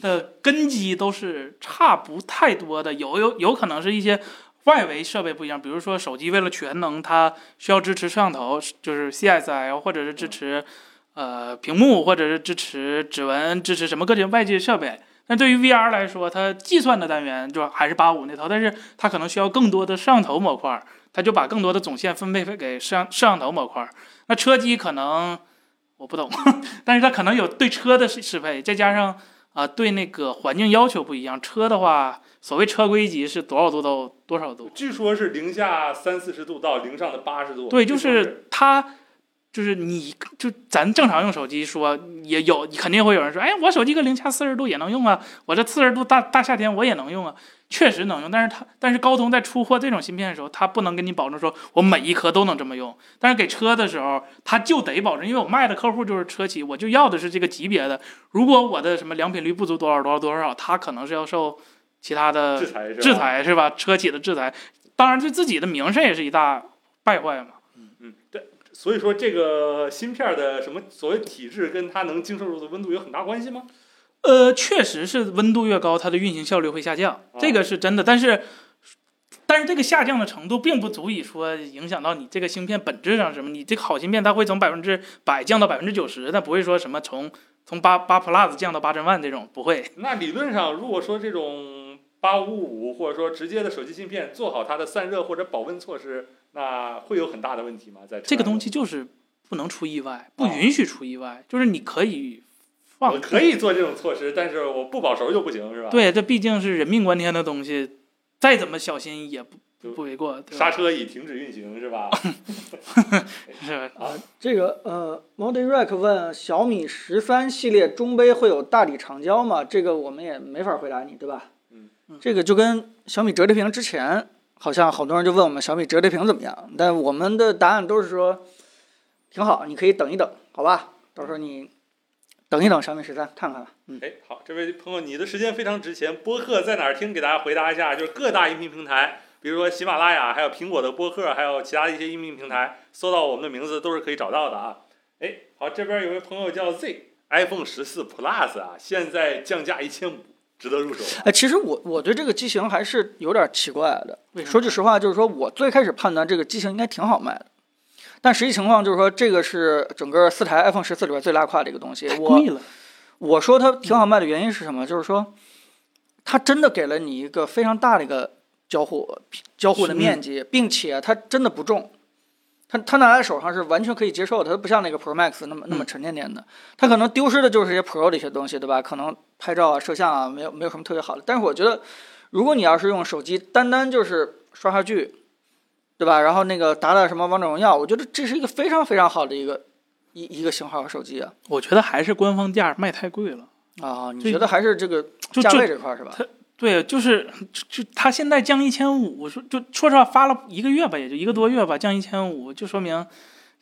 的根基都是差不太多的，有有有可能是一些外围设备不一样，比如说手机为了全能，它需要支持摄像头，就是 CSL，或者是支持
嗯
呃屏幕，或者是支持指纹，支持什么各种外界设备。但对于 VR 来说，它计算的单元就还是八五那套，但是它可能需要更多的摄像头模块儿，它就把更多的总线分配给摄像摄像头模块儿。那车机可能我不懂， 但是它可能有对车的适适配，再加上啊、对那个环境要求不一样。车的话，所谓车规级是多少度到多少度，
据说是零下三四十度到零上的八十度。
对，就
据说
是它，就是你就咱正常用手机说也有，肯定会有人说，哎，我手机个零下四十度也能用啊，我这四十度大大夏天我也能用啊，确实能用。但是它但是高通在出货这种芯片的时候，它不能跟你保证说我每一颗都能这么用，但是给车的时候，它就得保证，因为我卖的客户就是车企，我就要的是这个级别的。如果我的什么良品率不足多少多少多少，它可能是要受其他的
制裁是吧？
制裁是吧？车企的制裁，当然对自己的名声也是一大败坏嘛。
嗯，对，所以说这个芯片儿的什么所谓体质跟它能经受住的温度有很大关系吗？
呃，确实是温度越高，它的运行效率会下降，
哦
这个是真的。但是，但是这个下降的程度并不足以说影响到你这个芯片本质上是什么。你这个好芯片，它会从百分之百降到百分之九十，但不会说什么从从八八 plus 降到八千万这种，不会。
那理论上，啊如果说这种八五五或者说直接的手机芯片做好它的散热或者保温措施，那会有很大的问题吗？在车
这个
上
东西就是不能出意外，不
哦
允许出意外，就是你可以放
我可以做这种措施，但是我不保熟就不行，是吧？，
对，这毕竟是人命关天的东西，再怎么小心也不
就
不为过，对吧？
刹车已停止运行，是吧？
是吧？
这个呃 m o d i r e c 问小米十三系列中杯会有大理长焦吗？这个我们也没法回答你，对吧？
嗯
嗯
这个就跟小米折叠屏之前，好像好多人就问我们小米折叠屏怎么样，但我们的答案都是说挺好，你可以等一等，好吧？到时候你等一等小米十三看看吧。嗯，
哎，好，这位朋友，你的时间非常值钱。播客在哪儿听？给大家回答一下，就是各大音频平台，比如说喜马拉雅，还有苹果的播客，还有其他的一些音频平台，搜到我们的名字都是可以找到的啊。哎，好，这边有位朋友叫 Z，iPhone 十四 Plus 啊，现在降价一千五，值得入手。
哎，其实我我对这个机型还是有点奇怪的。
为什么
说句实话，就是说我最开始判断这个机型应该挺好卖的，但实际情况就是说，这个是整个四台 iPhone 十四里边最拉胯的一个东西。我
贵了，
我说它挺好卖的原因是什么？就是说，它真的给了你一个非常大的一个交互交互的面积，并且它真的不重。它它拿在手上是完全可以接受的，它不像那个 Pro Max 那么那么沉甸甸的，它可能丢失的就是一些 Pro 的一些东西，对吧？可能拍照啊、摄像啊，没有没有什么特别好的。但是我觉得，如果你要是用手机单单就是刷刷剧，对吧？然后那个打打什么王者荣耀，我觉得这是一个非常非常好的一个一一个型号的手机啊
我觉得还是官方价卖太贵了。
啊！你
对
觉得还是这个
就
价
就
位这块儿是吧？
对，就是就就他现在降一千五，我说就说实话发了一个月吧，也就一个多月吧，降一千五，就说明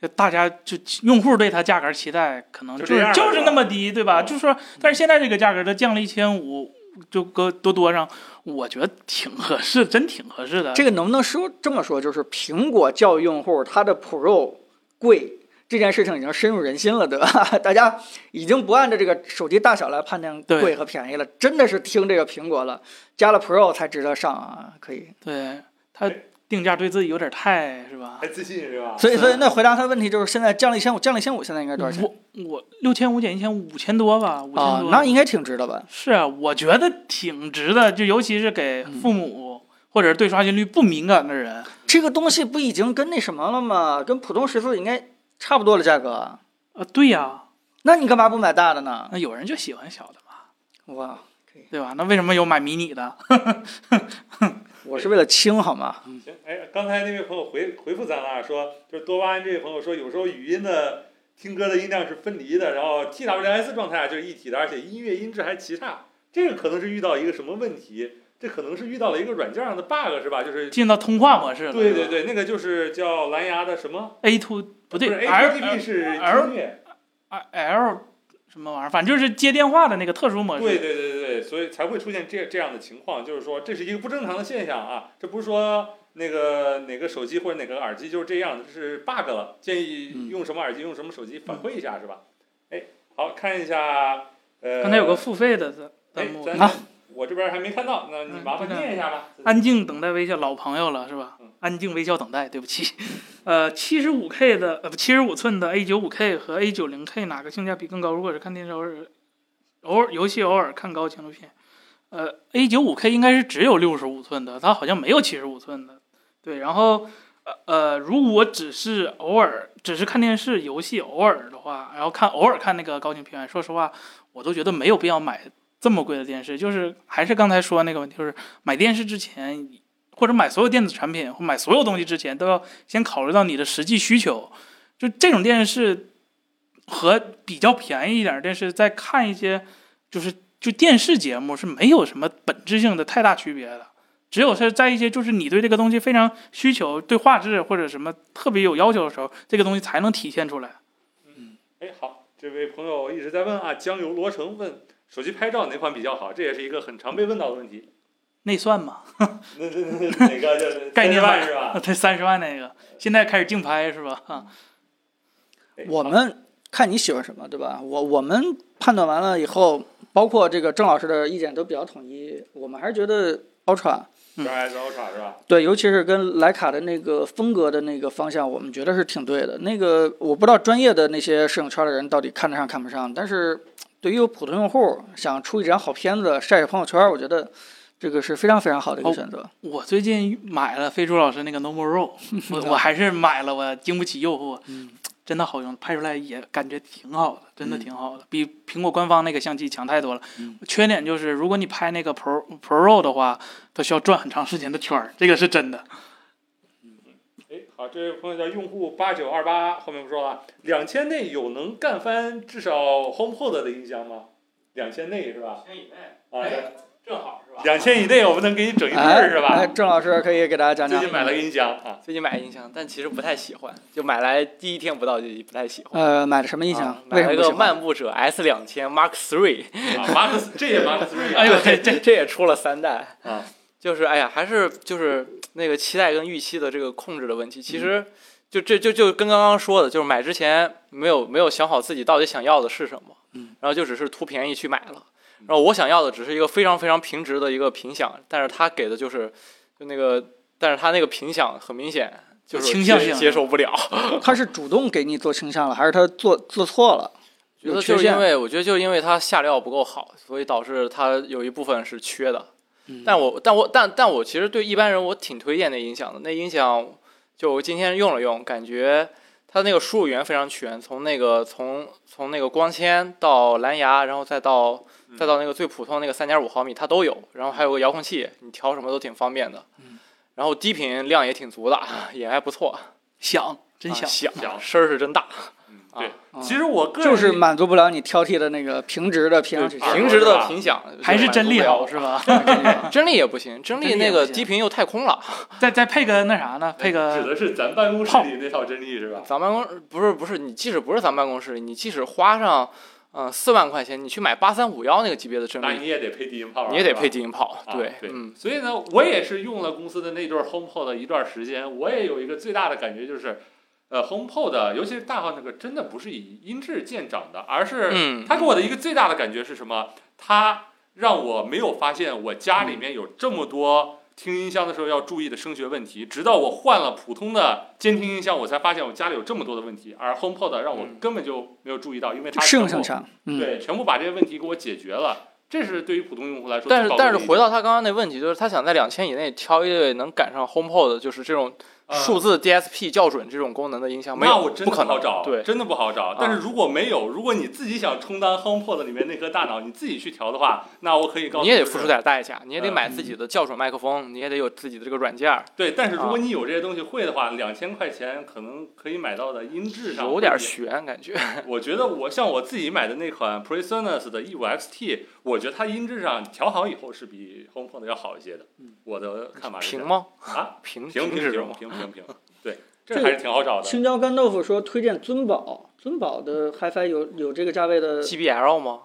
就大家就用户对它价格期待可能
就
就是
这样
就是
是吧
那么低，对吧？
嗯
就说但是现在这个价格它降了一千五，就搁多多上，我觉得挺合适，真挺合适的。
这个能不能说这么说？就是苹果教育用户，它的 Pro 贵这件事情已经深入人心了，对吧？ 大家已经不按照这个手机大小来判断
对
贵和便宜了，真的是听这个苹果了，加了 Pro 才值得上啊，可以。
对它定价对自己有点太是吧？
还自信是吧？
所以，
是
所以那回答他的问题就是，现在降了一千五，降了一嗯千五，现在应该多少钱？
我我六千五减一千五千多吧，五千
啊
多，。
那应该挺值的吧？
是啊，我觉得挺值的，就尤其是给
嗯
父母、或者是对刷新率不敏感的人，
这个东西不已经跟那什么了吗？跟普通十四应该差不多的价格，
啊，对呀、
那你干嘛不买大的呢？
那有人就喜欢小的嘛，
哇，可以，
对吧？那为什么有买迷你的？
我是为了轻好吗？
行，哎，刚才那位朋友回回复咱俩说，就是多巴胺这位朋友说，有时候语音的听歌的音量是分离的，然后 TWS 状态啊就是一体的，而且音乐音质还极差，这个可能是遇到一个什么问题？这可能是遇到了一个软件上的 bug 是吧？就是
进到通话模式了。
对对对，那个就是叫蓝牙的什么？
，A to 不对
是
，L
ATP 是音乐，
L- L 什么玩意儿？反正就是接电话的那个特殊模式。
对对对对对，所以才会出现这这样的情况，就是说这是一个不正常的现象啊，这不是说那个哪个手机或者哪个耳机就是这样，这是 bug 了，建
嗯
议用什么耳机用什么手机反馈一下是吧？哎，好看一下，呃，
刚才有个付费的弹
哎
弹幕，
咱
啊
我这边还没看到，那你麻烦念一下吧。
嗯安静等待微笑，老朋友了是吧
嗯？
安静微笑等待，对不起。 呃，七十五 K 的呃不七十五寸的 A 九五 K 和 A 九零 K 哪个性价比更高？如果是看电视偶尔偶尔游戏偶尔看高清的片，呃，A 九五 K 应该是只有六十五寸的，它好像没有七十五寸的。对，然后呃呃，如果只是偶尔只是看电视游戏偶尔的话，然后看偶尔看那个高清平原，说实话我都觉得没有必要买这么贵的电视，就是还是刚才说那个问题，就是买电视之前，或者买所有电子产品或买所有东西之前，都要先考虑到你的实际需求。就这种电视和比较便宜一点的电视，在看一些就是就电视节目是没有什么本质性的太大区别的。只有是在一些就是你对这个东西非常需求，对画质或者什么特别有要求的时候，这个东西才能体现出来。
哎，好，这位朋友一直在问啊，酱油罗成问手机拍照哪款比较好，这也是一个很常被问到的问题。
内算嘛，
那那那那哪个就是
概念版
三十万是 吧？
对，三十万那个，现在开始竞拍是吧？啊
哎
我
好
们看你喜欢什么，对吧？我我们判断完了以后，包括这个郑老师的意见都比较统一，我们还是觉得 Ultra
这 S Ultra 是吧？
对，尤其是跟徕卡的那个风格的那个方向，我们觉得是挺对的。那个我不知道专业的那些摄影圈的人到底看得上看不上，但是对于普通用户想出一张好片子晒晒朋友圈，我觉得这个是非常非常好的一个
哦
选择。
我最近买了飞猪老师那个 No More Roll，我我还是买了，我经不起诱惑，
嗯
真的好用，拍出来也感觉挺好的，真的
嗯
挺好的，比苹果官方那个相机强太多了。
嗯
缺点就是，如果你拍那个 Pro Pro Roll 的话，它需要转很长时间的圈儿，这个是真的。
哎，好，这位朋友叫用户八九二八，后面不说了。两千内有能干翻至少 HomePod 的音箱吗？两千内是吧？
千以内，
哦
啊，
哎正好是吧
两千以内我们能给你整一对儿是
哎，哎
吧？
郑老师可以给大家讲
最
讲。
近买了个音箱啊，
最近买音箱，但其实不太喜欢，就买来第一天不到就不太喜欢。
呃，买的什么音响？
啊
为什么
买了
不
个
喜欢？
漫步者 S 两千 Mark Three，
啊，Mark 4这也 Mark Three，
哎呦这
这这也出了三代
啊，
就是哎呀，还是就是那个期待跟预期的这个控制的问题，其实就这就就跟刚刚说的，就是买之前没有没有想好自己到底想要的是什么，
嗯
然后就只是图便宜去买了，然后我想要的只是一个非常非常平直的一个屏响，但是他给的就是就那个，但是他那个屏响很明显就是
倾向性
接受不了，
他是主动给你做倾向了，还是他做做错了？
觉得
有缺
就是
陷
因为我觉得就是因为它下料不够好，所以导致它有一部分是缺的。
嗯
但我但我但但我其实对一般人我挺推荐那音响的，那音响就我今天用了用，感觉它那个输入源非常全，从那个从从那个光纤到蓝牙，然后再到
嗯
再到那个最普通那个三点五毫米，它都有。然后还有个遥控器，你调什么都挺方便的。
嗯
然后低频量也挺足的， 也还不错，
响，真
啊
响。
响
响
声儿是真大。
嗯，
啊
对，
啊
其实我个人
就是满足不了你挑剔的那个平直啊的平上去
对
听
平时的频响
还是真
力
力好是吧？
真力也不行，真力
真力也
那
不
个
行
低频又太空了。
再再配个那
啊
啥呢？配
指
个
的是咱办公室里那套真理是吧？
咱办公不是不是，你即使不是咱办公室里，你即使花上嗯四万块钱，你去买八三五幺那个级别的
嗯
真
那
力，
你也得配低音炮啊，
你也得
是吧
配低音炮。
啊
对，
对
嗯，
所以呢，我也是用了公司的那对儿 HomePod 一段时间，我也有一个最大的感觉就是，呃，HomePod 尤其是大号那个，真的不是以音质见长的，而是
嗯，
它给我的一个最大的感觉是什么？它让我没有发现我家里面有这么多听音箱的时候要注意的声学问题，直到我换了普通的监听音箱，我才发现我家里有这么多的问题，而 HomePod 让我
嗯
根本就没有注意到，因为它
圣
全
上
部
上，嗯，
对全部把这些问题给我解决了。这是对于普通用户来说
但是
最宝贵的一点，
但是回到他刚刚那问题，就是他想在两千以内挑一对能赶上 HomePod，就是这种
呃
数字 DSP 校准这种功能的音箱，没
那
有，
我真
不
的
可
不好
能。
找，
对啊
真的不好找。但是如果没有，如果你自己想充当 HomePod 里面那颗大脑，你自己去调的话，那我可以告诉
你也得
就是
付出。点代价，你也得
嗯
买自己的校准麦克风，你也得有自己的这个软件儿，
对，但是
啊
如果你有这些东西会的话，两千块钱可能可以买到的音质上
有点
会比
悬感觉。
我觉得我像我自己买的那款 Presonus 的 E 五 XT，我觉得它音质上调好以后是比 HomePod 要好一些的。我的 看法是这
平
样
吗？
啊，
平
平平
嗯是这
平
种。
平平 平，对，
这
这
个
还是挺好找的。
青椒干豆腐说推荐尊宝，尊宝的 HiFi 有有这个价位的
GBL 吗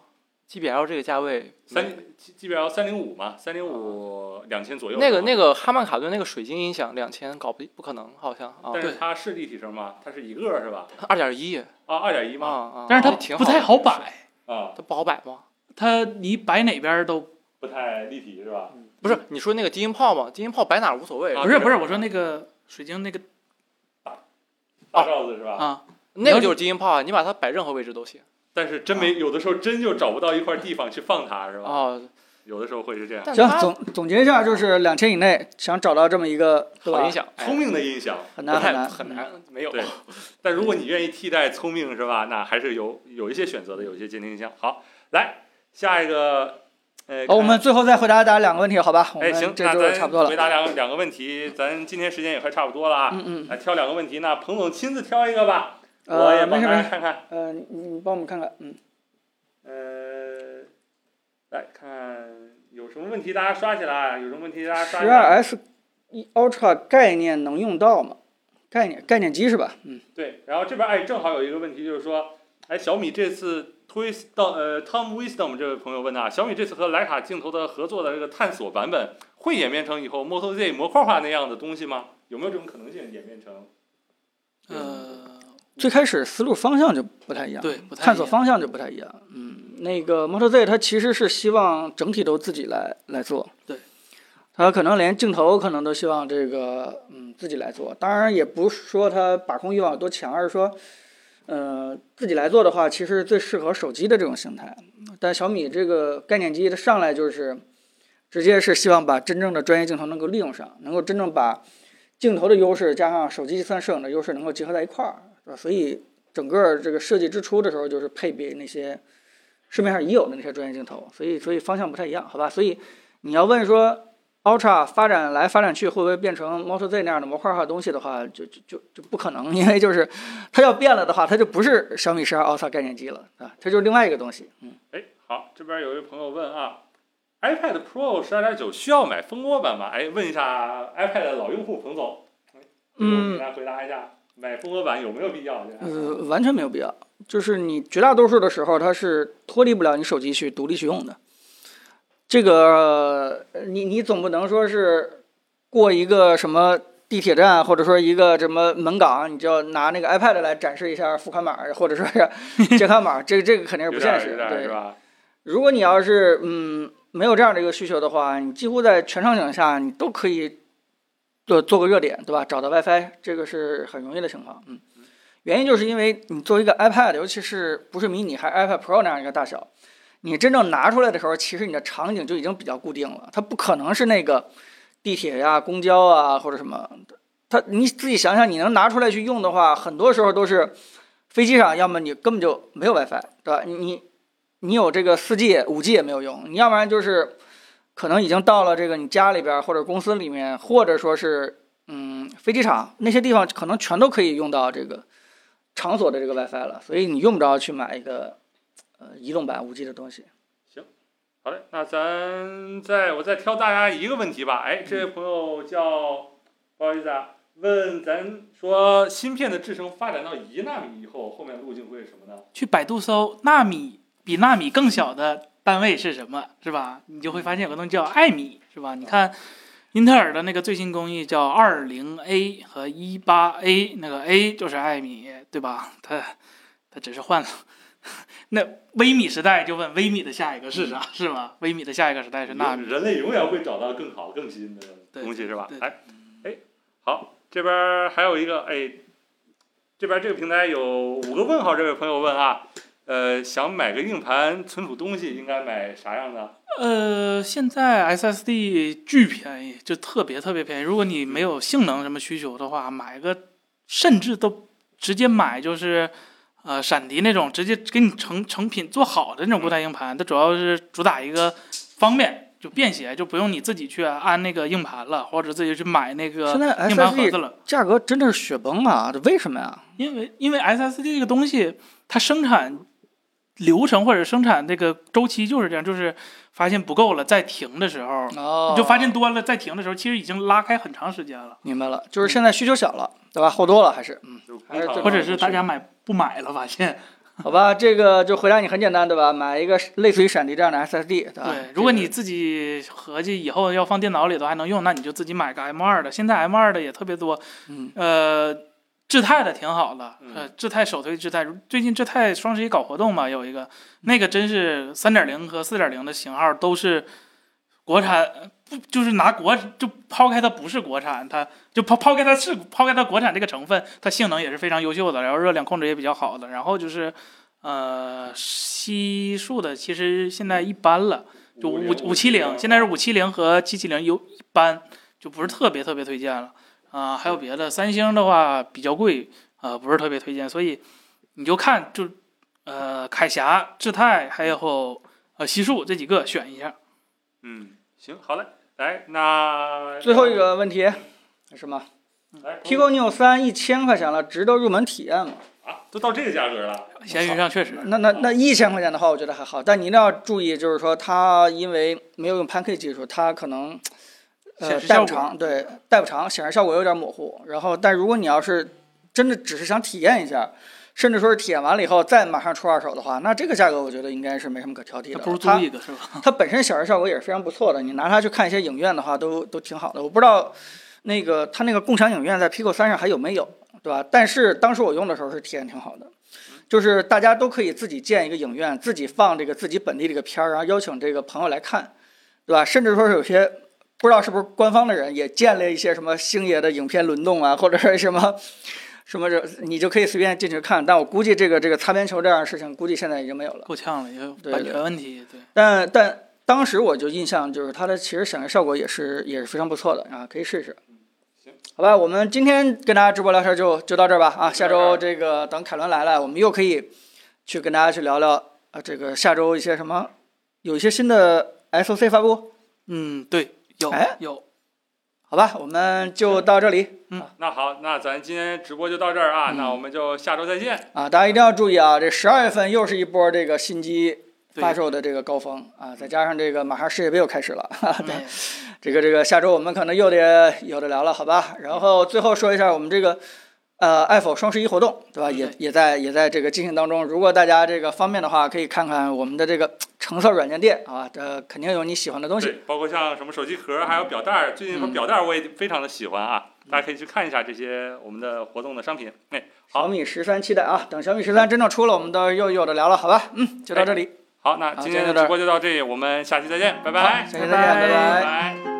？GBL 这个价位，
三 G G B L 三零五嘛，三零五两千左右。
嗯那个
个。
那个哈曼卡顿那个水晶音响两千搞不不可能，好像啊
但，是它是立体声吗？它是一个是吧？
二点一
啊，二点一
啊
吗？
啊，
但是
那挺
它不太好
的，
摆，
啊，
它不好摆吗？
它你摆哪边儿都
不太立体是吧？
不是，你说那个低音炮吗？低音炮摆哪儿无所谓，
啊
不是不是，我说那个水晶那个
大罩子是吧？
啊，
那个就是低音炮啊，你把它摆任何位置都行
但是真没，有的时候真就找不到一块地方去放它是吧？
啊。
有的时候会是这样。
但
行，
它
总总结一下，就是两千以内想找到这么一个对
好
吧
音？响，哎
聪明的音响，
很
不
难很
太
难
很。难没有啊
对但如果你愿意替代聪明是吧？那还是有有一些选择的，有一些监听音箱。好，来下一个，呃，
哦好，我
看
们最后再回答大家两个问题，好吧？我
哎
们
行，
这
那
周也
咱
差不多了
回。答两个两个问题，咱今天时间也快差不多了啊。
嗯嗯，
来挑两个问题，那彭总亲自挑一个吧，我也
呃，
帮
没事
大
没
家
事，
看看。
呃，你你帮我们看看，嗯，
呃，来看有什么问题，大家刷起来。啊有什么问题，大家
十
刷起来。
二 S 一 Ultra 概念能用到吗？概念概念机是吧？嗯，
对，然后这边哎，正好有一个问题，就是说，哎，小米这次推到呃 Tom Wisdom 这位朋友问啊，小米这次和徕卡镜头的合作的这个探索版本，会演变成以后 Moto Z 模块化那样的东西吗？有没有这种可能性演变成？
呃，
最开始思路方向就不太一样，
对，不太
探索
一样
方向就不太一样。嗯，那个 Moto Z 它其实是希望整体都自己来来做，
对，
它可能连镜头可能都希望这个嗯自己来做。当然也不是说它把控欲望有多强，而是说，呃，自己来做的话，其实最适合手机的这种形态。但小米这个概念机它上来就是直接是希望把真正的专业镜头能够利用上，能够真正把镜头的优势加上手机计算摄影的优势能够结合在一块儿，是吧？所以整个这个设计之初的时候，就是配备那些市面上已有的那些专业镜头，所以所以方向不太一样，好吧？所以你要问说 Ultra 发展来发展去会不会变成 Moto Z 那样的模块化东西的话，就就就就不可能， 因为就是它要变了的话，它就不是小米十二 Ultra 概念机了啊，它就是另外一个东西。嗯，
哎，好，这边有一位朋友问啊，iPad Pro 十二点九需要买蜂窝版吗？哎，问一下 iPad 的老用户彭总，哎
嗯
给大家回答一下，买蜂窝版有没有必要？这样
呃，完全没有必要。就是你绝大多数的时候，它是脱离不了你手机去独立去用的。这个呃你你总不能说是过一个什么地铁站，或者说一个什么门岗，你就要拿那个 iPad 来展示一下付款码，或者说是 健康码，这个这个肯定是
有
不现
点儿
实
有
的。
点儿是
对，
吧？
如果你要是嗯没有这样的一个需求的话，你几乎在全场景下你都可以做做个热点，对吧？找到 WiFi，这个是很容易的情况。嗯，原因就是因为你作为一个 iPad，尤其是不是迷你还是 iPad Pro 那样一个大小，你真正拿出来的时候，其实你的场景就已经比较固定了，它不可能是那个地铁呀、公交啊或者什么的。它你自己想想，你能拿出来去用的话，很多时候都是飞机上，要么你根本就没有 WiFi，对吧？你你有这个四 G、五 G 也没有用，你要不然就是可能已经到了这个你家里边儿或者公司里面，或者说是嗯飞机场那些地方，可能全都可以用到这个场所的这个 WiFi 了，所以你用不着去买一个呃移动版五 G 的东西。
好嘞，那咱再我再挑大家一个问题吧。哎，这位朋友叫，不好意思啊，问咱说芯片的制程发展到一纳米以后，后面路径会是什么呢？
去百度搜纳米比纳米更小的单位是什么，是吧？你就会发现有个东西叫艾米，是吧？你看，英特尔的那个最新工艺叫二零 A 和一八 A，那个 A 就是艾米，对吧？它它只是换了。 那微米时代就问微米的下一个是啥，是吧？微米的下一个时代是纳米。
人类永远会找到更好、更新的
对
东西，是吧
对？嗯
哎，哎，好，这边儿还有一个，哎，这边儿这个平台有五个问号，这位朋友问啊，呃，想买个硬盘存储东西，应该买啥样的？
呃，现在 SSD 巨便宜，就特别特别便宜。如果你没有性能什么需求的话，买个甚至都直接买就是，呃，闪迪那种直接给你成成品做好的那种固态硬盘，它主要是主打一个方便，就便携，就不用你自己去安那个硬盘了，或者自己去买那
现
个
在
硬盘盒子
SSD
了。
价格真的是雪崩啊！这为什么呀？
因为因为 SSD 这个东西，它生产流程或者生产这个周期就是这样，就是发现不够了再停的时候。
哦
你就发现多了，在停的时候，其实已经拉开很长时间了，
明白了，就是现在需求小了，对吧？厚多了还是嗯，
就
还是
工厂
对
或者是大家买不买了，发现。
好吧，这个就回答你很简单，对吧？买一个类似于闪迪这样的 SSD，对吧？
对，如果你自己合计以后要放电脑里头还能用，那你就自己买个 M 2的。现在 M 2的也特别多，
嗯，
呃，智泰的挺好的，
嗯
呃，智泰首推智泰，最近智泰双十一搞活动嘛，有一个那个真是三点零和四点零的型号都是国产，不就是拿国就抛开它不是国产，它就抛抛开它是抛开它国产这个成分，它性能也是非常优秀的，然后热量控制也比较好的，然后就是呃西数的其实现在一般了。就五五七
啊
零，现在是五七零和七七零有一般，就不是特别特别推荐了啊、还有别的，三星的话比较贵，呃，不是特别推荐，所以你就看就呃凯霞、智泰还有呃西数这几个选一下。
嗯，行，好嘞，来，那
最后一个问题是什么
来
？Pico Neo 三一千块钱了，值得入门体验吗？
啊，都到这个价格了，
闲鱼上确实，
那那那一千块钱的话，我觉得还好，但你一定要注意，就是说它因为没有用 Pancake 技术，它可能呃
显示效
带不
果
长，对，带不长，显示效果有点模糊。然后，但如果你要是真的只是想体验一下，甚至说是体验完了以后再马上出二手的话，那这个价格我觉得应该是没什么可挑剔
那
的。
不如租
它
一个是吧？
它本身显示效果也是非常不错的，你拿它去看一些影院的话都都挺好的。我不知道那个它那个共享影院在 Pico 三上还有没有，对吧？但是当时我用的时候是体验挺好的，就是大家都可以自己建一个影院，自己放这个自己本地这个片儿，然后邀请这个朋友来看，对吧？甚至说是有些。不知道是不是官方的人也建了一些什么星爷的影片轮动啊，或者是什么什么这，你就可以随便进去看。但我估计这个这个擦边球这样的事情，估计现在已经没有了。
够呛了，也有
对
版
对
权问题，对。
但但当时我就印象就是它的其实显示效果也是也是非常不错的啊，可以试试
行。
好吧，我们今天跟大家直播聊天就就到这儿吧啊，下周这个等凯伦来了，我们又可以去跟大家去聊聊啊，这个下周一些什么有一些新的 SOC 发布，
嗯，对，有
哎
有，
好吧，我们就到这里
那好，那咱今天直播就到这儿啊，
嗯
那我们就下周再见。
啊，大家一定要注意啊，这十二月份又是一波这个新机
对
发售的这个高峰啊，再加上这个马上世界杯又开始了，哈哈。
嗯
这个这个下周我们可能又得有的聊了，好吧？然后最后说一下我们这个呃爱否双十一活动，对吧？也
对
也在也在这个进行当中。如果大家这个方便的话，可以看看我们的这个橙色软件店啊，这肯定有你喜欢的东西。
对，包括像什么手机壳，还有表带儿，最近有
嗯
表带儿我也非常的喜欢啊，
嗯
大家可以去看一下这些我们的活动的商品。哎，好
小米十三期待啊，等小米十三真正出了，我们都又有的聊了，好吧？嗯，就到这里，
好，那
好
今
今天
天
就
的
这儿
直播就到这里，我们下期再见，拜
好，
拜，
下期再见，拜
拜
拜
拜。